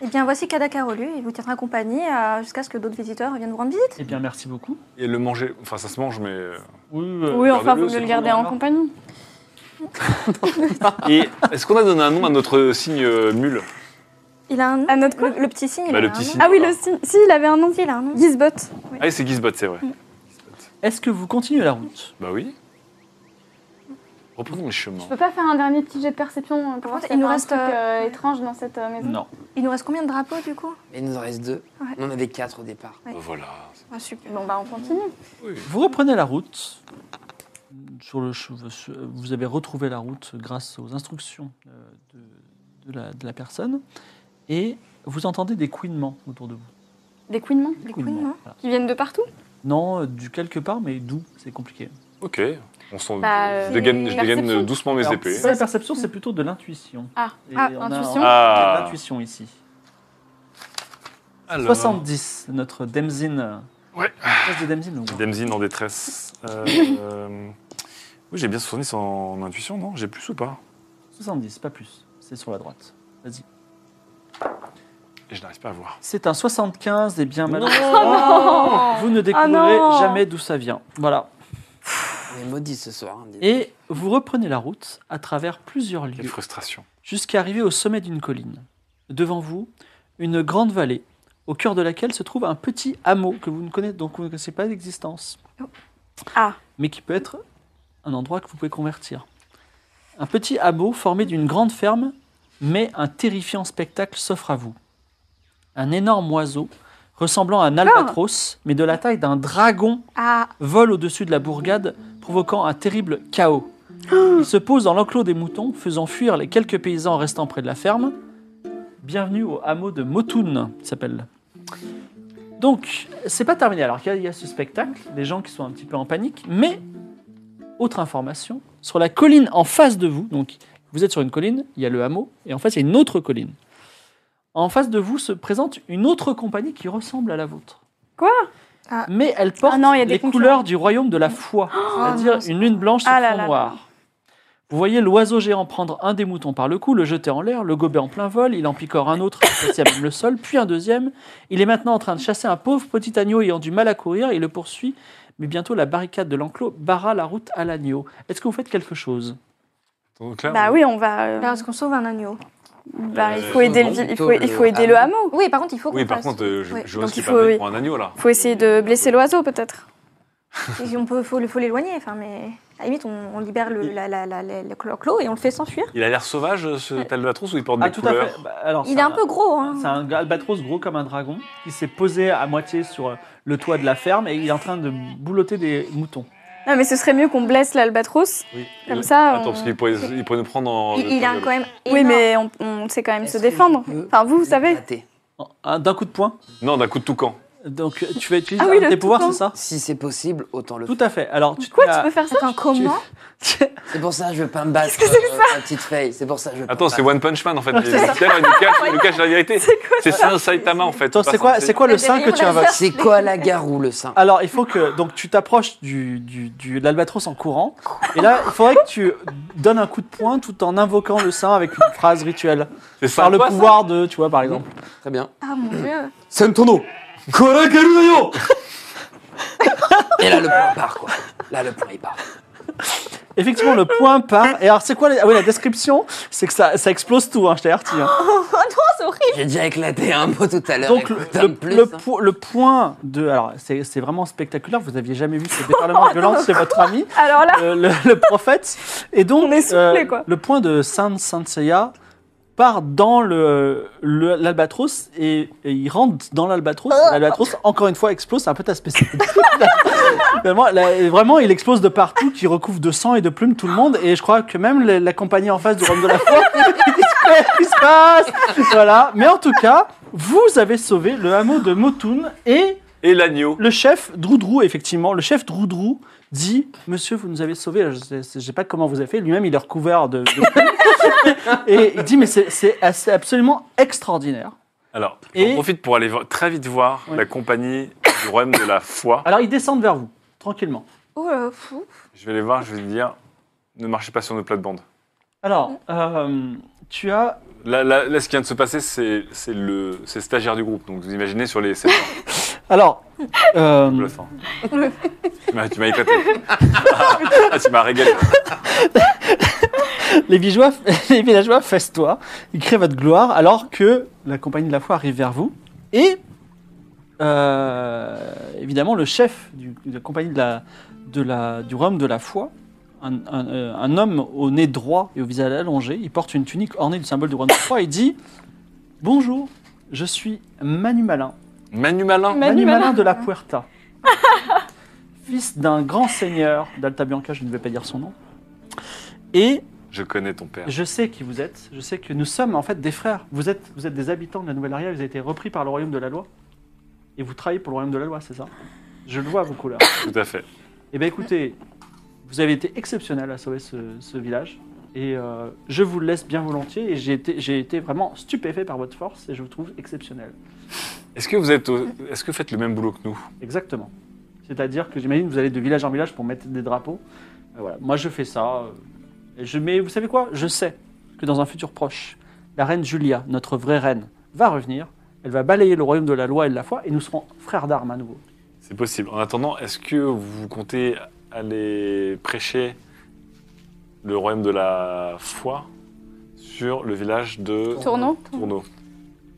S6: Eh bien, voici Kadakarolu. Il vous tiendra compagnie euh, jusqu'à ce que d'autres visiteurs viennent vous rendre visite.
S1: Eh bien, merci beaucoup.
S4: Et le manger, enfin ça se mange, mais. euh,
S1: Oui, euh,
S2: Oui, enfin,
S4: gardez-le,
S2: vaut
S4: c'est
S2: mieux le
S4: bon,
S2: garder en
S1: alors.
S2: compagnie.
S4: Et est-ce qu'on a donné un nom à notre signe euh, mule
S6: Il a un nom.
S2: Un autre quoi
S6: le, le petit signe. il
S4: Bah,
S6: a
S4: le
S6: un
S4: petit
S6: nom.
S4: signe.
S2: Ah oui, le signe. Si, il avait un nom.
S6: Si, il a un nom.
S2: Gisbot.
S4: Ah, oui, c'est Gizbot, c'est
S2: Mm.
S4: vrai.
S1: Est-ce que vous continuez la route
S4: Bah oui. Reprenons les
S2: Je
S4: chemins.
S2: peux pas faire un dernier petit jet de perception euh, pour
S6: Par
S2: voir
S6: contre,
S2: s'il y a
S6: il nous
S2: pas un
S6: reste,
S2: truc,
S6: euh,
S2: euh, étrange dans cette euh, maison.
S1: Non.
S6: Il nous reste combien de drapeaux du coup
S5: Il nous en reste deux.
S6: Ouais.
S5: On en avait quatre au départ.
S6: Ouais.
S4: Bah, Voilà.
S6: Ah, super.
S2: Bon, bah, on continue.
S1: Vous reprenez la route. Sur le che- sur- vous avez retrouvé la route grâce aux instructions euh, de, de la, de la personne. Et vous entendez des couinements autour de vous.
S2: Des couinements
S6: Des couinements.
S1: voilà.
S2: qui viennent de partout.
S1: Non, euh, du quelque part, mais d'où C'est compliqué.
S4: Ok. On s'en.
S2: Bah, euh,
S4: je dégaine,
S2: c'est
S4: je dégaine
S2: perception.
S4: doucement mes
S1: Alors,
S4: épées.
S1: c'est pas la perception, c'est plutôt de l'intuition.
S2: Ah,
S1: Et
S2: ah,
S1: on a-
S2: intuition.
S1: on a
S4: Ah.
S1: de l'intuition ici.
S4: Alors,
S1: 70, notre Demzin. euh,
S4: Ouais.
S1: espèce de Demzin. donc.
S4: Demzin en détresse. Euh, euh, Oui, j'ai bien 70 en intuition, non J'ai plus ou pas
S1: 70, pas plus. C'est sur la droite. Vas-y.
S4: Et je n'arrive pas à voir.
S1: C'est un 75, et bien mal.
S2: Oh
S1: Vous ne découvrirez
S2: Ah non
S1: jamais d'où ça vient. Voilà.
S5: On est maudits ce soir. hein, dis-
S1: Et vous reprenez la route à travers plusieurs
S4: Quelle
S1: lieux
S4: frustration.
S1: jusqu'à arriver au sommet d'une colline. Devant vous, une grande vallée, au cœur de laquelle se trouve un petit hameau que vous ne connaissez, donc vous ne connaissez pas d'existence.
S2: Ah.
S1: Mais qui peut être un endroit que vous pouvez convertir. Un petit hameau formé d'une grande ferme, mais un terrifiant spectacle s'offre à vous. Un énorme oiseau, ressemblant à un albatros, mais de la taille d'un dragon
S6: Ah,
S1: vole au-dessus de la bourgade, provoquant un terrible chaos. Il se pose dans l'enclos des moutons, faisant fuir les quelques paysans restant près de la ferme. Bienvenue au hameau de Motoun, il s'appelle. Donc, c'est pas terminé. Alors qu'il y a- il y, a ce spectacle, des gens qui sont un petit peu en panique, mais autre information, sur la colline en face de vous, donc vous êtes sur une colline, il y a le hameau, et en face, il y a une autre colline. En face de vous se présente une autre compagnie qui ressemble à la vôtre
S2: Quoi
S1: mais elle porte
S2: Ah non, il y a des
S1: les
S2: concurrents.
S1: couleurs du royaume de la foi,
S6: non,
S1: c'est-à-dire une lune blanche sur
S2: Ah là
S1: fond
S2: là
S1: noir.
S2: là.
S1: Vous voyez l'oiseau géant prendre un des moutons par le cou, le jeter en l'air, le gober en plein vol, il en picore un autre, qui tient même le sol, puis un deuxième. Il est maintenant en train de chasser un pauvre petit agneau ayant du mal à courir, il le poursuit, mais bientôt la barricade de l'enclos barra la route à l'agneau. Est-ce que vous faites quelque chose
S4: Donc là,
S2: Bah oui, on va. euh,
S6: Alors, est-ce qu'on sauve un agneau
S2: bah, il faut
S4: Euh,
S2: aider le,
S5: non,
S2: vi- il
S5: plutôt
S2: faut, il faut
S5: le
S2: aider le
S5: hameau.
S2: hameau.
S6: Oui, par contre, il faut qu'on
S4: Oui, par
S6: fasse-
S4: contre, euh, je,
S6: Oui.
S4: je
S2: Donc,
S4: vois ce qui
S2: il
S4: est pas
S2: faut-
S4: mal
S2: oui.
S4: pour un agneau là.
S2: Il faut essayer de blesser l'oiseau peut-être.
S6: Et on peut, faut, le- faut l'éloigner, enfin, mais à la limite, on, on libère le, la, la, la- la- le clos et on le fait s'enfuir.
S4: Il a l'air sauvage euh, ce tel ou il porte des couleurs
S1: Bah, alors,
S6: Il
S1: c'est
S6: est un peu gros, hein.
S1: C'est un albatros gros comme un dragon qui s'est posé à moitié sur le toit de la ferme et il est en train de boulotter des moutons.
S2: Non, mais ce serait mieux qu'on blesse l'albatros.
S4: Oui.
S2: Comme
S4: Il-
S2: ça,
S4: Attends,
S2: on-
S4: parce qu'il pourrait, il pourrait nous prendre en.
S6: Il, il a
S4: en-
S6: quand même.
S2: Oui,
S6: énorme.
S2: mais on, on sait quand même
S5: Est-ce
S2: se
S5: que je
S2: défendre.
S5: peux Ah.
S2: Enfin, vous, vous savez.
S5: Éclater.
S1: Un- D'un coup de poing.
S4: Non, d'un coup de toucan.
S1: Donc euh, tu vas utiliser
S2: Ah oui,
S1: un de
S2: le
S1: tes pouvoirs,
S2: toucan.
S1: c'est ça
S5: Si c'est possible, autant le
S1: Tout
S5: faire.
S1: à fait. Alors tu te
S2: Quoi,
S1: mets à-
S2: tu peux faire ça
S6: Attends, comment
S1: tu-
S5: C'est pour ça que je veux pas me battre, euh, ma petite feuille. C'est pour ça que je veux
S4: Attends,
S5: pas
S4: c'est
S1: Bah.
S5: me battre.
S4: One Punch Man en fait. Il il nous cache, il nous cache la vérité. C'est ça, Saitama en fait.
S1: Attends, c'est quoi, c'est quoi le
S6: Le
S1: sein que
S6: délire,
S1: tu
S6: là.
S1: invoques
S5: C'est quoi la garou, le sein
S1: Alors il faut que donc tu t'approches du, du, du- de l'albatros en courant et là il faudrait que tu donnes un coup de poing tout en invoquant le sein avec une phrase rituelle
S5: Bah,
S4: C'est
S1: par
S4: ça
S1: le pouvoir de tu vois par exemple.
S5: Très bien.
S6: Ah mon dieu.
S5: Sentono Et là, le point part, quoi. Là, le point, il part.
S1: Effectivement le point part et alors c'est quoi les- ah oui, la description c'est que ça, ça explose tout hein, je t'ai averti, hein.
S5: J'ai déjà éclaté un mot tout à l'heure.
S1: Donc, le,
S5: écoute,
S1: le,
S5: un plus,
S1: le
S5: hein.
S1: po- le point de. Alors, c'est c'est vraiment spectaculaire, vous n'aviez jamais vu ce département de violence chez votre ami,
S2: Alors là,
S1: euh, le, le prophète. Et donc, euh,
S2: On est soufflé, quoi.
S1: le point de Saint Seiya part dans l'albatros le, l'albatros et, et il rentre dans l'albatros.
S2: Ah.
S1: L'albatros, encore une fois, explose, c'est un peu ta spécialité. vraiment, la- vraiment, il explose de partout, qui recouvre de sang et de plumes tout le monde. Et je crois que même la, la compagnie en face du Rome de la Foi, Eh, qu'est-ce qui se passe Voilà. Mais en tout cas, vous avez sauvé le hameau de Motun et
S4: Et l'agneau.
S1: le chef Droudrou, effectivement, le chef Droudrou dit Monsieur, vous nous avez sauvés. Je sais, je sais pas comment vous avez fait. Lui-même, il est recouvert de. de- et il dit Mais c'est- c'est assez- absolument extraordinaire.
S4: Alors,
S1: Et-
S4: on profite pour aller vo- très vite voir
S1: Ouais.
S4: la compagnie du royaume de la foi.
S1: Alors, ils descendent vers vous, tranquillement.
S6: Oh, euh, fou.
S4: Je vais les voir, je vais lui dire ne marchez pas sur nos plates-bandes.
S1: Alors, euh, tu as.
S4: Là, là, là, ce qui vient de se passer, c'est c'est le, c'est le stagiaire du groupe. Donc, vous imaginez sur les sept ans,
S1: Alors. euh,
S4: bluff, hein. Tu m'as- tu m'as éclaté. Ah, tu m'as régalé.
S1: les, villageois, les villageois festoient, ils crient votre gloire, alors que la compagnie de la foi arrive vers vous. Et euh, évidemment, le chef du- de la compagnie de la, de la- du royaume de la foi, un, un- euh, un homme au nez droit et au visage allongé, il porte une tunique ornée du symbole du royaume de la foi, il dit Bonjour, je suis Manu Malin.
S4: Manu Malin.
S1: Manu Malin de la Puerta. Fils d'un grand seigneur d'Alta Bianca, je ne vais pas dire son nom. Et
S4: Je connais ton père.
S1: je sais qui vous êtes. Je sais que nous sommes en fait des frères. Vous êtes, vous êtes des habitants de la Nouvelle-Aria. Vous avez été repris par le royaume de la loi. Et vous travaillez pour le royaume de la loi, c'est ça Je le vois à vos couleurs.
S4: Tout à fait.
S1: Eh bien écoutez, vous avez été exceptionnel à sauver ce, ce village. Et euh, je vous le laisse bien volontiers. Et j'ai été, j'ai été vraiment stupéfait par votre force. Et je vous trouve exceptionnel.
S4: Est-ce que vous êtes, au- est-ce que vous faites le même boulot que nous
S1: Exactement. C'est-à-dire que j'imagine que vous allez de village en village pour mettre des drapeaux. Euh, voilà. Moi, je fais ça. euh, et Je, mais vous savez quoi Je sais que dans un futur proche, la reine Julia, notre vraie reine, va revenir. Elle va balayer le royaume de la loi et de la foi et nous serons frères d'armes à nouveau.
S4: C'est possible. En attendant, est-ce que vous comptez aller prêcher le royaume de la foi sur le village de
S2: Tourneau.
S4: Tourneau.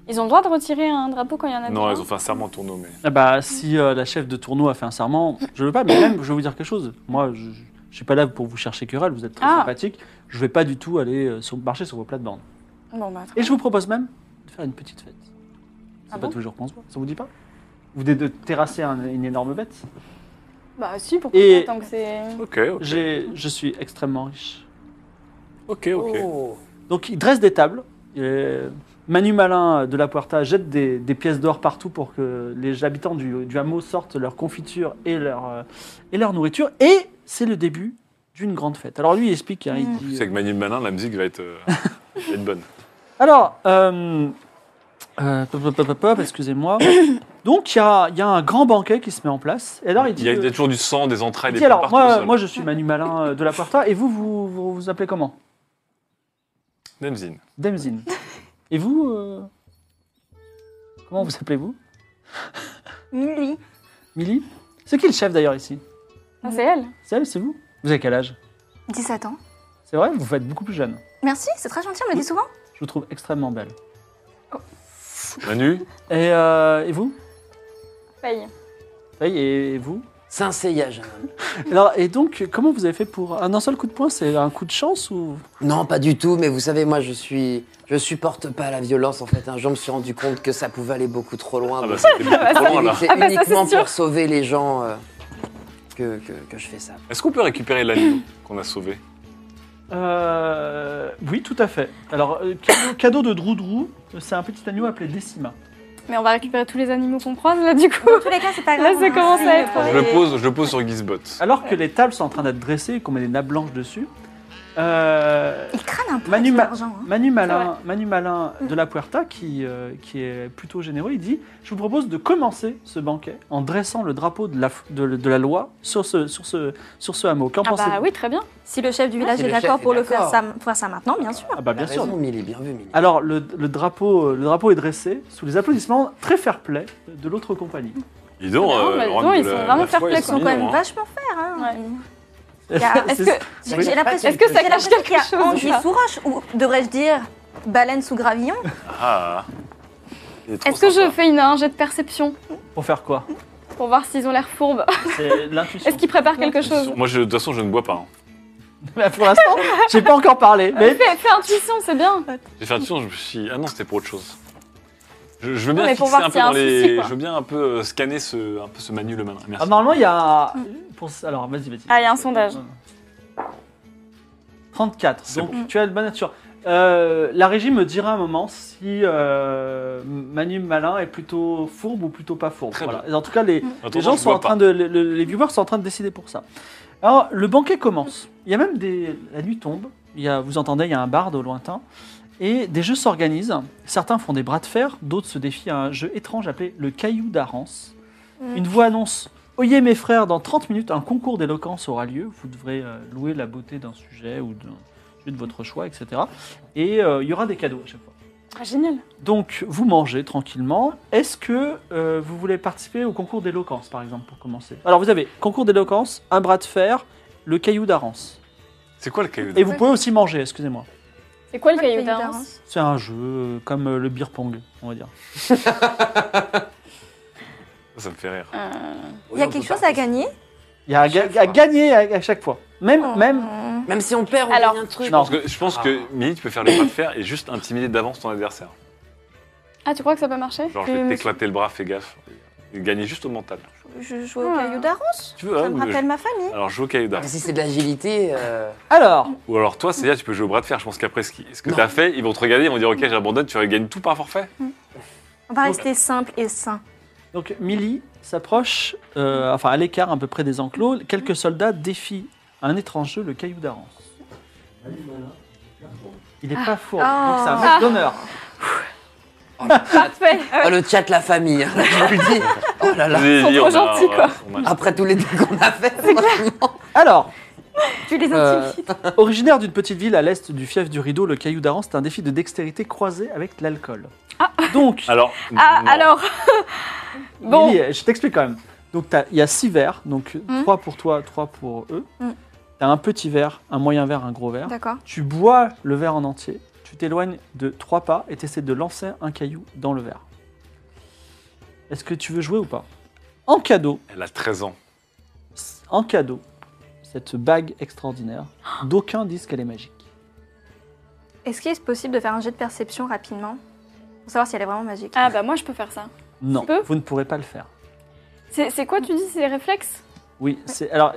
S2: Ils ont le droit de retirer un drapeau quand il y en a
S4: Non,
S2: deux,
S4: ils
S2: hein.
S4: ont fait un serment à Tourneau, mais
S1: Ah bah, si euh, la chef de tournoi a fait un serment, je veux pas, mais même, je vais vous dire quelque chose. Moi, je, je suis pas là pour vous chercher querelle, vous êtes très
S2: Ah.
S1: sympathique. Je vais pas du tout aller euh, sur, marcher sur vos plates-bandes.
S2: Bon, bah, très
S1: Et je vous propose même de faire une petite fête. C'est
S2: Ah
S1: pas
S2: bon
S1: toujours qu'on se voit, ça vous dit pas Vous venez de terrasser un- une énorme bête
S2: bien. Bah, si, pourquoi
S1: Et-
S2: pas, tant que c'est.
S4: ok, ok,
S1: J'ai- Je suis extrêmement riche.
S4: ok, ok.
S5: Oh.
S1: Donc il dresse des tables. et Manu Malin de la Puerta jette des, des pièces d'or partout pour que les habitants du, du hameau sortent leur confiture et leur, euh, et leur nourriture. Et c'est le début d'une grande fête. Alors lui, il explique. hein, il
S2: Mm.
S1: dit,
S4: Tu sais que Manu Malin, la musique va être, euh, va être bonne.
S1: Alors, euh, euh, pop, pop, pop, pop, pop, excusez-moi. Donc il y a, il y a un grand banquet qui se met en place. Et alors il
S4: Il
S1: dit.
S4: y a, il y a
S1: euh,
S4: toujours du sang, des entrailles,
S1: il
S4: des
S1: dit,
S4: poils
S1: alors,
S4: partout. au
S1: moi,
S4: sol.
S1: moi je suis Manu Malin euh, de la Puerta et vous vous, vous vous appelez comment
S4: Nemzin.
S1: Demzin. Et vous euh, Comment vous appelez-vous
S6: Milly.
S1: Milly C'est qui le chef d'ailleurs ici
S2: Ah, c'est elle.
S1: C'est elle, c'est vous Vous avez quel âge
S6: 17 ans.
S1: C'est vrai, vous faites beaucoup plus jeune.
S6: Merci, c'est très gentil, on me le dit souvent.
S1: Je vous trouve extrêmement belle.
S4: Manu,
S1: Et, euh, et vous
S2: Faye.
S1: Faye, et vous
S5: Saint-Seiya, jeune homme.
S1: Alors, Et donc, comment vous avez fait pour. Un, un seul coup de poing, c'est un coup de chance ou.
S5: Non, pas du tout, mais vous savez, moi, je suis. Je supporte pas la violence, en fait. Un jour, je me suis rendu compte que ça pouvait aller beaucoup trop loin.
S4: ah bah
S5: donc
S4: c'était beaucoup trop
S5: c'est
S4: loin là.
S5: c'est
S2: Ah bah ça,
S5: uniquement
S2: c'est sûr.
S5: pour sauver les gens euh, que, que, que je fais ça.
S4: Est-ce qu'on peut récupérer l'anneau qu'on a sauvé
S1: Euh, oui, tout à fait. Alors, euh, cadeau, cadeau de Droudrou, c'est un petit agneau appelé Décima.
S2: Mais on va récupérer tous les animaux qu'on croise là du coup.
S6: Dans tous les cas, c'est pas grave.
S2: Là,
S6: hein.
S2: ça
S6: on a
S2: commence à
S6: essayé de
S2: être-
S6: trouver
S4: Je le
S6: des-
S4: pose, je le pose sur Gizbot.
S1: Alors que les tables sont en train d'être dressées et qu'on met des nappes blanches dessus, euh,
S6: Il crâne un peu
S1: Manu
S6: avec
S1: Ma-
S6: l'argent, hein.
S1: Manu,
S2: C'est Mm.
S1: Malin, Manu Malin de la Puerta, qui, euh, qui est plutôt généreux, il dit « Je vous propose de commencer ce banquet en dressant le drapeau de la, f- de, de la loi sur ce, sur ce, sur ce hameau. Qu'en
S2: Ah
S1: pensez-vous
S2: bah oui, très bien.
S6: Si le chef du village
S5: si
S6: est
S5: le chef
S6: d'accord
S5: est
S6: pour le faire
S5: d'accord.
S6: ça, pour faire ça maintenant, bien sûr.
S1: Ah bah bien
S5: T'as
S1: sûr.
S5: raison, Milly, bien vu, Milly.
S1: Alors, le, le drapeau, le drapeau est dressé sous les applaudissements très fair-play de l'autre compagnie.
S4: Dis donc,
S2: Ah, bah, dis
S4: Laurent
S2: donc,
S4: de
S2: ils
S4: Euh, la-
S2: sont vraiment
S4: la foi,
S2: fair-play,
S4: ils
S6: Ils sont quand
S4: mignons,
S6: même
S4: hein.
S6: euh, vachement faire. Hein. Il y a-
S1: C'est-
S2: Est-ce que
S6: J'ai
S1: Oui.
S6: j'ai l'impression
S2: Est-ce que ça
S6: j'ai
S2: cache
S6: l'impression
S2: quelque
S6: qu'il y a
S2: chose,
S6: anguille
S2: ça
S6: sous roche ou devrais-je dire baleine sous gravillon
S4: Ah. Il trop
S2: est-ce que je
S4: sympa.
S2: fais une, un jet de perception
S1: Pour faire quoi
S2: pour voir s'ils ont l'air fourbes
S1: C'est l'intuition.
S2: Est-ce qu'ils préparent quelque chose
S4: Moi, je- de toute façon, je ne bois pas. hein.
S1: Bah, pour l'instant, j'ai pas encore parlé. Mais
S2: fais, fais intuition, c'est bien.
S4: J'ai fait attention, je me suis dit, ah non, c'était pour autre chose. Je, je veux bien
S2: mais pour voir
S4: fixer un peu
S2: s'il y a
S4: dans
S2: un
S4: les.
S2: souci, quoi.
S4: je veux bien un peu euh, scanner ce, un peu ce manu le malin. Merci.
S1: Ah, normalement, il y a. Pour... Alors, vas-y, vas-y.
S2: Ah, il y a un sondage.
S1: 34.
S4: C'est
S1: Donc, tu as de bonne nature. Euh, la régie me dira un moment si euh, Manu Malin est plutôt fourbe ou plutôt pas fourbe.
S4: Très
S1: Voilà. En tout cas, les,
S2: Mm.
S4: Attends,
S1: Les gens
S4: je
S1: sont
S4: bois
S1: en train
S4: pas.
S1: de, le- le- les viewers sont en train de décider pour ça. Alors, le banquet commence. Il y a même des, la nuit tombe. Il y a, vous entendez, il y a un barde au lointain. Et des jeux s'organisent. Certains font des bras de fer, d'autres se défient à un jeu étrange appelé le Caillou d'Arance.
S6: Mm.
S1: Une voix annonce Oyez mes frères, dans 30 minutes, un concours d'éloquence aura lieu. Vous devrez euh, louer la beauté d'un sujet ou d'un sujet de votre choix, etc. Et euh, il y aura des cadeaux à chaque fois.
S2: Ah, génial.
S1: Donc, vous mangez tranquillement. Est-ce que euh, vous voulez participer au concours d'éloquence, par exemple, pour commencer Alors, vous avez concours d'éloquence, un bras de fer, le caillou d'Arance.
S4: C'est quoi le caillou
S1: Et vous pouvez aussi manger, excusez-moi.
S2: C'est quoi le
S6: Pourquoi le
S2: caillou
S6: caillou
S2: d'Arance
S1: C'est un jeu euh, comme euh, le beer pong, on va dire.
S4: Ça me fait rire.
S6: Il y a quelque chose à gagner
S1: Il y a à, ga- à gagner à, à chaque fois. Même, même,
S6: Mmh.
S5: Même si on perd, on
S2: Alors,
S5: gagne un truc.
S1: non.
S4: Parce que je pense que Milly, tu peux faire le pas de fer et juste intimider d'avance ton adversaire.
S2: Ah, tu crois que ça peut marcher
S4: Genre, je vais t'éclater le bras, fais gaffe. Et gagner juste au mental.
S6: Je joue au
S2: Ah.
S6: caillou d'Arance.
S4: Tu veux,
S6: Ça
S4: hein,
S6: me
S4: ou-
S6: rappelle ma famille.
S4: Alors, joue au caillou
S5: Mais
S4: d'armes.
S5: si c'est de l'agilité, euh,
S1: Alors,
S4: Ou alors, toi, Célia, tu peux jouer au bras de fer. Je pense qu'après ce qui- ce que
S5: Non.
S4: t'as fait, ils vont te regarder, ils vont dire, ok, j'abandonne, tu gagnes tout par forfait.
S6: On va rester simple et sain.
S1: donc Millie s'approche, euh, enfin à l'écart, à peu près des enclos. Quelques soldats défient un étrange jeu, le caillou d'Arance. Il n'est pas faux, donc c'est un match d'honneur.
S2: Parfait.
S5: ah, le chat, la famille. hein, je vous le dis. Oh là là.
S4: Ils
S2: sont trop
S4: on a-
S2: gentils, quoi.
S4: on a-
S5: Après tous les dés qu'on a fait, franchement.
S1: Alors,
S6: Tu les
S5: Euh,
S6: intimides.
S1: Originaire d'une petite ville à l'est du fief du Rideau, le caillou d'Arance est un défi de dextérité croisé avec l'alcool. Donc,
S4: Alors,
S2: Ah,
S4: non.
S2: alors. bon.
S1: Lily, je t'explique quand même. Donc, t'as- il y a six verres, donc
S6: Hmm.
S1: trois pour toi, trois pour eux.
S6: Hmm.
S1: T'as un petit verre, un moyen verre, un gros verre.
S6: D'accord.
S1: Tu bois le verre en entier, tu t'éloignes de trois pas et t'essaies de lancer un caillou dans le verre. Est-ce que tu veux jouer ou pas En cadeau,
S4: Elle a 13 ans.
S1: en cadeau, cette bague extraordinaire, d'aucuns disent qu'elle est magique.
S6: Est-ce qu'il est possible de faire un jet de perception rapidement Pour savoir si elle est vraiment magique.
S2: Ah, bah moi, je peux faire ça.
S1: Non,
S2: peux
S1: vous ne pourrez pas le faire.
S2: C'est c'est quoi, tu dis, ces réflexes
S1: Oui, c'est alors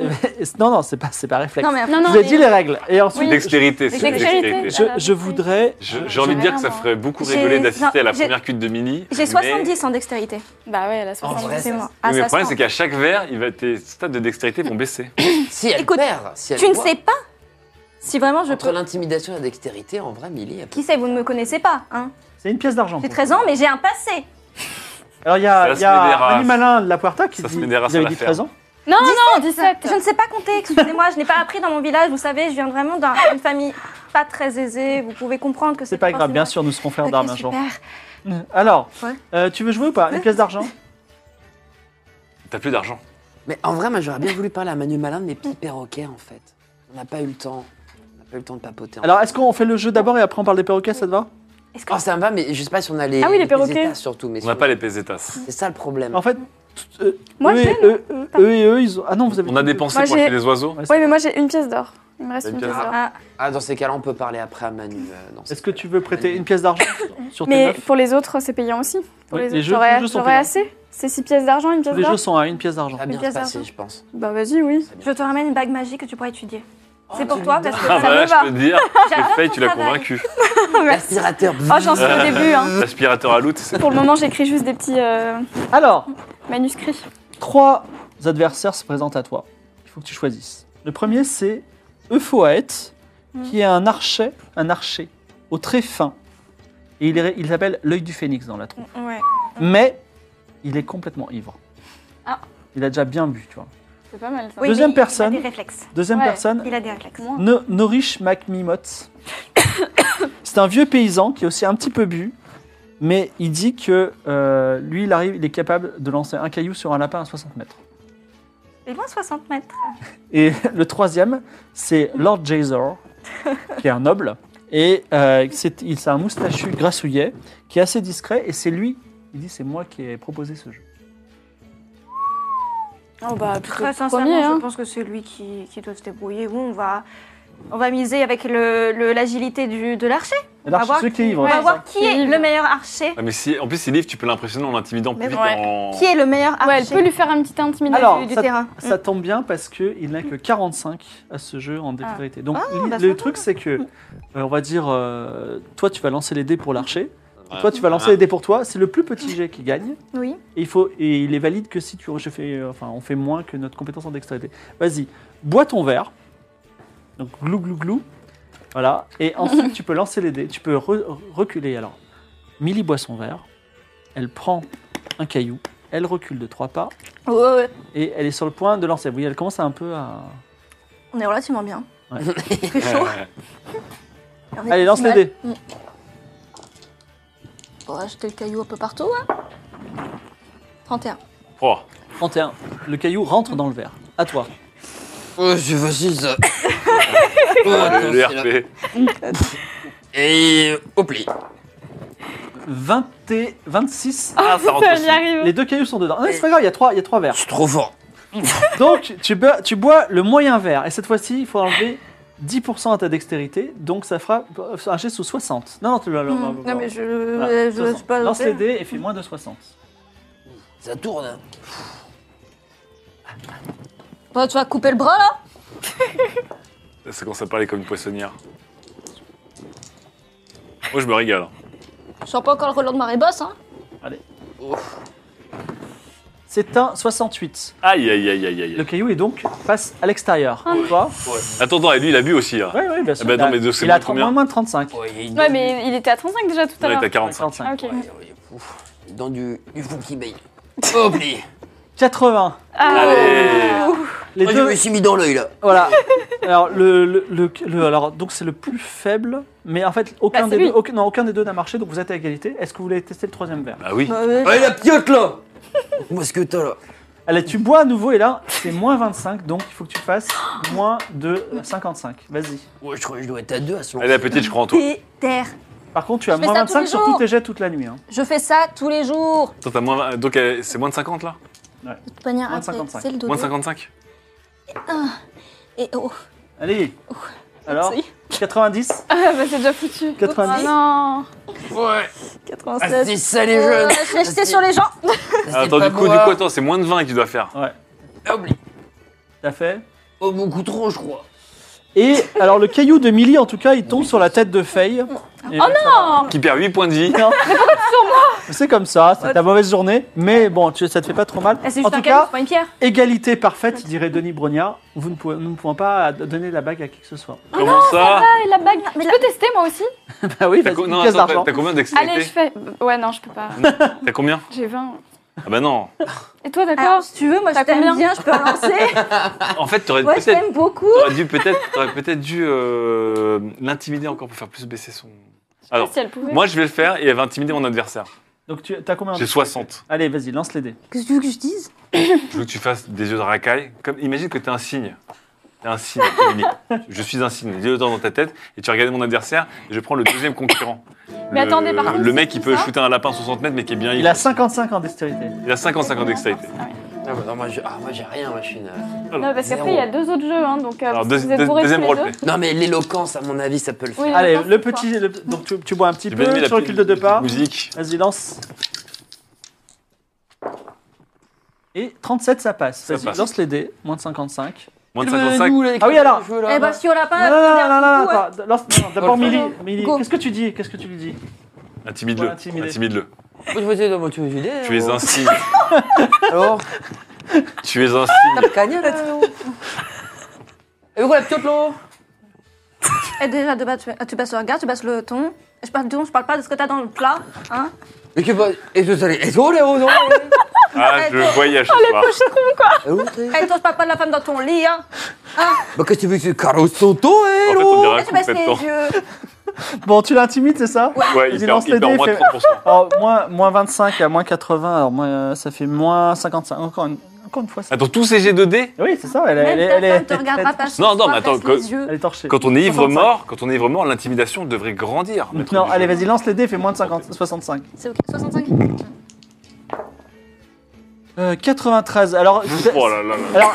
S1: non non, c'est pas c'est pas réflexe.
S6: Non, mais
S2: Non, non.
S1: je vous ai
S2: mais-
S1: dit les règles et ensuite
S4: Dextérité, c'est
S2: Dextérité.
S4: dextérité.
S1: je, je voudrais
S4: Je- J'ai envie de dire que ça ferait beaucoup
S6: J'ai-
S4: rigoler d'assister
S6: non,
S4: à la
S6: j'ai-
S4: première cuite de Mini.
S6: j'ai
S4: mais-
S6: 70 en dextérité.
S2: Bah ouais, elle a
S5: En
S2: 70.
S5: vrai,
S6: C'est
S5: ça-
S6: moi.
S4: Oui,
S6: Ah,
S4: mais le
S6: ça se
S4: problème,
S6: sent.
S4: c'est qu'à chaque verre, il va tes stades de dextérité vont baisser.
S5: Si elle
S6: Écoute,
S5: perd, si elle
S6: Tu ne
S5: boit,
S6: sais pas si vraiment je
S5: Entre
S6: peux.
S5: l'intimidation et la dextérité, en vrai, Milly, elle peut-
S6: Qui sait, vous ne me connaissez pas, hein
S1: c'est une pièce d'argent.
S6: J'ai
S1: pour
S6: 13
S1: vous.
S6: ans, mais j'ai un passé.
S1: Alors, il y a,
S4: Ça
S1: il
S4: se
S1: y a
S4: met des races.
S1: un malin de la Puerta qui
S4: Ça se
S1: dit
S4: met des races
S1: Vous avez
S4: à
S1: dit
S4: la
S1: 13 ans
S2: Non, non, 17.
S6: Je ne sais pas compter, excusez-moi, je n'ai pas appris dans mon village, vous savez, je viens vraiment d'une famille pas très aisée, vous pouvez comprendre que c'est
S1: C'est pas grave,
S6: forcément-
S1: bien sûr, nous serons frères
S6: Ok,
S1: d'armes un jour.
S6: super.
S1: Alors,
S6: Ouais.
S1: euh, tu veux jouer ou pas Une pièce d'argent
S4: T'as plus d'argent.
S5: Mais en vrai, moi, j'aurais bien voulu parler à Manu Malin de mes petits perroquets, en fait. On n'a pas eu le temps. On n'a pas eu le temps de papoter. en
S1: Alors, est-ce qu'on fait le jeu d'abord et après on parle des perroquets, ça te va
S6: Est-ce que-
S5: Oh, ça me va, mais je sais pas si on a les.
S2: Ah oui, les
S5: les
S2: perroquets.
S5: états, surtout, mais
S4: On n'a
S5: sur-
S4: pas les pesetas.
S5: C'est ça le problème.
S1: En fait, tout- euh,
S2: Moi,
S1: eux,
S2: j'ai,
S1: et- eux, eux- eux et eux, ils ont. Ah non, vous avez.
S4: On a dépensé
S2: Moi,
S4: pour
S2: j'ai-
S4: acheter des oiseaux.
S2: Oui, mais moi j'ai une pièce d'or. Il me reste
S4: Une
S2: une
S4: pièce
S2: pièce
S4: d'or.
S2: d'or.
S6: Ah,
S5: Ah, dans ces cas-là, on peut parler après à Manu. euh, dans ces
S1: Est-ce que
S5: cas-là.
S1: tu veux prêter une pièce d'argent sur tes
S2: Mais
S1: neuf
S2: pour les autres, c'est payant aussi. Pour
S1: Oui, les
S2: les autres,
S1: jeux- les
S2: j'aurais,
S1: jeux sont
S2: j'aurais
S1: payants.
S2: assez. C'est 6 pièces d'argent, une pièce
S1: Tous les
S2: d'or
S1: jeux sont à une pièce d'argent.
S5: Ça va bien
S6: Une
S5: se passer,
S6: pièce
S5: je pense.
S2: Bah vas-y, oui.
S6: je te ramène une bague magique que tu pourras étudier. C'est
S5: Oh,
S6: pour
S5: tu
S6: toi
S5: me
S6: parce que
S4: Ah
S6: ça
S4: bah
S6: me
S4: là,
S6: va.
S4: je peux te dire
S6: J'adore
S4: que Faye,
S6: ton
S4: tu l'as
S6: travail.
S4: convaincu.
S5: L'aspirateur.
S2: Ah Oh, j'en suis au début. Hein.
S4: L'aspirateur à loot, c'est
S2: Pour le moment, j'écris juste des petits euh,
S1: Alors,
S2: manuscrits.
S1: trois adversaires se présentent à toi. Il faut que tu choisisses. Le premier, c'est Euphoaet,
S2: Hmm.
S1: qui est un archet, un archer au très fin. Et il, est- il s'appelle l'œil du phénix dans la
S2: Hmm.
S1: troupe.
S6: Ouais.
S1: Mais il est complètement ivre.
S2: Ah.
S1: Il a déjà bien bu, tu vois.
S2: C'est pas mal ça.
S6: Oui,
S1: Deuxième
S6: mais
S1: personne.
S6: Il a des réflexes.
S1: Deuxième
S2: Ouais.
S1: personne,
S6: Il a des réflexes.
S1: No- Norish MacMimot. C'est un vieux paysan qui est aussi un petit peu bu, mais il dit que euh, lui, il arrive, il est capable de lancer un caillou sur un lapin à 60 mètres.
S6: Il est loin de 60 mètres.
S1: Et le troisième, c'est Lord Jazor, qui est un noble, et euh, c'est il c'est un moustachu grassouillet qui est assez discret, et c'est lui, il dit c'est moi qui ai proposé ce jeu.
S2: Oh bah,
S6: Très
S2: plutôt
S6: sincèrement,
S2: premier,
S6: je
S2: hein.
S6: pense que c'est lui qui, qui doit se débrouiller. Oui, on va, on va miser avec le- le- l'agilité du- de l'archer.
S1: Et
S6: On va
S1: l'archer,
S6: voir
S1: ceux qui hein. est ivre,
S6: on va
S1: c'est
S6: voir
S1: ça.
S6: qui est le meilleur archer.
S4: Ah, mais si, en plus, il livre, tu peux l'impressionner en l'intimidant plus
S6: Mais
S4: vite.
S6: ouais.
S4: en-
S6: Qui est le meilleur archer
S2: Ouais, elle peut lui faire un petit intimidation.
S1: Alors,
S6: du, du
S1: ça-
S6: terrain.
S1: Ça tombe bien parce qu'il n'a que 45 à ce jeu en dextérité. Donc
S6: bah, ça
S1: le
S6: va.
S1: truc c'est que, euh, on va dire, euh, toi tu vas lancer les dés pour l'archer,
S4: Ouais.
S1: toi tu vas lancer les dés pour toi, c'est le plus petit jet qui gagne,
S6: Mm. Oui.
S1: et il, faut, et il est valide que si tu je fais, euh, enfin, on fait moins que notre compétence en dextérité. Vas-y, bois ton verre, donc glou glou glou, voilà, et ensuite tu peux lancer les dés, tu peux re- reculer alors. Millie boit son verre, elle prend un caillou, elle recule de trois pas,
S6: Ouais, ouais, ouais.
S1: et elle est sur le point de lancer. Oui, elle commence un peu à...
S6: On est relativement bien.
S1: Ouais.
S6: Il fait chaud.
S4: Ouais.
S6: On est
S1: Allez, lance les
S6: mal.
S1: dés.
S6: On va acheter le caillou un peu partout. hein. 31.
S4: Oh.
S1: 31. Le caillou rentre dans le verre. À toi.
S5: Oh, c'est facile ça. Oh,
S4: Le-
S5: attends,
S4: le
S5: c'est là.
S4: RP.
S5: Et euh, au pli.
S1: 20 et 26.
S4: Ah, ça rentre
S2: Ça, j'y
S1: Les
S4: aussi.
S2: arrive. Mm.
S1: deux cailloux sont dedans. Ah, c'est pas grave, il y a trois, il y a trois verres.
S5: C'est trop fort.
S1: Donc, tu bois, tu bois le moyen verre. Et cette fois-ci, il faut enlever 10% à ta dextérité. Donc, ça fera un jet sous 60. Non, non, tu l'as.
S6: Hmm. Non, mais je.
S1: Voilà,
S6: je
S1: 60.
S6: sais pas.
S1: Lance les dés et fais moins de 60.
S5: Ça tourne. hein.
S6: Bah, tu vas couper le bras là
S4: Ça commence à parler comme une poissonnière. Moi, je me régale.
S6: Je sens pas encore le relent de marée basse. Hein.
S1: C'est un 68.
S4: Aïe, aïe, aïe, aïe, aïe.
S1: Le caillou est donc passe à l'extérieur.
S6: Ah.
S1: Toi
S4: Attends, attends, et lui, il a bu aussi. Hein.
S1: Oui, oui, bien sûr.
S4: Ah bah non, mais donc, c'est
S1: il a
S4: bon,
S1: 30
S4: combien
S1: moins de 35.
S5: Oh, il y a une
S2: Ouais, mais il était à 35 déjà tout à
S4: Non, il
S2: l'heure.
S4: est à 45.
S1: 45.
S2: Ah, ok.
S5: Oh, Ouf, dans du, du fou qui baigne. Au pli.
S1: 80.
S4: Allez
S1: Les
S5: Moi, Oh, je
S1: deux,
S5: me suis mis dans l'œil là.
S1: Voilà. Alors, le, le- le- le- alors, donc c'est le plus faible, mais en fait, aucun,
S2: Bah,
S1: des,
S2: c'est
S1: deux,
S2: lui.
S1: aucun, non, aucun des deux n'a marché, donc vous êtes à égalité. Est-ce que vous voulez tester le troisième verre
S4: Bah oui.
S5: Allez, la piote là. Moi, ce que t'as là.
S1: Allez, tu bois à nouveau, et là, c'est moins 25, donc il faut que tu fasses moins de 55. Vas-y.
S5: Ouais, je crois que je dois être à deux à ce moment.
S4: Allez, la petite, je crois en toi.
S6: Péter.
S1: Par contre, tu as
S6: Je fais
S1: moins
S6: ça tous les
S1: 25 sur
S6: jours.
S1: tous tes jets toute la nuit. Hein.
S6: Je fais ça tous les jours.
S4: Attends, t'as moins vingt- Donc, euh, c'est moins de 50 là
S6: De toute manière,
S1: Moins de
S6: après,
S1: 55.
S6: c'est le dodo.
S4: Moins de 55
S6: Et oh,
S1: Allez. Alors,
S6: merci.
S1: 90,
S2: Ah, bah c'est déjà foutu.
S1: 90.
S2: Ah non.
S5: Ouais. Ah,
S6: 96.
S5: c'est ça les
S6: Euh,
S5: jeunes.
S6: je l'ai jeté
S5: C'est-
S6: sur les gens.
S5: c'est
S4: Ah, Attends,
S5: pas
S4: du coup, du
S5: moi.
S4: coup, attends, c'est moins de 20 qu'il doit faire.
S5: Au pli.
S1: t'as fait.
S5: Oh, beaucoup trop, je crois.
S1: Et alors, le caillou de Millie, en tout cas, il tombe sur la tête de Faye. Oh
S2: Oh,
S4: Qui perd 8 points de vie.
S1: Non. C'est comme ça, c'est ta mauvaise journée, mais bon, tu- ça te fait pas trop mal.
S6: Eh, C'est
S1: en
S6: juste
S1: tout
S6: un caillou,
S1: cas,
S6: c'est pas une pierre.
S1: égalité parfaite, dirait Denis Brognard. Vous ne pouvez, nous ne pouvons pas donner la bague à qui que ce soit.
S4: Comment ça
S2: Ah, et la bague.
S6: mais
S2: je peux tester moi aussi
S1: Bah oui,
S4: T'as
S1: vas-y,
S4: co-
S1: une
S4: non,
S1: pièce
S4: attends, t'as-
S1: d'argent.
S4: t'as combien
S2: Allez, je
S4: d'excellité
S2: fais. Ouais, non, je peux pas.
S4: T'as combien
S2: J'ai 20.
S4: Ah bah non.
S2: Et toi, d'accord
S6: Alors, si tu veux, moi je
S2: T'as combien
S6: t'aime bien, je peux lancer.
S4: En fait, t'aurais
S6: Moi je
S4: peut-être
S6: t'aime beaucoup.
S4: t'aurais dû peut-être t'aurais peut-être dû euh, l'intimider encore pour faire plus baisser son. Alors,
S2: Si elle pouvait.
S4: moi je vais le faire et elle va intimider mon adversaire.
S1: Donc tu as combien en
S4: J'ai 60.
S1: Allez, vas-y, lance les dés.
S6: Qu'est-ce que tu veux que je dise
S4: Je veux que tu fasses des yeux de racaille. Comme, imagine que t'es un signe. T'es un signe. Émilie. je suis un signe. Dis-le dans ta tête et tu vas regarder mon adversaire et je prends le deuxième concurrent.
S2: Mais
S4: Le-
S2: attendez, par contre,
S4: Le
S2: c'est
S4: mec
S2: qui
S4: qui peut
S2: ça
S4: shooter un lapin 60 mètres mais qui est bien.
S1: Il a 55 en dextérité.
S4: Il a 50-50 d'extérité.
S2: Ah ouais.
S5: Ah, bah, non, moi, je- ah, moi, j'ai rien, moi, je suis une-
S2: Non, parce qu'après, il y a deux autres jeux, hein, donc euh,
S4: Alors,
S2: vous
S4: deux-
S2: êtes
S4: deux-
S2: bourrés tous
S4: deuxième
S2: les
S4: roleplay.
S2: deux.
S5: Non, mais l'éloquence, à mon avis, ça peut le faire.
S2: Oui,
S1: Allez,
S2: attends,
S1: le
S2: c'est
S1: petit. le- donc tu, tu bois un petit
S4: J'ai
S1: peu,
S4: bien aimé la
S1: tu recules de
S4: petite-
S1: deux pas.
S4: Musique.
S1: Vas-y, lance. Et 37, ça passe.
S4: Ça
S1: Vas-y,
S4: passe.
S1: lance les dés. Moins de 55.
S4: Moins de 55.
S1: Ah oui, alors.
S6: Eh
S5: ben,
S6: bah, si on l'a pas.
S1: Non, non, non, non, non,
S6: coup,
S1: attends, lance- non, non, D'abord,
S5: Go.
S1: Milly.
S2: Go.
S1: Milly,
S6: Go.
S1: Qu'est-ce que tu dis Qu'est-ce que tu lui dis
S4: Intimide-le.
S1: Ouais, intimider.
S4: Intimide-le.
S5: Moi, je veux dire, moi, tu veux dire,
S4: Tu es
S5: euh,
S4: un signe.
S5: Alors,
S4: Tu es un signe.
S5: t'as gagné, là, tu- Et vous, la petite, là
S6: Et eh, déjà, de base, tu, tu basses le regard, tu basses le ton. Je parle du ton, je parle pas de ce que t'as dans le plat. Hein
S5: Et que bah, et je salais. Et oh, les oh, non,
S4: Ah, je voyage
S2: Oh,
S4: ce soir.
S5: eh, oh, t'es-
S6: Et toi, je parle pas de la femme dans ton lit. Hein
S5: Bah, qu'est-ce que tu veux que c'est Carlos Santo, eh,
S4: En fait,
S5: l'eau
S4: on
S6: Et
S4: dirait
S6: tu basses les
S4: complètement.
S6: yeux.
S1: Bon, tu l'intimides, c'est ça
S4: Ouais,
S1: Vas-y,
S4: il
S1: lance
S4: perd,
S1: les
S4: il perd
S1: dés,
S4: moins de
S1: fais-
S4: 30%.
S1: Alors, moins, moins 25 à moins 80, alors moins, euh, ça fait moins 55. Encore une, encore une fois, ça.
S4: Attends, Ah, tous ces jets de dés
S1: Oui, c'est ça, elle,
S6: Même
S1: elle,
S6: Eh, ta
S1: elle,
S6: femme
S1: elle,
S6: te regardera pas.
S4: Non, non, mais
S6: baisse
S4: attends,
S6: les yeux.
S1: elle est torchée.
S4: Quand on est ivre
S1: 65.
S4: mort, quand on est ivre mort, l'intimidation devrait grandir. maître
S1: Non,
S4: du
S1: allez,
S4: jeu.
S1: vas-y, lance les dés, fais moins de 50, 65.
S6: C'est ok, 65.
S1: Euh, 93, alors.
S4: Oh là là là.
S1: Alors,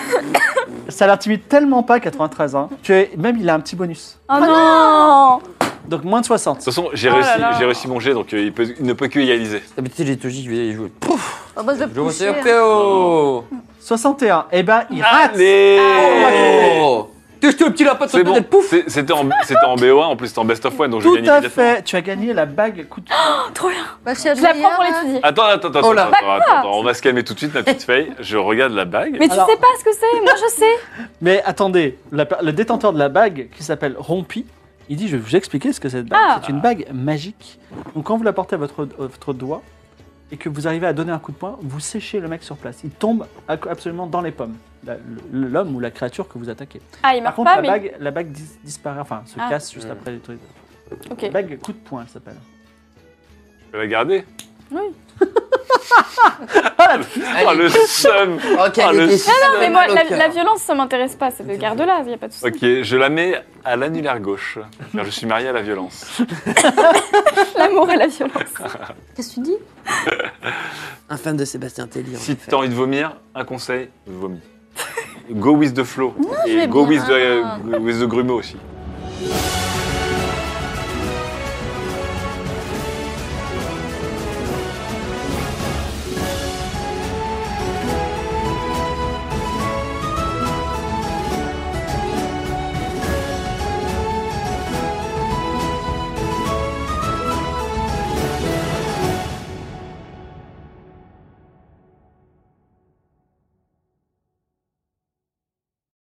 S1: ça l'intimide tellement pas, 93. Hein. Tu es- même, il a un petit bonus.
S6: Ah.
S2: Oh non
S1: Donc, moins de
S4: De
S1: 60.
S4: toute façon, j'ai
S2: Oh là
S4: réussi,
S2: là.
S4: j'ai réussi mon jet, donc euh, il, peut- il ne peut que égaliser.
S5: D'habitude, j'ai toujours dit que je vais aller jouer.
S6: Oh, bah, je vais
S5: Je vois
S6: pousser.
S5: sur Théo
S1: 61. Eh ben, il rate.
S4: Allez
S5: Oh T'es jeté le petit lapin de
S4: Eh. C'est
S5: son
S4: bon,
S5: tête, pouf
S4: C'est- c'était en, c'était en BO1, en plus c'était en Best of One, donc je
S1: Tout
S4: gagne
S1: à
S4: immédiatement.
S1: fait. Tu as gagné la bague coup de
S6: Bah, si elle
S2: Je la
S6: meilleure,
S2: prends pour
S6: hein.
S2: l'étudier.
S4: Attends, attends, attends,
S5: Oh là.
S4: attends, attends, attends, attends, on va se calmer tout de suite, ma petite feuille. Je regarde la bague.
S2: Mais tu
S1: Alors-
S2: sais pas ce que c'est Moi, je sais.
S1: Mais attendez, la per- le détenteur de la bague qui s'appelle Rompi, il dit Je vais vous expliquer ce que c'est cette bague.
S2: Ah.
S1: C'est une bague magique. Donc quand vous la portez à votre, à votre doigt et que vous arrivez à donner un coup de poing, vous séchez le mec sur place. Il tombe a- absolument dans les pommes, la- l'homme ou la créature que vous attaquez.
S2: Ah, il
S1: Par
S2: meurt
S1: contre,
S2: pas,
S1: la,
S2: mais.
S1: bague, la bague dis- disparaît, enfin se
S2: Ah.
S1: casse juste
S4: Hmm.
S1: après les trucs.
S2: Ok.
S1: La bague coup de poing, elle s'appelle.
S4: Je vais la garder. Oh
S5: Allez,
S4: le seum
S5: Ok,
S4: Ah, le-
S5: allez,
S2: Non, mais moi, la, la violence, ça m'intéresse pas. Cette garde-là, il y a pas de souci.
S4: Ok, je la mets à l'annulaire gauche, car je suis marié à la violence.
S2: L'amour et la violence.
S6: Qu'est-ce que tu dis
S5: Un fan de Sébastien Tellier. en
S4: Si
S5: effet.
S4: t'as envie de vomir, un conseil, vomis. Go with the flow.
S6: je vais
S4: Et go
S6: bien.
S4: with the, go with the grumeau aussi.